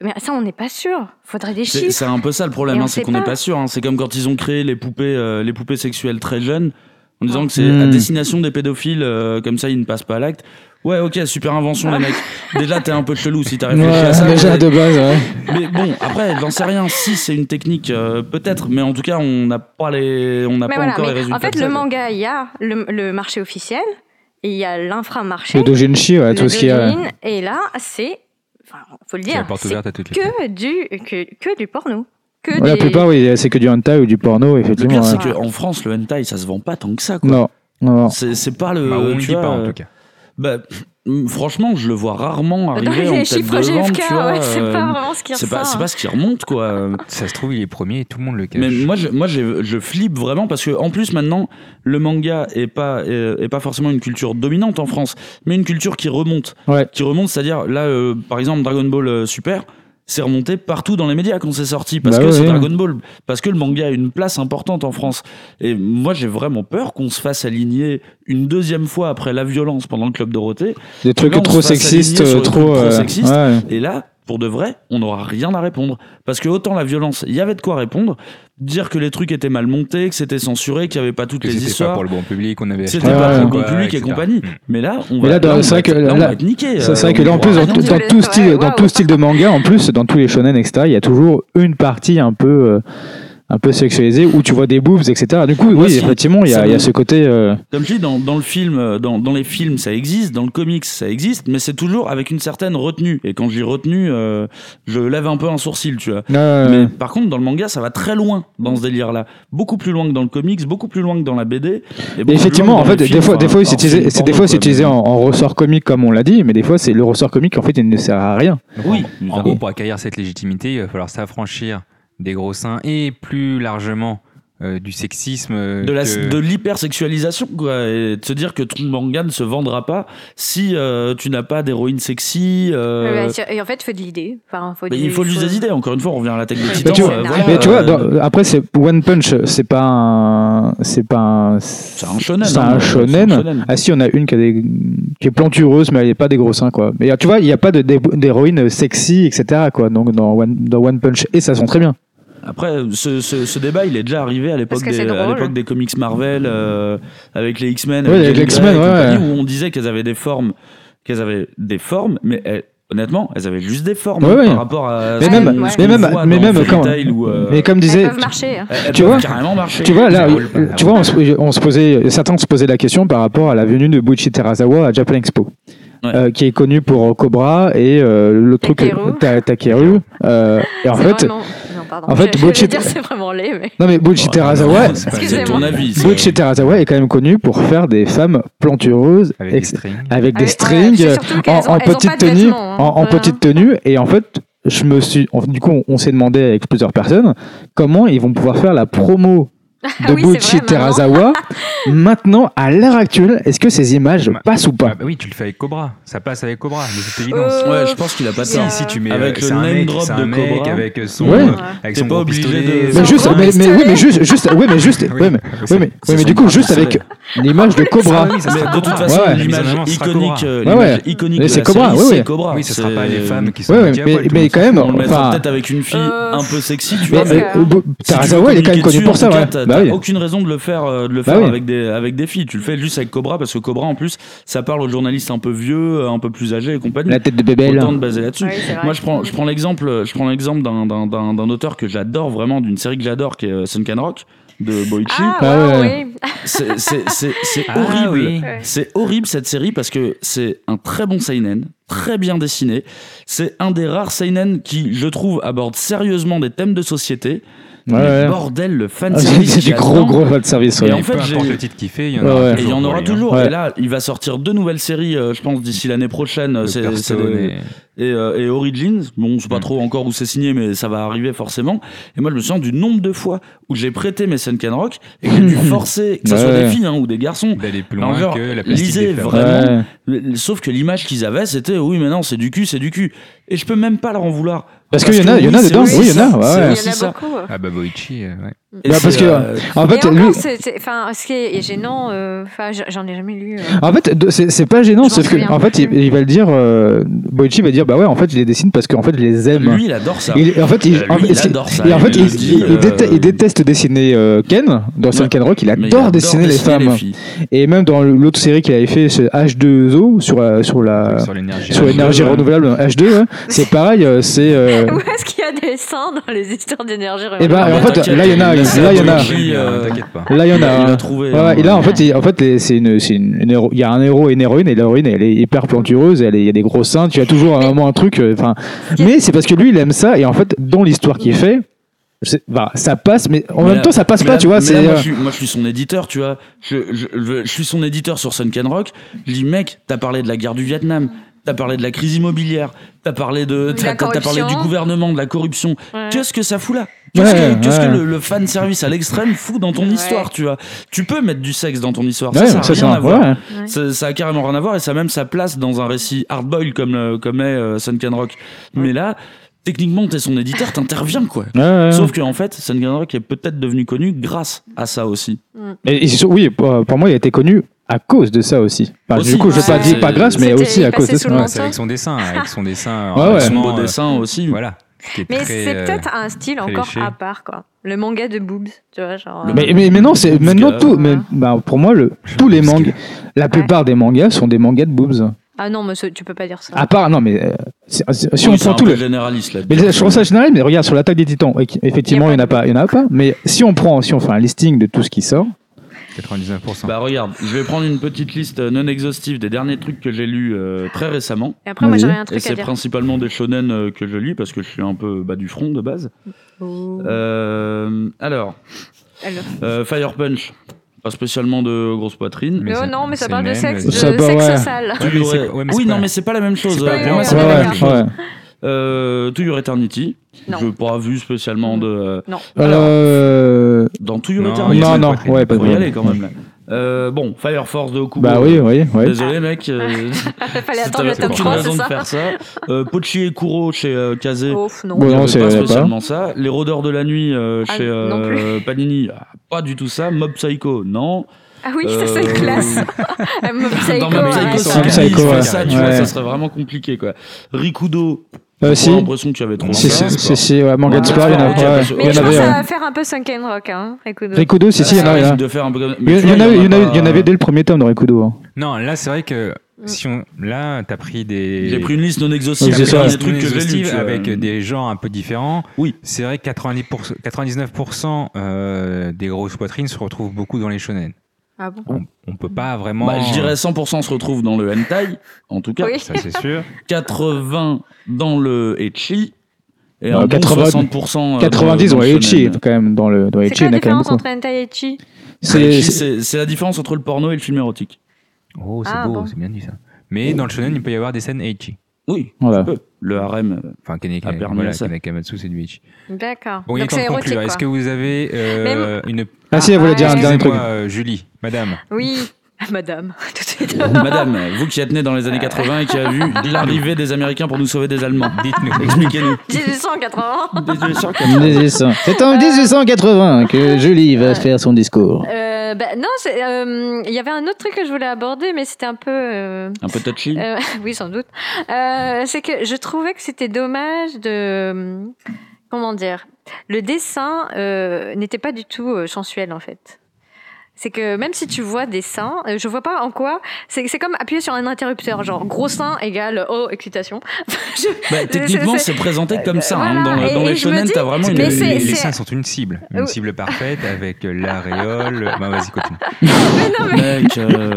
S11: Mais ça, on n'est pas sûr. Faudrait des
S12: Mhm. C'est
S11: chiffres.
S12: c'est un peu ça le problème,
S11: Et on
S12: hein, c'est
S11: sait
S12: qu'on n'est
S11: pas.
S12: pas sûr. hein. C'est comme quand ils ont créé les poupées, euh, les poupées sexuelles très jeunes, en disant que c'est
S10: Mm.
S12: à destination des pédophiles, euh, comme ça ils ne passent pas à l'acte. Ouais, ok, super invention les mecs. Déjà t'es un peu chelou si t'as réfléchi à ça.
S10: Ouais, déjà
S12: mais-
S10: de base, ouais.
S12: Mais bon, après j'en sais rien. Si c'est une technique, euh, peut-être. Mais en tout cas, on n'a pas les, on n'a
S11: Mais
S12: pas
S11: voilà,
S12: encore les
S11: mais
S12: résultats.
S11: en fait,
S12: de ça,
S11: le
S12: quoi.
S11: manga, il y a le, le marché officiel et il y a l'inframarché.
S10: Le doujinshi, ouais,
S11: Le
S10: tout ce qui est, ouais.
S11: doujin, Et là, c'est. Enfin, faut le
S10: C'est
S11: dire.
S10: la porte
S11: c'est
S10: ouverte à toutes les
S11: que du, que, que du porno. Que
S10: Ouais, La
S11: des-
S10: plupart, oui, c'est que du hentai ou du porno,
S12: Le
S10: effectivement.
S12: pire, c'est
S10: ouais.
S12: qu'en France, le hentai, ça se vend pas tant que ça. Quoi.
S10: Non, non, non.
S12: C'est c'est pas le.
S10: Bah, on le
S12: tu
S10: dit pas, en
S12: euh,
S10: tout cas.
S12: Bah, mm, franchement, je le vois rarement
S11: Dans
S12: arriver
S11: les
S12: en tête
S11: chiffres
S12: de
S11: GFK,
S12: vente, tu vois,
S11: ouais, c'est
S12: euh,
S11: pas vraiment ce qui
S12: c'est pas,
S11: ressort,
S12: c'est
S11: hein.
S12: pas ce qui remonte, quoi. Ça se trouve, il est premier et tout le monde le cache. Mais moi, je, moi, je, je flippe vraiment parce que, en plus, maintenant, le manga est pas, euh, est, pas forcément une culture dominante en France, mais une culture qui remonte. Qui remonte, c'est-à-dire, là, euh, par exemple, Dragon Ball euh, Super. C'est remonté partout dans les médias quand c'est sorti parce
S10: Bah
S12: que
S10: ouais,
S12: c'est
S10: ouais.
S12: Dragon Ball, parce que le manga a une place importante en France. Et moi, j'ai vraiment peur qu'on se fasse aligner une deuxième fois après la violence pendant le club Dorothée.
S10: Des trucs
S12: Là, on
S10: trop
S12: se fasse
S10: sexistes,
S12: aligner sur des
S10: trop,
S12: trucs
S10: euh,
S12: sexistes.
S10: ouais.
S12: Et là, pour de vrai, on n'aura rien à répondre. Parce que autant la violence, il y avait de quoi répondre. Dire que les trucs étaient mal montés, que c'était censuré, qu'il n'y avait pas toutes
S1: Que
S12: les
S1: c'était pas
S12: histoires.
S1: pour le bon public, on avait
S12: C'était
S1: acheté un
S12: pas pour le bon
S1: quoi,
S12: public et
S1: etc. Mm.
S12: compagnie. Mais là, on
S10: Mais
S12: va,
S10: là,
S12: là, on
S10: dans- c'est vrai
S12: va être-
S10: que
S12: là, on
S10: là-
S12: va être niqué.
S10: c'est vrai
S12: Euh,
S10: que là, en
S12: on
S10: plus,
S12: pourra
S10: dans,
S12: rien
S10: tout-
S12: dire.
S10: dans tout style, dans tout style de manga, en plus, dans tous les shonen, etc., il y a toujours une partie un peu, euh, un peu sexualisée où tu vois des boobs, etc. Du coup,
S12: Moi,
S10: oui,
S12: si-
S10: effectivement, il y, a-
S12: ça
S10: il y a
S12: me-
S10: ce côté. euh,
S12: Comme je dis, dans, dans le film, euh, dans, dans les films, ça existe, dans le comics, ça existe, mais c'est toujours avec une certaine retenue. Et quand je dis retenue, euh, je lève un peu un sourcil, tu vois.
S10: Ouais,
S12: mais
S10: ouais.
S12: par contre, dans le manga, ça va très loin dans ce délire-là. Beaucoup plus loin que dans le comics, beaucoup plus loin que dans la BD. et
S10: Mais
S12: beaucoup
S10: effectivement, en
S12: plus loin
S10: fait,
S12: que dans les
S10: des
S12: films.
S10: fois, des
S12: Enfin,
S10: fois,
S12: alors,
S10: c'est utilisé,
S12: film
S10: c'est- des
S12: porno,
S10: fois, c'est
S12: quoi,
S10: utilisé
S12: mais-
S10: en, en ressort comique, comme on l'a dit, mais des fois, c'est le ressort comique, en fait, il ne sert à rien.
S12: Oui.
S1: En gros, pour acquérir cette légitimité, il va falloir s'affranchir des gros seins et plus largement euh, du sexisme. euh,
S12: de la-
S1: que-
S12: de l'hypersexualisation quoi et de se dire que ton manga ne se vendra pas si euh, tu n'as pas d'héroïne sexy
S11: Ouais,
S12: euh,
S11: ouais, Et en fait, faut de l'idée. Enfin, faut
S12: mais
S11: du-
S12: il faut lui des idées encore une fois on revient à l'attaque des
S10: Mais
S12: titans
S10: tu,
S12: euh,
S10: mais
S12: voilà,
S10: tu vois,
S12: euh,
S10: dans- après, c'est One Punch, c'est pas un, c'est pas un, c'est
S12: un shonen,
S10: C'est
S12: hein,
S10: un
S12: euh,
S10: shonen.
S12: c'est un shonen.
S10: Ah si, on a une qui, a des- qui est plantureuse, mais elle est pas des gros seins quoi. Mais tu vois, il n'y a pas de- d'hé- d'héroïne sexy, etc. quoi. Donc dans One, dans One Punch et ça sent très bien.
S12: Après, ce, ce- ce débat, il est déjà arrivé à l'époque
S10: Parce que
S12: des,
S10: c'est
S12: à
S10: drôle.
S12: l'époque des comics Marvel, euh, avec les X-Men,
S10: Ouais, avec les
S12: Jean Grey
S10: X-Men,
S12: et
S10: ouais.
S12: compagnie, où on disait qu'elles avaient des formes, qu'elles avaient des formes, mais elles- honnêtement, elles avaient juste des formes
S10: Ouais,
S12: hein,
S10: ouais.
S12: par rapport à
S10: Mais
S12: ce
S10: même-
S12: qu'on-
S10: ouais.
S12: ce
S10: mais
S12: qu'on
S10: même-
S12: voit
S10: mais
S12: dans
S10: même
S12: Fairy
S10: quand-
S12: Tail ou, euh,
S10: mais comme disait,
S11: Elles peuvent marcher. hein.
S12: elles
S10: tu
S12: peuvent
S10: vois,
S12: carrément marcher.
S10: tu vois là, euh,
S12: Ça roule pas.
S10: tu vois, on se, on se posait, certains se posaient la question par rapport à la venue de Buichi Terasawa à Japan Expo, euh, qui est connu pour Cobra et euh, le truc Ta- Takeru. euh, et en
S11: C'est
S10: fait,
S11: vraiment- Non, pardon.
S10: en fait,
S11: Je- je vais
S10: Bucci-
S11: dire, c'est vraiment laid, mais.
S10: Non mais Boichi
S12: non,
S10: Terasawa,
S12: c'est pas- c'est ton avis, c'est-
S10: Boichi Terasawa est quand même connu pour faire des femmes plantureuses ex- avec des strings,
S11: Ah
S10: euh,
S11: c'est surtout qu'elles
S10: en,
S11: ont-
S10: en
S11: elles ont pas
S10: petite
S11: de
S10: tenue,
S11: vêtements, hein,
S10: en, en
S11: voilà.
S10: petite tenue et en fait je me suis, en- du coup on, on s'est demandé avec plusieurs personnes comment ils vont pouvoir faire la promo
S11: Ah
S10: d'Obuchi Terazawa. Maintenant, à l'heure actuelle, est-ce que ces images passent ou pas
S1: bah oui, tu le fais avec Cobra. Ça passe avec Cobra, mais
S11: Euh,
S1: c'est évident.
S12: Ouais, je pense qu'il a pas
S1: Si,
S12: ça.
S1: si tu mets
S12: avec
S1: euh,
S12: le
S1: c'est un
S12: name
S1: mec,
S12: drop
S1: c'est un
S12: de
S1: mec
S12: Cobra.
S1: avec euh, son,
S10: Ouais.
S1: euh, avec
S12: T'es
S1: son
S12: pas
S1: gros
S12: obligé
S1: pistolet,
S12: de-
S1: son
S10: mais juste,
S1: gros
S10: mais, mais-
S1: pistolet.
S10: oui, mais juste, juste, oui, mais juste, oui, mais, oui, mais, oui, mais du coup, juste avec l'image de Cobra.
S1: Ah oui, ça
S12: Mais
S1: sera
S12: de toute
S1: Cobra.
S12: façon,
S10: Ouais.
S1: Mais normalement,
S12: l'image
S1: ce sera
S12: iconique,
S1: Cobra.
S12: euh,
S10: Ouais,
S12: l'image
S10: ouais.
S12: iconique
S10: Mais
S12: de
S10: c'est
S12: la
S10: Cobra,
S12: série,
S10: oui, oui.
S12: c'est Cobra.
S1: Oui, ce sera
S12: C'est-
S1: pas les femmes qui sont
S10: Ouais, ouais,
S1: habillées à
S10: mais,
S1: poil, tout le
S10: Eh, mais
S1: monde
S10: quand
S1: s'en
S10: même,
S12: On le mettra
S10: enfin,
S12: peut-être avec une fille
S11: Euh,
S12: un peu sexy, tu
S10: mais,
S12: vois.
S10: mais,
S11: Parce que-
S10: Obu-
S12: Si tu veux
S10: Terasawa, il est quand même
S12: communiquer
S10: connu pour
S12: dessus, en
S10: ça,
S12: tout
S10: ouais.
S12: cas, T'as
S10: Bah
S12: t'as
S10: oui.
S12: aucune raison de le faire, euh, de le
S10: Bah
S12: faire
S10: oui.
S12: avec des avec des filles. Tu le fais juste avec Cobra parce que Cobra en plus, ça parle aux journalistes un peu vieux, euh, un peu plus âgés et compagnie.
S10: La hein. tête de bébé, là.
S12: Autant de baser là-dessus.
S11: Ouais, c'est vrai.
S12: Moi, je prends, je prends l'exemple, je prends l'exemple d'un, d'un, d'un, d'un auteur que j'adore vraiment, d'une série que j'adore, qui est euh, Sunken Rock de Boichi.
S11: Ah,
S10: Ah
S11: ouais,
S10: ouais.
S11: oui.
S12: C'est, c'est, c'est, c'est
S1: Ah
S12: horrible.
S1: oui.
S11: Ouais.
S12: C'est horrible cette série parce que c'est un très bon seinen, très bien dessiné. C'est un des rares seinen qui, je trouve, aborde sérieusement des thèmes de société.
S10: Ouais,
S12: Mais
S10: ouais.
S12: bordel, le fan
S10: Ah, c'est c'est du gros, gros fan service,
S12: Et
S10: ouais.
S12: en
S1: Et
S12: fait,
S1: peu importe
S12: j'ai-
S1: le titre qu'il fait, il y en
S10: Ouais,
S1: aura
S10: ouais.
S1: toujours.
S12: Et il y en aura
S1: oui, hein.
S12: toujours.
S10: Ouais.
S12: Et là, il va sortir deux nouvelles séries, euh, je pense, d'ici l'année prochaine. euh,
S1: Le
S12: C'est- c'est
S1: Hearthstone
S12: des-
S1: et-
S12: et, euh, et Origins. Bon, je sais pas
S1: Mm.
S12: trop encore où c'est signé, mais ça va arriver forcément. Et moi, je me souviens du nombre de fois où j'ai prêté mes Sunken Rock et que j'ai dû forcer, que ce soit
S10: Ouais.
S12: des filles hein, ou des garçons.
S1: d'aller plus
S12: Alors,
S1: loin
S12: genre,
S1: que la plastique
S12: lisez
S1: des fleurs.
S12: vraiment.
S10: Ouais.
S12: Sauf que l'image qu'ils avaient, c'était oui, mais non, c'est du cul, c'est du cul. Et je peux même pas leur en vouloir.
S10: Parce qu'il y en a-
S12: que
S10: il y en a
S12: oui, c'est
S10: dedans,
S12: aussi
S10: oui, il y en a,
S12: ça,
S10: ouais,
S12: c'est
S10: ouais.
S11: Il
S12: aussi
S11: y en a
S12: ça.
S11: beaucoup.
S1: Ah bah Boichi, euh, ouais.
S12: Et
S10: Bah,
S12: c'est,
S10: parce que,
S12: euh,
S10: en
S11: Et
S10: fait,
S11: encore,
S10: lui-
S11: c'est- c'est- enfin, ce qui est est gênant, euh, enfin, j- j'en ai jamais lu. euh.
S10: En fait, de- c'est c'est pas gênant,
S11: Je m'en
S10: sauf que
S11: souviens
S10: en fait,
S11: plus.
S10: il, il va le dire. Euh, Boichi va dire, bah ouais, en fait, je les dessine parce qu'en fait, je les aime.
S12: lui, il adore ça.
S10: Il, en fait, il,
S12: Lui,
S10: en fait,
S12: il
S10: c'est-
S12: adore ça.
S10: et en fait,
S12: Il
S10: il,
S12: le dit,
S10: il- il
S12: euh,
S10: déteste, il déteste dessiner euh, Ken dans
S12: Ouais.
S10: Sunken Rock. Il
S12: Mais
S10: adore,
S12: il adore
S10: dessiner, les femmes.
S12: filles.
S10: Et même dans l'autre série qu'il avait fait, ce H2O sur la, sur la
S1: sur l'énergie.
S10: sur l'énergie
S12: ouais.
S10: renouvelable H2, ouais, c'est pareil. euh, C'est euh,
S11: Où est-ce qu'il y a des seins dans les histoires d'énergie
S10: Eh ben,
S11: renouvelable
S12: Ah,
S10: en fait, là, il y en a,
S12: Mais
S10: là, il y en a.
S12: Boichi, euh,
S1: T'inquiète pas.
S10: là il y en
S12: il
S10: a.
S12: a
S10: un.
S12: trouvé,
S10: Ouais,
S12: hein.
S10: ouais, et là en fait, il- en fait, les- c'est une, c'est une, une héro- il y a un héros et une héroïne et l'héroïne elle est hyper plantureuse, elle est- il y a des gros seins, tu as toujours à un moment un truc, euh, enfin. mais c'est parce que lui il aime ça et en fait dans l'histoire qui est fait, c'est- bah, ça passe, mais en
S12: Mais
S10: même
S12: là-
S10: temps ça passe
S12: mais
S10: pas,
S12: là-
S10: tu vois.
S12: mais là,
S10: C'est
S12: moi,
S10: euh,
S12: je suis, moi, je suis son éditeur, tu vois. Je, je, je- je suis son éditeur sur Sunken Rock. Je dis, mec, t'as parlé de la guerre du Vietnam, t'as parlé de la crise immobilière, t'as parlé de,
S11: De la
S12: t'as, t'as- t'as parlé du
S11: corruption.
S12: gouvernement, de la corruption.
S11: Ouais.
S12: Qu'est-ce que ça fout là Qu'est-ce
S10: Ouais,
S12: que, qu'est-ce que
S10: ouais.
S12: le, le fan service à l'extrême fout dans ton
S11: Ouais.
S12: histoire, tu vois Tu peux mettre du sexe dans ton histoire,
S10: ouais,
S12: ça, ça, a
S10: ça,
S12: rien
S10: ça,
S12: à voir.
S10: ouais.
S11: Ouais.
S12: Ça, ça a carrément rien à voir et ça a même sa place dans un récit hard-boil comme, euh, comme est euh, Sunken Rock. Mais là, techniquement, t'es son éditeur, t'interviens quoi.
S10: Ouais, ouais, ouais.
S12: Sauf qu'en fait, Sunken Rock est peut-être devenu connu grâce à ça aussi.
S10: Et, et c'est sûr- oui, pour, pour moi, il a été connu à cause de ça aussi. Enfin,
S12: Aussi.
S10: du coup, je vais pas
S11: Ouais.
S10: dire pas grâce, mais
S11: C'était-
S10: aussi
S11: il
S10: à cause de
S11: passait sous
S10: ça.
S11: le
S10: ouais.
S11: manteau.
S1: C'est avec son dessin, avec son dessin.
S10: Ouais, ouais.
S12: Son beau
S1: Son
S12: dessin aussi.
S1: Voilà. qui est
S11: Mais
S1: très,
S11: c'est
S1: euh,
S11: peut-être un style
S1: très
S11: encore
S1: léché.
S11: à part, quoi. Le manga de boobs, tu vois, genre. euh.
S10: Mais, mais, mais non, c'est maintenant
S12: Parce que- euh,
S10: tout. Mais, bah, pour moi, le, tous les
S1: Parce que-
S10: mangas, la plupart des mangas sont des mangas de boobs.
S11: Ah non, mais ce- tu peux pas dire ça.
S10: À part, non, mais euh, c'est- c'est- si
S12: Oui,
S10: on
S12: c'est
S10: prend
S12: un
S10: tout
S12: peu
S10: le,
S12: généraliste là.
S10: Mais je trouve ça général, mais regarde sur l'attaque des titans, et qui- effectivement, il
S11: Y
S10: n'y
S11: a
S10: en a pas, il y en a pas. Mais si on prend, si on fait un listing de tout ce qui sort,
S1: 99%.
S12: Bah regarde, je vais prendre une petite liste non exhaustive des derniers trucs que j'ai lus euh, très récemment.
S11: Et après, moi,
S10: Vas-y.
S11: j'aurais un
S12: Et
S11: truc à
S12: c'est
S11: dire.
S12: principalement des shonen euh, que je lis parce que je suis un peu bas du front de base.
S11: Oh.
S12: Euh, alors,
S11: Alors.
S12: euh, Fire Punch, pas spécialement de grosse poitrine.
S1: Mais
S11: Mais oh
S1: ça-
S11: non, mais ça
S1: c'est
S11: parle de
S1: même,
S11: sexe,
S1: euh,
S11: de
S10: Ça
S11: sexe
S10: va, ouais.
S11: sale.
S1: Ouais, mais c'est-
S12: Your-
S1: ouais, mais
S12: oui,
S1: c'est
S12: non,
S1: pas-
S12: mais c'est pas la même chose.
S1: c'est pas la
S12: Euh,
S1: même
S11: Ouais,
S1: chose.
S10: ouais,
S11: ouais,
S10: ouais,
S11: d'accord.
S10: ouais.
S12: euh, To Your Eternity,
S11: Non.
S12: je n'ai pas vu spécialement de. euh,
S11: Non.
S10: Euh,
S12: dans To Your
S1: Non,
S12: Eternity.
S10: non, non,
S1: poitrine.
S10: ouais, pas
S12: Faut y
S10: de-
S12: aller quand même. là. Euh, bon, Fire Force de Okubo.
S10: Bah oui, oui, oui.
S12: Désolé mec. euh,
S11: Fallait
S12: si
S11: attendre le
S12: t'avais
S11: tome
S12: aucune
S11: 3, c'est
S12: raison de
S11: ça Oh.
S12: faire ça. Euh, Pochi et Kuro chez euh, Kaze.
S11: Ouf, non.
S10: Bah, Bon,
S12: il y
S10: non,
S12: avait
S10: c'est-
S12: pas
S10: y a pas.
S12: spécialement ça. Les rôdeurs de la nuit euh,
S11: Ah,
S12: chez
S11: non
S12: euh,
S11: plus.
S12: Panini, ah, pas du tout ça. Mob Psycho, non.
S11: Ah oui, ça c'est
S12: Euh,
S11: classe. Ah, Mob Psycho,
S12: Dans Mob
S11: arrête.
S12: Psycho,
S10: ça. Mob
S12: c'est
S10: Psycho,
S12: Psycho,
S10: ouais.
S12: ça, tu
S10: Ouais.
S12: vois, ça serait vraiment compliqué quoi. Rikudo,
S10: Euh,
S12: j'ai
S10: si,
S12: l'impression que tu avais trop
S10: si,
S1: Ouais,
S10: si,
S1: c'est
S10: si, si, ouais, manga de
S12: Ouais,
S10: sport, il y en a,
S12: ok,
S10: ouais,
S12: parce que-
S10: il
S11: Mais je
S10: y en
S11: pense
S10: avait.
S11: que ça
S10: ouais.
S11: va faire un peu Sunken Rock, hein. Rikudo.
S10: Rikudo, si, si, il y en a, il y en a.
S12: de faire un peu comme- mais
S10: Il
S12: tu
S10: y en
S12: vois,
S10: avait, il y en
S12: a
S10: avait-
S12: pas- Ah,
S10: il y en avait dès le premier tome dans Rikudo. hein.
S1: Non, là, c'est vrai que
S11: Mm.
S1: si on, là, t'as pris des.
S12: J'ai pris une liste non
S1: t'as
S12: exhaustive.
S10: Oui,
S1: pris
S10: c'est ça.
S1: des
S12: des trucs que j'ai lus
S1: exhaustive
S12: tu vois.
S1: avec euh, des genres un peu différents.
S12: Oui.
S1: C'est vrai que 90%, 99% euh, des grosses poitrines se retrouvent beaucoup dans les shonen.
S11: Ah bon
S1: On, on peut pas vraiment.
S12: Bah, je dirais 100% se retrouve dans le hentai, en tout cas.
S11: Oui.
S1: Ça, c'est sûr.
S12: 80 dans le Echi. Et
S10: Non,
S12: un bon
S10: 80,
S12: 60% euh,
S10: 90,
S12: dans le
S10: ouais, Echi,
S12: shonen. Bah,
S10: quand même, dans le, dans
S11: C'est
S10: Echi,
S11: quoi
S10: il y en
S11: la
S10: a quand même
S11: différence
S10: beaucoup.
S11: entre hentai et chi
S10: C'est,
S12: Echi, C'est c'est la différence entre le porno et le film érotique.
S1: Oh, c'est
S11: Ah,
S1: beau,
S11: bon.
S12: Oh.
S1: c'est bien dit ça. Mais dans le shonen, il peut y avoir des scènes Eichi.
S12: Oui,
S10: Voilà.
S12: tu peux. Le harem euh,
S1: Enfin, Kane-
S12: a permis
S1: voilà,
S12: à ça.
S1: Kane- Kamatsu, c'est du Ichi.
S11: D'accord.
S1: Bon, il est
S11: Donc
S1: temps
S11: c'est
S1: de
S11: érotique.
S1: conclure. Est-ce
S11: quoi.
S1: que vous avez euh, une.
S10: Ah, si, elle voulait dire un dernier truc.
S1: Excusez-moi, euh, Julie, madame.
S11: Oui, Ah, madame. Tout de suite.
S12: Madame, euh, vous qui la tenez dans les années 80 et qui a vu l'arrivée des Américains pour nous sauver des Allemands, dites-nous, expliquez-nous.
S11: 1880.
S10: 1800. C'est en 1880 que Julie va faire son discours.
S11: Euh, bah, non, c'est, euh, il y avait un autre truc que je voulais aborder, mais c'était un peu. euh,
S12: Un peu touchy.
S11: Euh, oui, sans doute. Euh, c'est que je trouvais que c'était dommage de. Comment dire Le dessin euh, n'était pas du tout euh, sensuel, en fait. C'est que même si tu vois des seins, euh, je vois pas en quoi. C'est c'est comme appuyer sur un interrupteur, genre gros sein égale oh, excitation. Je-
S12: Bah, techniquement, c'est présenté comme ça. hein.
S11: euh, Voilà.
S12: Dans, le-
S11: Et-
S12: dans
S11: et
S12: les
S11: je me
S12: shonen,
S11: dis-
S12: t'as vraiment
S11: Mais
S12: une.
S1: Les-
S11: c'est-
S1: les, les
S11: c'est-
S1: seins sont une cible, une
S10: Euh,
S11: Oui.
S1: cible parfaite avec l'aréole. bah, vas-y, continue.
S11: Mais non, mais,
S12: Mec, euh,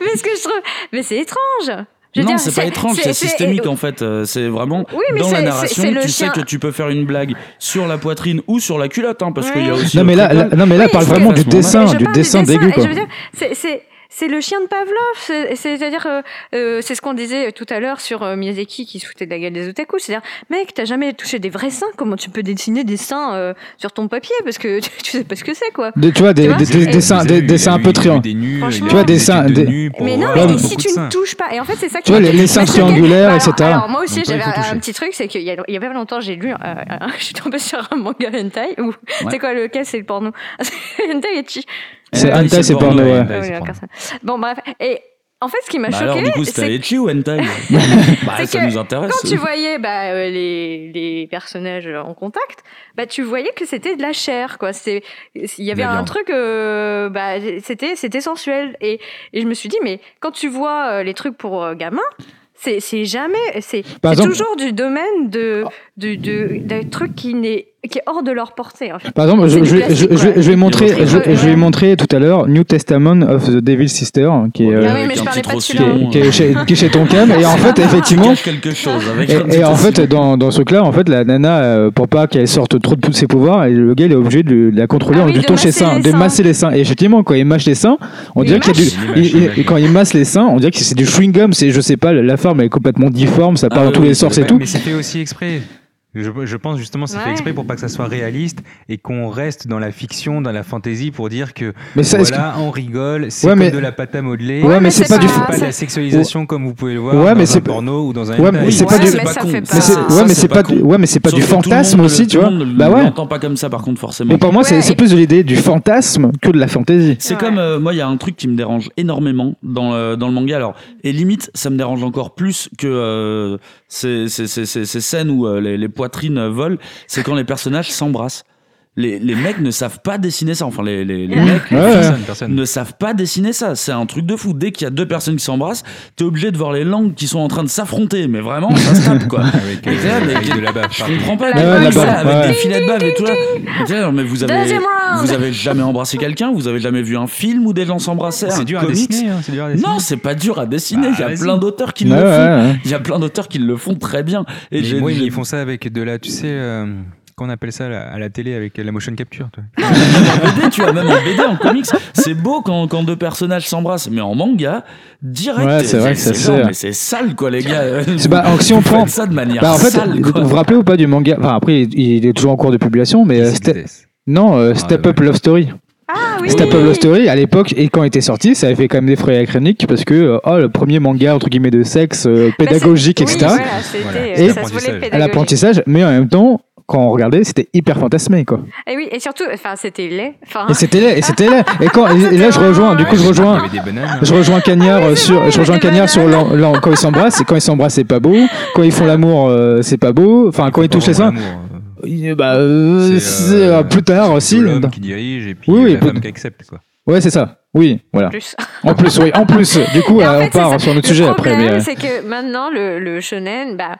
S11: mais ce que je trouve. Mais c'est étrange Je veux
S12: non,
S11: dire,
S12: c'est pas étrange, c'est systémique en fait. Euh, C'est vraiment
S11: Oui, mais
S12: dans
S11: c'est-
S12: la
S11: c'est-
S12: narration,
S11: c'est le
S12: tu sais
S11: chien.
S12: que tu peux faire une blague sur la poitrine ou sur la culotte, hein, parce qu'il y a aussi.
S10: Non mais
S12: autre
S10: là,
S12: chose.
S10: là- non mais là,
S11: Oui, parce
S10: parle vraiment
S12: que-
S10: du
S12: Mais je
S10: dessin,
S11: Mais je
S10: du
S11: parle
S10: dessin
S11: dessin,
S10: dégueu
S11: et je
S10: quoi.
S11: veux dire, c'est- c'est- c'est le chien de Pavlov. c'est- C'est-à-dire, euh, euh, c'est ce qu'on disait tout à l'heure sur euh, Miyazaki qui se foutait de la gueule des otaku. C'est-à-dire, mec, t'as jamais touché des vrais seins. Comment tu peux dessiner des seins euh, sur ton papier Parce que tu, tu sais pas ce que c'est, quoi.
S10: De- tu vois des,
S11: Tu vois,
S10: des- des-
S11: c'est-
S10: des seins, des, des seins un peu triangles.
S1: Des nus,
S11: Franchement.
S1: il a fait
S10: Tu vois, des
S1: études de
S10: seins-
S1: nus pour
S11: Mais non,
S1: voir
S11: mais
S1: beaucoup
S11: si
S1: de
S11: tu
S1: seins.
S11: ne touches pas. Et en fait, c'est ça qui
S10: Tu vois, les- les
S11: m'a
S10: seins
S11: choquée.
S10: triangulaires,
S11: Alors-
S10: etc.
S11: Alors, moi aussi,
S1: Donc, toi, il
S11: j'avais
S1: faut toucher.
S11: un petit truc, c'est qu'il y a il y a pas longtemps, j'ai lu, euh, euh, je suis tombée sur un manga hentai où, c'est quoi, lequel c'est le porno Hentai et chi.
S10: C'est
S12: Hentai,
S10: hentai, c'est porno. ouais.
S1: hentai,
S11: Ah oui,
S1: c'est
S11: d'accord,
S1: porno.
S11: ça. Bon, bref. Et en fait, ce qui m'a
S12: eh. Bah
S11: choqué,
S12: alors, du coup, c'était
S11: c'est
S12: Echi ou Hentai Bah,
S11: C'est
S12: ça
S11: que
S12: nous intéresse.
S11: quand tu voyais bah, euh, les, les personnages en contact, bah, tu voyais que c'était de la chair. quoi. C'est- Il y avait
S1: La
S11: un
S1: viande.
S11: truc, euh, bah, c'était c'était sensuel. Et, et je me suis dit, mais quand tu vois euh, les trucs pour euh, gamins, c'est c'est jamais. C'est
S10: Par
S11: c'est
S10: exemple-
S11: toujours du domaine de, de, de, d'un truc qui, n'est- qui est hors de leur portée. En fait.
S10: Par exemple, je,
S11: C'est
S10: je,
S11: du
S10: je,
S11: classique,
S10: je- je
S11: quoi.
S10: vais montrer,
S12: C'est
S10: je, je
S11: très-
S10: vais montrer tout à l'heure New Testament of the Devil Sister, hein, qui est,
S12: Euh,
S10: euh,
S11: Ah oui, mais
S12: avec
S11: je
S12: un
S11: parlais
S12: titre
S11: pas de
S12: aussi
S11: celui-là.
S12: long,
S10: qui est
S12: euh,
S10: chez, qui est chez Tonkam. Et en fait, effectivement,
S12: cache quelque chose avec un
S10: et, et
S12: titre
S10: en
S12: aussi
S10: fait,
S12: long.
S10: dans, dans ce cas-là, en fait, la nana, euh, pour pas qu'elle sorte trop de ses pouvoirs, et le gars, il est obligé de la contrôler
S11: Ah
S10: en
S11: oui,
S10: lui
S11: de
S10: touchant les
S11: masser
S10: seins,
S11: les
S10: de
S11: seins.
S10: masser les seins. Et effectivement, quand il mâche les seins, on
S11: Il
S10: dirait
S12: Ah,
S10: qu'il y a du,
S1: mâche.
S10: il-
S1: Il
S10: il-
S1: mâche, il
S10: et quand il masse les seins, on dirait que c'est du chewing gum. C'est, je sais pas, la forme elle est complètement difforme, ça part
S12: Ah
S10: dans
S12: oui,
S10: tous
S12: oui,
S10: les sens et
S1: Ouais,
S10: tout.
S1: Mais c'est fait aussi exprès. Je, je pense justement c'est fait
S11: Ouais.
S1: exprès pour pas que ça soit réaliste et qu'on reste dans la fiction, dans la fantaisie pour dire que
S10: Mais ça, est-ce que-
S1: voilà, on rigole, c'est
S10: Ouais,
S1: comme
S10: mais-
S1: de la pâte à modeler.
S10: Ouais, mais c'est pas du-
S1: pas de la sexualisation comme vous pouvez le voir
S10: Ouais,
S1: dans
S10: mais
S1: un
S10: c'est-
S1: porno ou dans un
S10: Ouais,
S1: hentai.
S10: mais c'est pas
S11: Ouais,
S10: du-
S11: mais ça
S12: con.
S11: fait pas-
S10: Mais c'est-
S11: Ah,
S10: ouais, mais c'est pas, du-
S12: con.
S10: ouais, mais c'est pas
S12: Sauf
S10: du
S12: que tout le
S10: fantasme
S12: monde-
S10: aussi,
S12: tout
S10: tu
S12: le
S10: vois.
S12: monde
S10: Bah ouais.
S12: l'entend pas comme ça, par contre, forcément.
S10: Mais pour moi, c'est-
S11: Ouais,
S10: c'est
S11: et-
S10: plus de l'idée du fantasme que de la fantaisie.
S12: C'est
S11: Ouais.
S12: comme euh, moi, il y a un truc qui me dérange énormément dans le, dans le manga. Alors, et limite, ça me dérange encore plus que euh, ces, ces- ces- ces- ces scènes où euh, les, les poitrines euh, volent. C'est quand les personnages s'embrassent. Les, les mecs ne savent pas dessiner ça. Enfin, les, les- les mecs
S10: Ouais, ouais.
S1: Personne, personne.
S12: ne savent pas dessiner ça. C'est un truc de fou. Dès qu'il y a deux personnes qui s'embrassent, t'es obligé de voir les langues qui sont en train de s'affronter. Mais vraiment, ça se tape quoi.
S1: Avec, euh,
S12: Et là, mais-
S1: avec de la bave.
S12: Je comprends pas
S11: Ouais,
S12: la
S11: ouais,
S12: bave,
S11: la
S12: ça,
S10: bave,
S12: avec
S10: Bah ouais.
S12: des filets de bave et tout là. Mais t'es là, mais vous avez,
S11: Deuxième round.
S12: vous avez jamais embrassé quelqu'un Vous avez jamais vu un film où des gens s'embrassaient
S1: C'est
S12: un
S1: dur à
S12: comics
S1: dessiner. hein, c'est dur à dessiner.
S12: Non, c'est pas dur à dessiner.
S1: Bah,
S12: Il y a
S1: vas-y.
S12: plein d'auteurs qui
S10: Ouais,
S12: le
S10: ouais,
S12: font.
S10: ouais.
S12: Il y a plein d'auteurs qui le font très bien. Et
S1: Mais
S12: j'ai-
S1: moi, ils
S12: j'ai-
S1: font ça avec de la, tu sais, euh, qu'on appelle ça là, à la télé avec la motion capture. toi.
S12: en BD, tu as même en BD, en comics, c'est beau quand, quand deux personnages s'embrassent, mais en manga, direct,
S10: Ouais,
S12: t'es-
S10: c'est vrai que ça
S12: c'est
S10: se
S12: genre,
S10: fait.
S12: mais c'est sale quoi les gars.
S10: C'est- bah, alors, si on
S12: Vous
S10: prend-
S12: faites ça de manière
S10: Bah en fait,
S12: sale
S10: vous
S12: quoi.
S10: vous rappelez ou pas du manga Enfin après, il- il est toujours en cours de publication, mais euh,
S1: Ici,
S10: Ste-
S1: vitesse.
S10: non, euh,
S1: Ah,
S10: Step
S1: ouais.
S10: Up Love Story.
S11: Ah oui
S10: Step Up Love Story à l'époque et quand il était sorti, ça avait fait quand même des frais à la chronique parce que euh, oh le premier manga entre guillemets de sexe euh,
S11: Bah, c'est-
S10: pédagogique
S11: oui,
S10: etc.
S11: voilà, c'était,
S1: Voilà.
S11: euh, ça se
S10: Et
S11: voulait
S1: l'apprentissage.
S10: À
S11: pédagogique.
S10: l'apprentissage, mais en même temps, quand on regardait, c'était hyper fantasmé quoi.
S11: Et oui, et surtout, enfin, c'était laid. Enfin,
S10: Et c'était là, et c'était là. Et quand et, et là je rejoins, du coup je
S1: Il y
S10: rejoins.
S1: avait des bananes. hein.
S10: Je rejoins Cagnard euh, sur,
S11: vrai,
S10: je rejoins
S11: des
S10: Cagnard sur
S11: bananes.
S10: l'en- l'en- quand ils s'embrassent, et quand ils s'embrassent c'est pas beau, quand ils font l'amour euh, c'est pas beau, enfin quand ils touchent les
S1: Vraiment
S10: seins,
S1: l'amour, euh.
S10: Euh, Bah, euh,
S1: C'est,
S10: c'est, euh,
S1: euh,
S10: plus tard
S1: C'est
S10: aussi.
S1: l'homme qui dirige et puis
S10: bah. Oui, oui,
S1: la femme
S10: peut-
S1: qui accepte quoi.
S10: Ouais, c'est ça. Oui, voilà.
S11: plus.
S10: En plus, oui, en plus. Du coup,
S11: Et en
S10: euh,
S11: fait,
S10: on
S11: c'est ça.
S10: part sur notre
S11: le
S10: sujet
S11: problème,
S10: après. Mais, euh,
S11: c'est que maintenant, le, le shonen, bah,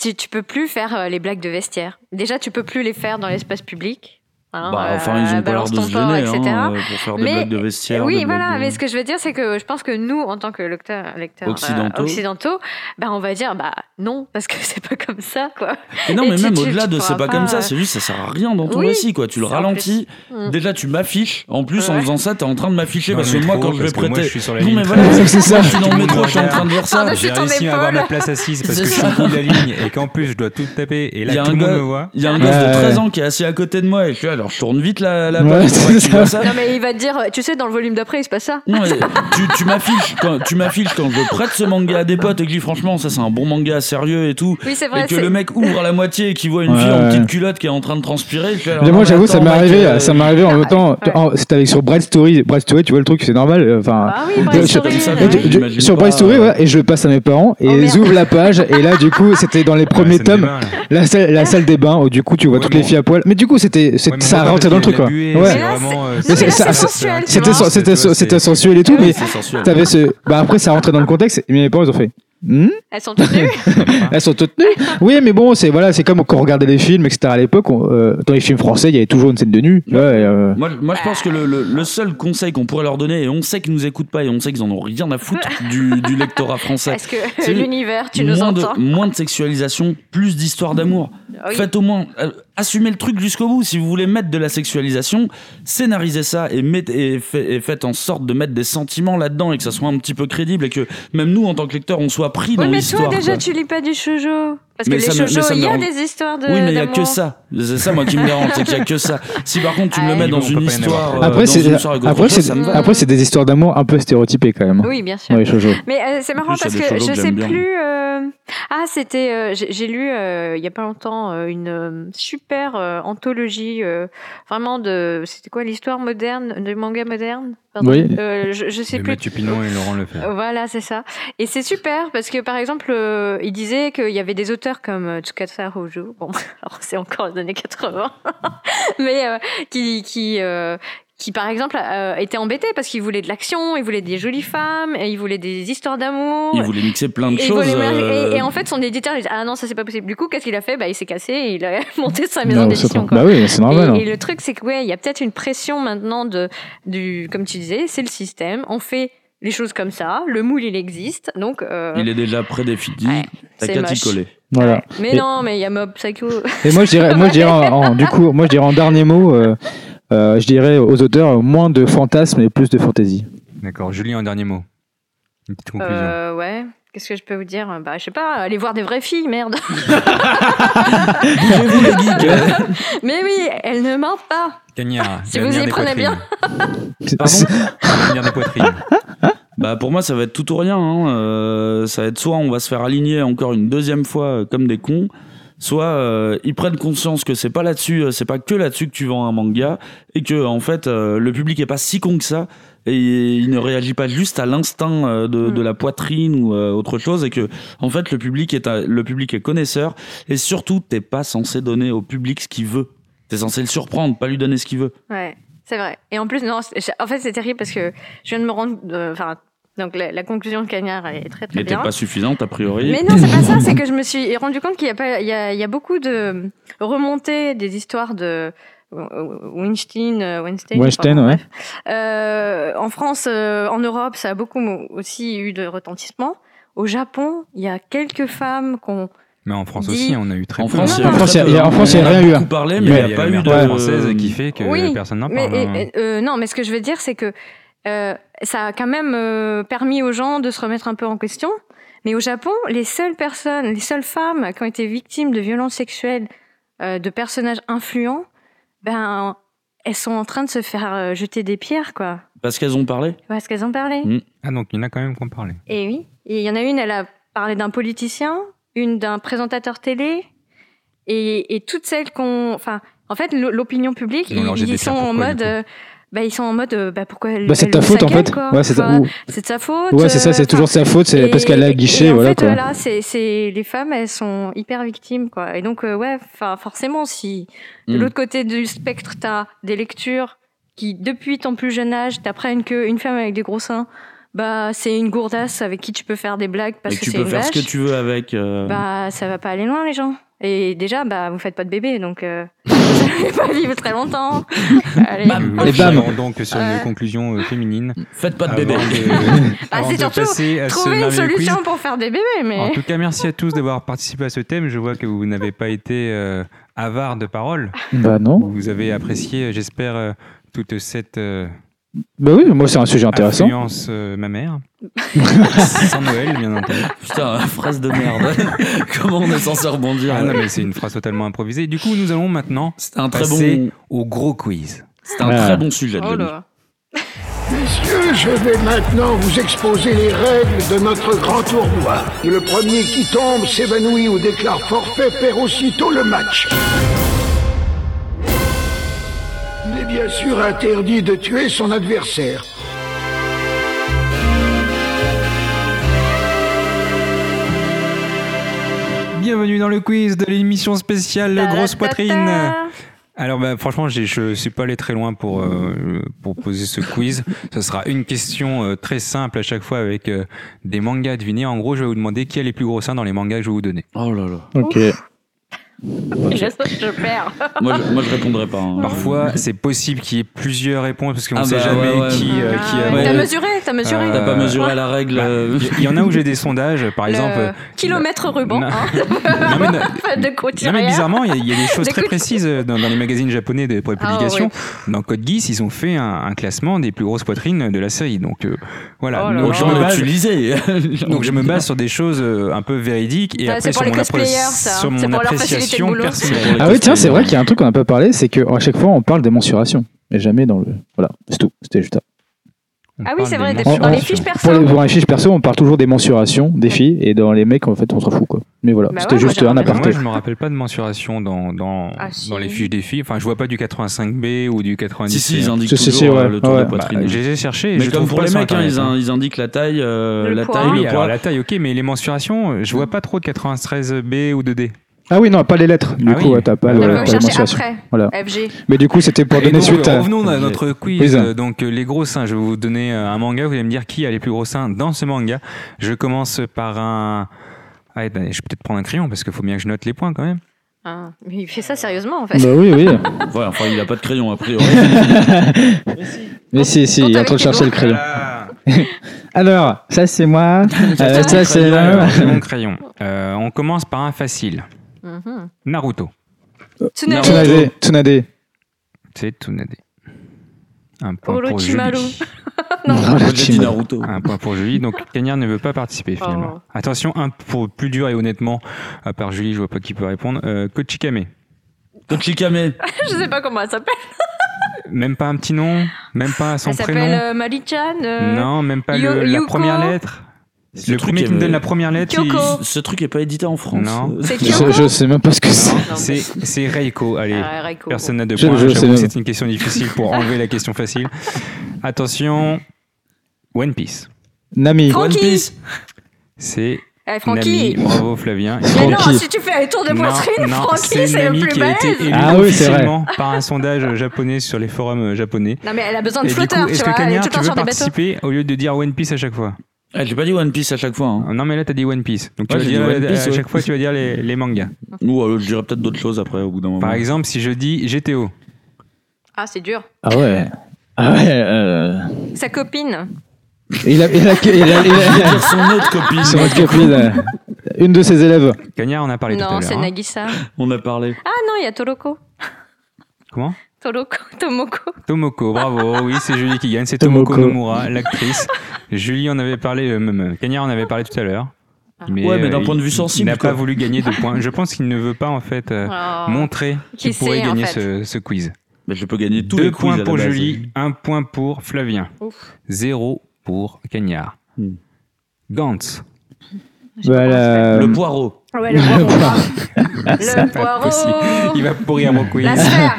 S11: tu, tu peux plus faire euh, les blagues de vestiaire. Déjà, tu peux plus les faire dans l'espace public. hein,
S12: Bah,
S11: euh,
S12: enfin, ils ont pas l'air
S11: balance
S12: de
S11: ton
S12: se
S11: corps,
S12: gêner
S11: etc.
S12: hein, euh, pour faire des
S11: Mais-
S12: blagues de vestiaire.
S11: Oui,
S12: des
S11: voilà,
S12: blagues de-
S11: mais ce que je veux dire, c'est que je pense que nous, en tant que lecteurs, lecteurs euh,
S12: Occidentaux.
S11: occidentaux, bah, on va dire, bah non, parce que c'est pas comme ça, quoi.
S12: Mais non,
S11: Et
S12: mais
S11: tu-
S12: même
S11: tu-
S12: au-delà
S11: tu
S12: de c'est
S11: pourras
S12: pas comme ça,
S11: euh,
S12: c'est juste ça sert à rien dans ton
S11: Oui,
S12: récit quoi. Tu le
S11: c'est en
S12: ralentis.
S11: plus. Mm.
S12: Déjà, tu m'affiches. En plus, en
S11: Ouais.
S12: faisant ça, t'es en train de m'afficher
S1: Dans
S12: parce
S1: le
S12: que moi,
S1: métro,
S12: quand je vais
S1: parce que moi,
S12: prêter.
S1: je suis sur la
S12: non,
S1: ligne
S12: mais
S1: de
S12: voilà,
S10: euh,
S1: train.
S12: c'est ça. Je suis
S1: Tout
S12: dans
S1: le
S12: le
S1: monde
S12: métro,
S1: me
S12: je suis en train de dire ça.
S1: J'ai
S11: ton
S1: réussi à
S11: épaule.
S1: avoir ma place assise parce
S11: C'est
S1: que je suis
S11: ça.
S1: au bout de la ligne et qu'en plus je dois tout taper et
S12: Il y a
S1: là
S12: un
S1: tout le monde
S12: gars-
S1: me voit.
S12: Il y a un gosse
S1: Ouais.
S12: de 13 ans qui est assis à côté de moi et je suis là, alors je tourne vite la, la
S10: Ouais,
S12: page pour
S10: c'est
S12: pas que tu
S10: ça.
S12: vois ça.
S11: Non, mais il va te dire, euh, tu sais, dans le volume d'après, il se passe ça.
S12: Non, mais tu, tu m'affiches quand tu m'affiches quand je prête ce manga à des potes et que je dis franchement ça c'est un bon manga sérieux et tout
S11: Oui, c'est vrai,
S12: et que
S11: c'est-
S12: le mec ouvre à la moitié et qu'il voit une
S10: Ouais,
S12: fille en
S10: ouais.
S12: petite culotte qui est en train de transpirer. je suis là,
S10: Mais
S12: alors,
S10: moi,
S12: non,
S10: j'avoue, ça
S12: attends,
S10: m'est
S12: mec,
S10: arrivant,
S12: euh,
S10: ça m'est arrivé en
S11: Ah,
S10: même temps. en- C'était avec sur Bright Story, Bright Story, tu vois le truc, c'est normal. euh, Enfin,
S11: Ah oui, Bright
S10: je-
S11: Story,
S10: je-
S11: ouais.
S10: je-
S12: J'imagine
S10: sur Bright
S12: pas,
S10: Story,
S12: euh,
S10: ouais, et je le passe à mes parents et
S11: Bah. Oh, merde.
S10: ils ouvrent la page et là, du coup, c'était dans les premiers
S1: c'est le
S10: tomes,
S1: débat, là.
S10: la salle, la salle des bains où du coup, tu vois
S1: Ouais,
S10: toutes
S1: mais
S10: les
S1: bon.
S10: filles à poil. Mais du coup, c'était, c'est-
S1: Ouais, mais
S10: ça
S1: moi,
S10: rentrait dans le
S1: c'est
S10: truc,
S1: de la
S10: quoi.
S1: buée,
S10: Ouais.
S1: c'est
S11: Mais là,
S1: vraiment,
S11: c'est-
S1: euh,
S11: non,
S1: c'est-
S10: mais là,
S1: ça- ça-
S10: c'est
S11: sensuel, tu
S10: C'était,
S11: vois.
S10: sen-
S1: C'est-
S10: c'était, sen-
S1: c'est-
S10: c'était sensuel et tout,
S11: Ah oui.
S10: mais
S12: c'est sensuel.
S10: t'avais ce, bah après, ça rentrait dans le contexte. Et mes parents, ils ont fait. Hmm
S11: Elles sont toutes nues.
S10: Elles sont toutes nues. Oui, mais bon, c'est voilà, c'est comme quand on regardait les films, etc. À l'époque, on- euh, dans les films français, il y avait toujours une scène de nu. tu vois, et, euh,
S12: Moi, je- moi, je pense que le, le- le seul conseil qu'on pourrait leur donner, et on sait qu'ils nous écoutent pas et on sait qu'ils en ont rien à foutre du, du lectorat français,
S11: Est-ce
S12: C'est
S11: que l'univers, tu nous
S12: moins
S11: entends Ah
S12: de, moins de sexualisation, plus d'histoire d'amour.
S11: Oui.
S12: Faites au moins, euh, assumez le truc jusqu'au bout. Si vous voulez mettre de la sexualisation, scénarisez ça et, mettez- et fait- et faites en sorte de mettre des sentiments là-dedans et que ça soit un petit peu crédible et que même nous, en tant que lecteurs, on soit pris
S11: Oui,
S12: dans
S11: mais
S12: l'histoire.
S11: toi, déjà,
S12: quoi.
S11: tu lis pas du shoujo. Parce
S12: Mais
S11: que
S12: ça
S11: les
S12: me- mais
S11: shoujo,
S12: ça me
S11: il y a
S12: dérange.
S11: des histoires de.
S12: Oui, mais il y a
S11: d'amour.
S12: que ça. C'est ça, moi, qui me dérange, c'est qu'il y a que ça. Si par contre, tu me le
S11: Ah,
S12: mets
S11: oui,
S12: dans
S1: on peut
S12: une
S1: pas y en avoir.
S12: histoire, euh,
S10: après,
S12: dans
S10: c'est
S12: une histoire avec autre
S10: après,
S12: chose,
S10: c'est
S12: ça me va.
S10: après, c'est des histoires d'amour un peu stéréotypées quand même. hein.
S11: Oui, bien sûr.
S10: Dans les shoujo.
S11: Mais euh, c'est marrant
S12: plus,
S11: parce
S12: il y a
S11: que
S12: des shoujo
S11: je
S12: que
S11: sais
S12: j'aime bien.
S11: plus. euh, Ah, c'était. euh, j'ai j'ai lu euh, il y a pas longtemps euh, une euh, super euh, anthologie, euh, vraiment de. C'était quoi l'histoire moderne, du manga moderne Pardon.
S10: Oui.
S11: Euh, je, je sais
S1: de
S11: plus.
S1: Mathieu Pinon et Laurent Lefebvre.
S11: Voilà, c'est ça. Et c'est super parce que par exemple, euh, il disait qu'il y avait des auteurs comme euh, Tsukasa Hojo, bon, alors c'est encore les années 80, mais euh, qui, qui, euh, qui par exemple euh, étaient embêtés parce qu'ils voulaient de l'action, ils voulaient des jolies femmes, et ils voulaient des histoires d'amour.
S12: Il voulait mixer plein de
S11: Et, il
S12: choses.
S11: voulait marier-
S12: euh,
S11: et- et en fait, son éditeur lui dit Ah non, ça c'est pas possible. Du coup, qu'est-ce qu'il a fait bah, Il s'est cassé et il a monté sa maison
S10: Non, c'est
S11: d'édition.
S10: pas-
S11: quoi.
S10: Bah oui, c'est
S11: Et,
S10: normal. hein.
S11: et le truc, c'est que ouais, il y a peut-être une pression maintenant de, du, comme tu disais, c'est le système. On fait les choses comme ça. Le moule, il existe. Donc, euh,
S12: Il est déjà prédéfini.
S11: Ouais,
S12: T'as
S11: c'est
S12: qu'à t'y
S11: moche.
S12: coller.
S10: Voilà.
S11: mais
S10: Et-
S11: non, mais il y a Mob Psycho.
S10: Et moi, je dirais, moi, je dirais, en, en- du coup, moi, je dirais en dernier mot, euh, euh, je dirais aux auteurs euh, moins de fantasmes et plus de fantaisie.
S1: D'accord, Julien, un dernier mot. Une petite conclusion.
S11: Euh, ouais. Qu'est-ce que je peux vous dire Bah, je sais pas. Allez voir des vraies filles, merde. mais oui, elles ne mentent pas.
S1: Cagnard,
S11: Si
S1: l'avenir
S11: vous y
S1: des
S11: prenez bien.
S1: poitrines.
S12: Pardon
S1: L'avenir des poitrines.
S12: Bah pour moi ça va être tout ou rien. hein. Euh, ça va être soit on va se faire aligner encore une deuxième fois euh, comme des cons, soit euh, ils prennent conscience que c'est pas là-dessus, euh, c'est pas que là-dessus que tu vends un manga et que en fait euh, le public est pas si con que ça et il ne réagit pas juste à l'instinct euh,
S11: Mm.
S12: de, de la poitrine ou euh, autre chose et que en fait le public est un- le public est connaisseur et surtout t'es pas censé donner au public ce qu'il veut. T'es censé le surprendre, pas lui donner ce qu'il veut.
S11: Ouais, c'est vrai. Et en plus, non, c'est- en fait, c'est terrible parce que je viens de me rendre. euh, Enfin, donc la, la conclusion de Cagnard est très très
S12: Mais t'es
S11: bien.
S12: pas suffisante a priori.
S11: Mais non, c'est pas ça, c'est que je me suis rendu compte qu'il y a, pas, il y a, il y a beaucoup de remontées des histoires de Weinstein, euh, Weinstein,
S10: Weinstein,
S11: pardon,
S10: ouais.
S11: bref. Euh, en France, euh, en Europe, ça a beaucoup mo- aussi eu de retentissement. Au Japon, il y a quelques femmes qu'on.
S1: Mais en France
S11: Dis-
S1: aussi, on a eu très
S12: En
S1: peu.
S12: France,
S11: Non,
S12: il y
S11: non.
S12: a très
S10: En France, il y a-
S12: peu.
S10: il y a- en
S12: On
S10: France, il y a rien eu, hein.
S12: beaucoup parlé, mais
S1: Il y
S12: il
S1: a,
S12: n'y a pas
S1: la
S12: eu
S1: mère
S12: de
S1: française qui fait que
S11: Oui,
S1: personne n'en
S11: Mais,
S1: parle. hein.
S11: et- et- euh, non, mais ce que je veux dire, c'est que euh, ça a quand même euh, permis aux gens de se remettre un peu en question. Mais au Japon, les seules personnes, les seules femmes qui ont été victimes de violences sexuelles euh, de personnages influents, ben elles sont en train de se faire euh, jeter des pierres, quoi.
S12: Parce qu'elles ont parlé.
S11: Tu vois ce qu'elles ont parlé
S12: Mm.
S1: Ah, donc il y en a quand même qui ont parlé.
S11: Et Eh oui. Et il y en a une, elle a parlé d'un politicien, une d'un présentateur télé, et, et toutes celles qu'on. Enfin, en fait, l'o- l'opinion publique,
S1: Ils vont
S11: ils,
S1: leur jeter
S11: ils
S1: des
S11: sont
S1: pierres,
S11: en
S1: pourquoi,
S11: mode.
S1: du coup
S11: euh, bah, ils sont en mode. euh, Bah, pourquoi elle.
S10: Bah, c'est de
S11: elle
S10: ta
S11: ouvre
S10: faute
S11: sa
S10: en
S11: gueule,
S10: fait.
S11: quoi.
S10: Ouais, c'est ta-
S11: Enfin,
S10: ou-
S11: c'est de sa faute.
S10: Ouais, c'est ça, c'est
S11: euh,
S10: toujours sa faute, c'est
S11: et-
S10: parce qu'elle a
S11: et
S10: guiché,
S11: en
S10: voilà
S11: fait,
S10: quoi.
S11: Voilà, c'est, c'est- les femmes, elles sont hyper victimes, quoi. Et donc, euh, ouais, enfin, forcément, si de
S12: Mm.
S11: l'autre côté du spectre, t'as des lectures qui, depuis ton plus jeune âge, t'apprennent qu'une femme avec des gros seins, bah, c'est une gourdasse avec qui tu peux faire des blagues parce
S12: et
S11: que,
S12: que tu
S11: c'est
S12: peux
S11: une
S12: faire ce
S11: vache,
S12: que tu veux avec. euh,
S11: bah, ça va pas aller loin, les gens. Et déjà, bah, vous faites pas de bébé, donc. euh, n'allez pas vivre très longtemps. Allez.
S12: Bah,
S1: Et bam Euh, Donc sur une conclusion euh, féminine.
S12: Faites pas de bébé.
S1: Avant de-
S11: Bah,
S1: avant
S11: c'est
S1: de
S11: surtout
S1: passer à ce
S11: trouver une
S1: merveilleux quiz.
S11: solution pour faire des bébés,
S1: En
S11: mais
S1: tout cas, merci à tous d'avoir participé à ce thème. Je vois que vous n'avez pas été euh, avare de paroles.
S10: Bah non.
S1: Vous avez apprécié, j'espère, euh, toute cette euh,
S10: Bah oui, moi c'est un sujet intéressant.
S1: influence euh, mammaire. Sans Noël, bien entendu.
S12: Putain, phrase de merde. Comment on est censé rebondir
S1: Ah
S12: là
S1: non, mais c'est une phrase totalement improvisée. Du coup, nous allons maintenant
S12: C'était un très
S1: passer
S12: bon,
S1: au gros quiz.
S12: c'était un
S10: Ouais.
S1: Ah.
S12: très bon sujet. de
S11: Oh
S12: Johnny.
S11: là.
S8: Messieurs, je vais maintenant vous exposer les règles de notre grand tournoi. Le premier qui tombe s'évanouit ou déclare forfait perd aussitôt le match. Il est bien sûr interdit de tuer son adversaire.
S1: Bienvenue dans le quiz de l'émission spéciale Grosse Poitrine.
S11: Ta-ta-ta.
S1: Alors bah, franchement, j'ai- je suis pas allé très loin pour euh, pour poser ce quiz. Ce sera une question euh, très simple à chaque fois avec euh, des mangas à deviner. En gros, je vais vous demander qui a les plus gros seins dans les mangas que je vais vous donner.
S12: Oh là là.
S10: Ok.
S11: Je, je perds.
S12: Moi, je, moi, je répondrai pas. hein.
S1: Parfois, c'est possible qu'il y ait plusieurs réponses parce qu'on
S12: Ah
S1: ne sait
S12: bah,
S1: jamais
S12: ouais, ouais.
S1: qui euh, qui a.
S12: Ouais.
S11: T'as
S1: bon.
S11: mesuré, t'as mesuré.
S1: Euh,
S12: T'as pas mesuré la règle.
S1: Bah,
S12: euh,
S1: Il y en a où j'ai des sondages, par
S11: Le
S1: exemple. euh,
S11: kilomètre ruban,
S1: Non.
S11: hein,
S1: non, mais, non,
S11: pas de côte
S1: non, mais
S11: arrière.
S1: bizarrement, il y a- il y, a des choses
S11: Des
S1: très
S11: coups de-
S1: précises euh, dans, dans les magazines japonais de, pour les
S11: Ah,
S1: publications. Dans Code Geass, ils ont fait un, un classement des plus grosses poitrines de la série. Donc euh, voilà.
S11: Oh là
S1: Donc,
S11: là.
S1: je
S12: Genre,
S1: me
S12: euh,
S1: base-
S12: tu lisais.
S1: Donc je me base sur des choses euh, un peu véridiques et
S11: Ça,
S1: après
S11: c'est pour
S1: sur
S11: les
S1: mon, appro-
S11: cosplayers, ça. hein.
S1: sur mon
S11: C'est pour leur faciliter le
S1: appréciation
S11: boulot.
S1: personnelle.
S10: Ah oui, tiens, c'est vrai qu'il y a un truc qu'on n'a pas parlé, c'est qu'à chaque fois on parle des mensurations. Mais jamais dans le. Voilà, c'est tout. C'était juste ça.
S11: Ah oui, c'est vrai,
S1: des
S11: des-
S10: mensurations.
S11: dans les fiches
S10: Pour,
S11: perso.
S10: les, pour les fiches perso, on parle toujours des mensurations des filles, et dans les mecs, en fait, on s'en fout quoi. Mais voilà,
S11: Bah
S10: c'était
S11: ouais, moi,
S10: juste
S11: j'ai
S10: un
S11: rappelé.
S10: aparté.
S1: Moi, je me rappelle pas de mensuration dans, dans,
S11: Ah,
S1: dans
S11: si.
S1: les fiches des filles. Enfin, je vois pas du 85B ou du 90.
S12: Si, si, ils indiquent
S10: Si, si,
S12: toujours
S10: si, ouais.
S12: euh, le tour
S10: Ouais.
S12: de
S1: Bah,
S12: poitrine.
S1: j'ai j'ai cherché. et
S12: mais
S1: je
S12: comme
S1: trouve
S12: pour
S1: pas
S12: les
S1: sur
S12: mecs, hein,
S1: Internet,
S12: ils,
S1: hein.
S12: in- ils indiquent la taille, euh,
S11: Le
S12: la
S11: poids.
S12: taille,
S1: Ah Oui,
S12: le
S1: alors
S12: poids.
S1: la taille, ok, mais les mensurations, je vois pas trop de 93B ou de D.
S10: Ah oui, non, pas les lettres. Du
S1: Ah
S10: coup,
S1: oui.
S10: ouais, t'as pas,
S1: Ah,
S10: le,
S1: d'accord.
S11: Donc,
S10: pas les
S11: chercher
S10: mensurations.
S11: après.
S10: Voilà.
S11: FG.
S10: Mais du coup, c'était pour
S1: Et
S10: donner
S1: donc,
S10: suite à.
S1: Revenons à notre quiz.
S10: Quiz.
S1: Euh, Donc, euh, les gros seins, je vais vous donner euh, un manga. Vous allez me dire qui a les plus gros seins dans ce manga. Je commence par un. Ah, attendez, je vais peut-être prendre un crayon parce qu'il faut bien que je note les points quand même.
S11: Ah, mais il fait ça sérieusement, en fait.
S10: Bah oui, oui.
S12: Ouais, enfin, il a pas de crayon, a priori.
S10: Mais si, si,
S11: Quand
S10: il est
S11: t'as
S10: en train de
S11: les
S10: chercher le
S11: kilos.
S10: crayon.
S1: Euh,
S10: Alors, ça c'est moi,
S1: Ah,
S10: euh, ça c'est là.
S1: Alors, j'ai mon crayon. Euh, on commence par un facile.
S11: Mhm.
S1: Naruto.
S11: Tsunade.
S10: Tsunade, Eh, Tsunade.
S1: C'est Tsunade. Un point pour
S11: Orochimaru.
S1: Julie.
S10: Oh,
S12: Moi,
S10: le
S12: J'ai dit
S10: team.
S12: Naruto.
S1: Un point pour Julie. Donc, Cagnard ne veut pas participer finalement.
S11: Oh.
S1: Attention, un pour plus dur et honnêtement, à part Julie, je vois pas qui peut répondre. Euh, Kochikame.
S12: Kochikame.
S11: Je sais pas comment elle s'appelle.
S1: Même pas un petit nom Même pas son
S11: Elle
S1: prénom
S11: s'appelle euh, Mari-chan. euh,
S1: Non, même pas
S11: Yo-
S1: le- la
S11: Yuko
S1: première lettre.
S12: Ce
S1: Le
S12: truc
S1: premier
S12: est-
S1: qui me donne la première lettre, il-
S11: Kyoko.
S12: Ce- Ce truc est pas édité en France. Euh, eh,
S1: Non.
S11: Oh. C'est
S10: Je,
S11: Kyoko.
S10: sais- je sais même pas ce que c'est.
S1: Non, c'est c'est Reiko. Allez,
S11: Ah, Raiko.
S1: personne n'a de
S10: Je-
S1: points.
S10: je
S1: J'avoue
S10: sais
S1: que
S10: même.
S1: c'est une question difficile pour enlever la question facile. Attention, One Piece.
S10: Nami.
S11: Franck.
S12: One
S11: Frankie.
S12: Piece.
S1: C'est
S11: Eh, Francky.
S1: Nami. Bravo Flavien.
S11: Mais non,
S10: Francky.
S11: si tu fais un tour de
S1: Non,
S11: poitrine,
S1: non,
S11: Francky, c'est le
S1: Nami
S11: plus
S1: qui a été
S11: belle.
S1: élue
S10: Ah oui, c'est vrai.
S1: officiellement par un sondage japonais sur les forums japonais.
S11: Non, mais elle a besoin
S1: Et
S11: de
S1: du
S11: flotteurs,
S1: coup,
S11: tu
S1: est-ce que
S11: vois. Elle est
S1: Cagnard,
S11: tout le
S1: tu
S11: temps
S1: veux
S11: sur des bateaux.
S1: participer au lieu de dire One Piece à chaque fois
S12: Ah, J'ai pas dit One Piece à chaque fois. hein.
S1: Non, mais là, t'as dit One Piece. Donc, tu
S12: Ouais,
S1: vas
S12: j'ai
S1: dire,
S12: dit One
S1: à-
S12: Piece,
S1: à
S12: ouais.
S1: chaque fois, tu vas dire les, les mangas.
S11: Ah.
S12: Ou alors, euh, je dirais peut-être d'autres choses après, au bout d'un moment.
S1: Par exemple, si je dis GTO,
S11: Ah, c'est dur.
S10: Ah ouais. Ah ouais. euh,
S11: Sa copine.
S10: Il a, il a, il a, il a-
S12: Dire son autre copine.
S10: son autre copine, euh, une de ses élèves.
S1: Cagnard, on a parlé tout à
S11: Non,
S1: l'heure.
S11: c'est
S1: hein.
S11: Nagisa.
S12: On a parlé.
S11: Ah non, il y a Toroko.
S1: Comment
S11: Toroko, Tomoko.
S1: Tomoko, bravo. Oui, c'est Julie qui gagne. C'est Tomoko,
S10: Tomoko.
S1: Nomura, l'actrice. Julie en avait parlé, euh, même euh, Cagnard en avait parlé tout à l'heure.
S11: Ah.
S12: Ouais, mais d'un
S1: euh,
S12: point de vue
S1: il-
S12: sensible,
S1: Il n'a
S12: quoi.
S1: pas voulu gagner de points. Je pense qu'il ne veut pas, en fait, euh,
S11: Oh.
S1: montrer
S11: Qui
S1: qu'il pourrait
S11: sait, en
S1: gagner
S11: fait.
S1: ce, ce quiz.
S12: Mais je peux gagner tous
S1: Deux
S12: les quiz à
S1: points
S12: la
S1: pour
S12: base.
S1: Julie, un point pour Flavien,
S11: Ouf.
S1: zéro pour Cagnard.
S12: Hmm.
S1: Gantz.
S10: Voilà.
S12: Le poireau.
S11: Ah Ouais, le poireau. le
S1: Il
S11: poireau.
S1: va pourrir mon quiz.
S11: La sphère.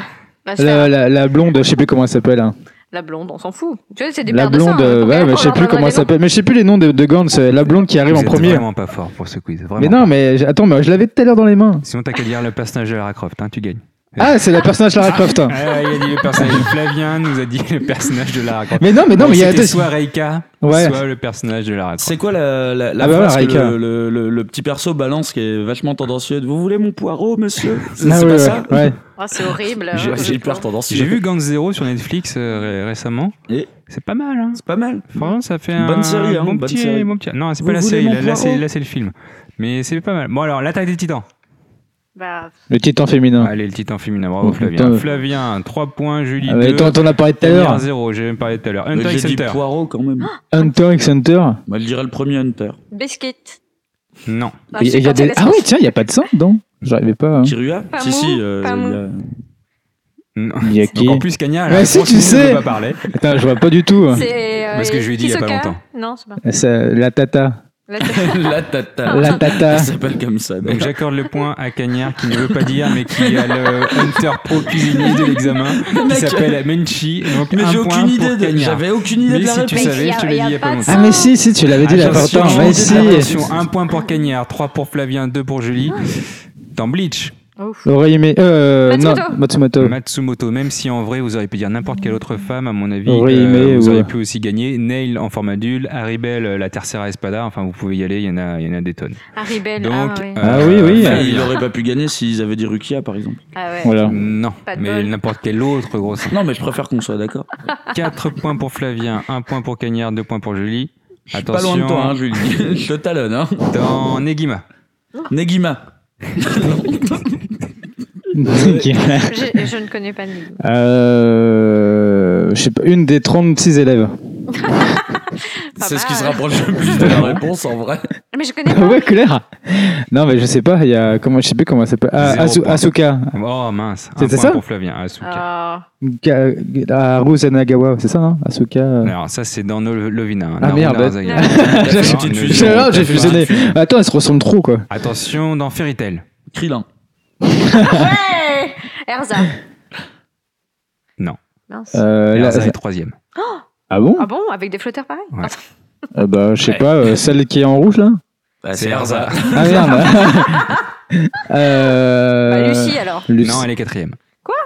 S11: La sphère.
S10: La, la, la blonde, je sais plus comment elle s'appelle. hein.
S11: La blonde, on s'en fout. Tu vois, c'est des
S10: La
S11: paires de seins,
S10: blonde,
S11: hein,
S10: euh,
S11: donc elle
S10: ouais, mais
S11: prend
S10: je sais
S11: leur
S10: plus
S11: nom
S10: comment elle
S11: d'adéno.
S10: s'appelle. Mais je sais plus les noms de, de Gantz. euh, La blonde qui arrive
S1: Vous
S10: en
S1: êtes
S10: premier.
S1: vraiment pas fort pour ce quiz. Vraiment
S10: Mais non, mais j- attends, mais je l'avais tout à l'heure dans les mains.
S1: Sinon, t'as qu'à dire le personnage de Lara Croft, hein, tu gagnes.
S10: Ah, c'est le personnage Lara Croft.
S1: Ah, il a dit le personnage de Flavien, nous a dit le personnage de Lara Croft.
S10: Mais non, mais non,
S1: Donc,
S10: mais il y a
S1: c'était
S10: deux-
S1: soit Reika,
S10: Ouais.
S1: soit le personnage de Lara Croft.
S12: C'est quoi la, la, la
S10: Ah bah
S12: phrase
S10: voilà,
S12: que
S10: Rika.
S12: le, le- le- le petit perso balance qui est vachement tendancieux de, Vous voulez mon poireau, monsieur C'est
S10: Ah,
S12: c'est
S10: ouais,
S12: pas
S10: ouais,
S12: ça
S10: ouais.
S11: Oh, c'est horrible.
S12: J'ai-
S11: hein.
S12: J'ai hyper tendancieux.
S1: J'ai vu Guns Zero sur Netflix euh, ré- récemment.
S12: Et
S1: C'est pas mal, hein.
S12: C'est pas mal.
S1: Franchement, ça fait
S12: Une
S1: un
S12: bonne série, hein,
S1: bon
S12: bonne
S1: petit,
S12: série.
S1: bon petit- Non, c'est
S12: Vous
S1: pas la
S12: voulez
S1: série.
S12: mon
S1: Là, là, c'est
S12: poireau
S1: là, c'est le film. Mais c'est pas mal. Bon, alors, l'attaque des titans.
S11: Bah,
S10: Le titan féminin.
S1: Allez, le titan féminin. Bravo,
S10: Oh,
S1: Flavien.
S10: putain.
S1: Flavien, 3 points. Julie,
S10: Ah, mais
S1: 2.
S10: t'en t'en as parlé tout à l'heure.
S1: 0, j'ai même parlé tout à l'heure. Hunter
S12: Mais
S1: x
S12: J'ai dit
S1: Hunter.
S12: poireau quand même.
S11: Ah.
S10: Hunter x Hunter.
S12: Bah, je dirais le premier Hunter.
S11: biscuit.
S1: Non.
S11: Bah,
S10: Et-
S11: je sais
S10: et y a
S11: pas,
S10: des-
S11: t'as
S10: Ah
S11: la-
S10: oui, tiens, il n'y a pas de sang dedans. J'arrivais pas. hein.
S12: Kirua
S11: Pas
S12: Si,
S11: mou,
S12: si. euh,
S11: pas
S12: il y a-
S1: Non.
S10: Il y a qui
S1: Donc, en plus, Kanya,
S10: Mais
S1: la
S10: si,
S1: réponse,
S10: tu
S1: nous, ne
S10: sais.
S1: peut pas parler.
S10: Attends, je vois pas du tout.
S11: C'est. euh,
S1: Parce que je lui ai dit il y a pas
S11: Hisoka
S1: longtemps.
S11: Non, c'est pas.
S10: C'est la tata.
S11: La-
S12: La
S11: Ah.
S12: tata.
S10: La tata.
S12: Elle s'appelle comme ça.
S1: Donc
S12: d'ailleurs.
S1: j'accorde le point à Cagnard qui ne veut pas dire mais qui a le Hunter Pro cuisinier de l'examen qui
S12: Mec.
S1: s'appelle Menchi. Donc
S12: Mais
S1: un
S12: j'ai
S1: point
S12: aucune idée
S1: pour
S12: de.
S1: Cagnard.
S12: J'avais aucune idée
S1: Mais
S12: de la
S1: si tu
S12: réponse.
S11: Mais
S1: savais,
S11: il y
S1: je
S11: a-
S1: te
S11: il
S1: l'ai
S11: y
S1: dit
S11: a
S1: il y a pas
S11: pas de
S1: longtemps.
S10: Ah, mais si, si, tu l'avais dit là
S1: Attention,
S10: pourtant. Mais si.
S1: attention, un point pour Cagnard, trois pour Flavien, deux pour Julie. Dans Bleach,
S11: Ouf.
S10: Aurait aimé. Euh,
S11: Matsumoto.
S10: non, Matsumoto.
S1: Matsumoto, même si en vrai vous auriez pu dire n'importe quelle autre femme, à mon avis, euh,
S10: Oui, mais
S1: vous
S10: ouais.
S1: auriez pu aussi gagner. Nail en format adulte, Haribel, euh, la Tercera Espada, enfin vous pouvez y aller, il y en a, il y en a des tonnes.
S11: Haribel.
S1: Donc,
S11: ah, ouais.
S10: Ah oui, oui.
S1: Flavien.
S12: Et il aurait pas pu gagner s'ils avaient dit Rukia, par exemple.
S11: Ah ouais.
S10: Voilà.
S1: Non,
S11: Pas de
S1: mais
S11: bol.
S1: n'importe quelle autre grosse
S12: Non, mais je préfère qu'on soit d'accord.
S1: 4 points pour Flavien, 1 point pour Cagnard, 2 points pour Julie.
S12: Je suis
S1: Attention,
S12: pas loin de toi, hein, Julie. je te talonne. Hein.
S1: dans Negima.
S12: Negima.
S10: Ok.
S11: Je, je ne connais pas Nîmes.
S10: Euh, je sais pas, une des 36 élèves.
S11: Pas
S12: C'est ce qui
S11: mal.
S12: se rapproche le plus de la réponse en vrai.
S11: Mais je connais
S10: Ah
S11: pas.
S10: ouais, claire. Non, mais je sais pas, il y a comment je sais plus comment ça s'appelle.
S1: Zéro
S10: Ah, Asu-
S1: point.
S10: Asuka.
S1: Oh mince, 1
S10: C'était
S1: point
S10: ça
S1: pour Flavien. Asuka.
S11: Ah,
S10: Ga- Haru Sanagawa, c'est ça, non Asuka. euh.
S1: Alors ça c'est dans Nol- Lovina. hein,
S10: Ah,
S1: Naru
S10: merde.
S1: Narazaki.
S11: Ah,
S1: D'accord,
S10: j'ai-
S1: Nol-
S12: j'ai-
S10: Je-
S12: j'ai-
S10: non, J'ai
S12: j'ai-
S10: fusionné. Attends, ils se ressemblent trop, quoi.
S1: Attention dans Fairy Tail.
S10: Euh,
S12: Krillin.
S11: Oh. ouais Erza.
S1: Non.
S11: Mince.
S10: Euh, là-
S1: Erza est troisième.
S10: Ah bon
S11: Ah bon Avec des flotteurs pareils
S1: Ouais.
S11: Attends.
S10: Ah Bah, je sais
S12: Ouais.
S10: pas, euh, celle qui est en rouge, là
S12: Bah, c'est Erza.
S10: Ah merde. euh...
S11: Bah, Lucie alors.
S10: Lucie.
S1: Non, elle est quatrième.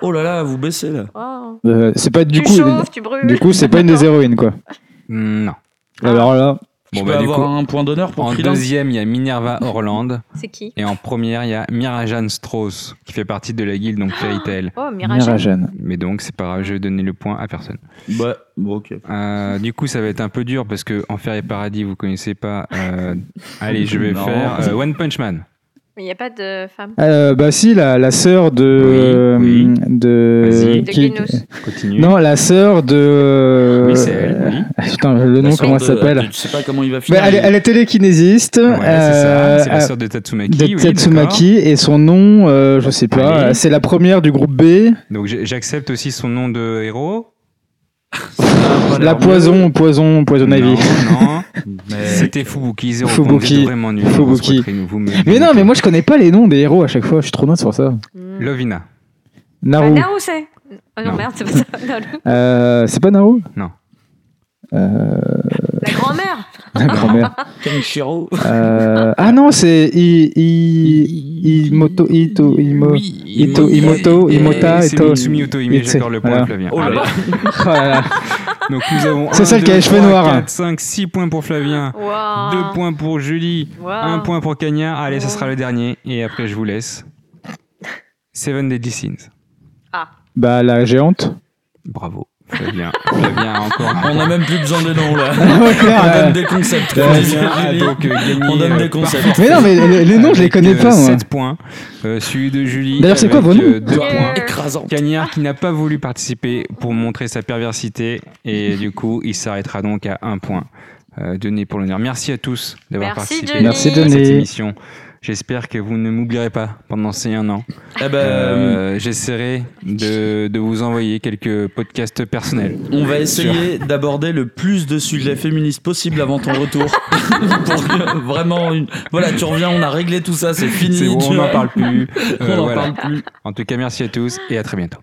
S12: Oh là là, vous baissez là.
S11: Oh.
S10: Euh, c'est pas du
S11: tu euh,
S10: coup.
S11: chauffes, tu brûles.
S10: Du coup, c'est pas une des héroïnes, quoi.
S1: Mm, Non.
S10: Alors là,
S12: je
S10: bah,
S12: peux avoir un point d'honneur pour
S1: en
S12: Krillin.
S1: deuxième il y a Minerva Orland
S11: C'est qui
S1: et en première il y a Mirajan Strauss qui fait partie de la guilde donc Fairy Tail.
S11: Oh, Mirage.
S10: Mirajan.
S1: Mais donc c'est pas grave, je vais donner le point à personne.
S12: Bah, bon, ok.
S1: Euh, du coup, ça va être un peu dur parce que Enfer et Paradis, vous connaissez pas. euh, allez, je vais
S12: Non.
S1: faire euh, One Punch Man.
S11: Mais il n'y a pas de femme.
S10: Euh, bah si, la, la sœur de...
S1: Oui, oui.
S10: De...
S1: Vas-y.
S11: De Genos.
S1: Continue.
S10: Non, euh, la sœur de...
S1: Oui, c'est elle, oui.
S10: Ah, Putain, le nom,
S12: La sœur
S10: comment elle
S12: de-
S10: s'appelle
S12: Tu sais pas comment il va
S10: Bah,
S12: finir.
S10: elle, est- elle est télékinésiste.
S1: Ouais, c'est ça. C'est
S10: euh,
S1: la sœur de Tatsumaki.
S10: de
S1: oui,
S10: Tatsumaki et son nom, euh, je sais pas,
S1: Allez.
S10: c'est la première du groupe B.
S1: d'accord. Donc j'ai- j'accepte aussi son nom de héros.
S10: La poison, poison, poison
S1: non,
S10: Ivy.
S1: non.
S12: Mais-
S1: C'était Fubuki. Zéro
S10: Fubuki.
S1: point, vous êtes vraiment nul.
S10: Fubuki. Mais non, mais moi je connais pas les noms des héros à chaque fois, je suis trop naze sur ça.
S11: Hmm.
S1: Lovina.
S11: Bah,
S10: Naru.
S11: Naru, c'est. Oh non,
S1: Non.
S11: merde, c'est pas ça. Naru.
S10: Euh, c'est pas Naru
S1: Non.
S10: Euh,
S11: La grand-mère.
S10: la grand-mère.
S12: Kenshiro.
S10: Euh, ah non, c'est I, I, Imoto, Ito, Imo. Ito, Imoto, Imota,
S1: C'est
S10: Ito.
S1: Mitsumi Otohime,
S10: Ito.
S1: j'accorde le point à
S10: Voilà.
S1: Flavien.
S12: Oh là là.
S10: Oh là là.
S1: Donc nous avons
S10: C'est
S1: un,
S10: celle qui a
S1: deux,
S10: les cheveux
S1: trois,
S10: noirs.
S1: quatre, cinq, six points pour Flavien,
S12: Ah.
S11: Waouh.
S1: deux points pour Julie, Un
S11: Waouh.
S1: point pour Cagnard. Allez, ça
S11: Ouais.
S1: sera le dernier. Et après, je vous laisse. Seven Deadly Sins.
S10: Bah la géante.
S1: Bravo. Flavien. Flavien a encore un
S12: On
S1: point.
S12: a même plus besoin des noms là.
S10: Ouais,
S12: On
S10: clair,
S12: donne
S10: euh.
S12: des concepts.
S10: Ouais,
S12: comme disait
S1: Flavien a
S12: Julie.
S1: donc euh, gagné.
S12: On donne des concepts.
S10: Mais non, mais les, les noms je les connais pas moi.
S1: 7 points. Euh, celui de Julie.
S10: D'ailleurs, c'est quoi
S1: avec,
S10: vos noms
S1: euh, deux
S11: Yeah.
S1: points.
S12: Écrasant.
S1: Cagnard qui n'a pas voulu participer pour montrer sa perversité. Et du coup, il s'arrêtera donc à un point euh, donné pour l'honneur. Merci à tous d'avoir
S11: Merci,
S1: participé
S11: Johnny. Merci,
S1: à cette
S10: Johnny.
S1: émission. J'espère que vous ne m'oublierez pas pendant ces un an.
S12: Eh ben,
S1: Euh, J'essaierai de, de vous envoyer quelques podcasts personnels.
S12: on va essayer d'aborder le plus de sujets féministes possible avant ton retour. Pour que vraiment une... Voilà, tu reviens, on a réglé tout ça, c'est fini.
S1: C'est bon,
S12: tu
S1: on n'en
S12: vois.
S1: parle plus. Euh,
S12: On n'en
S1: voilà.
S12: parle plus.
S1: En tout cas, merci à tous et à très bientôt.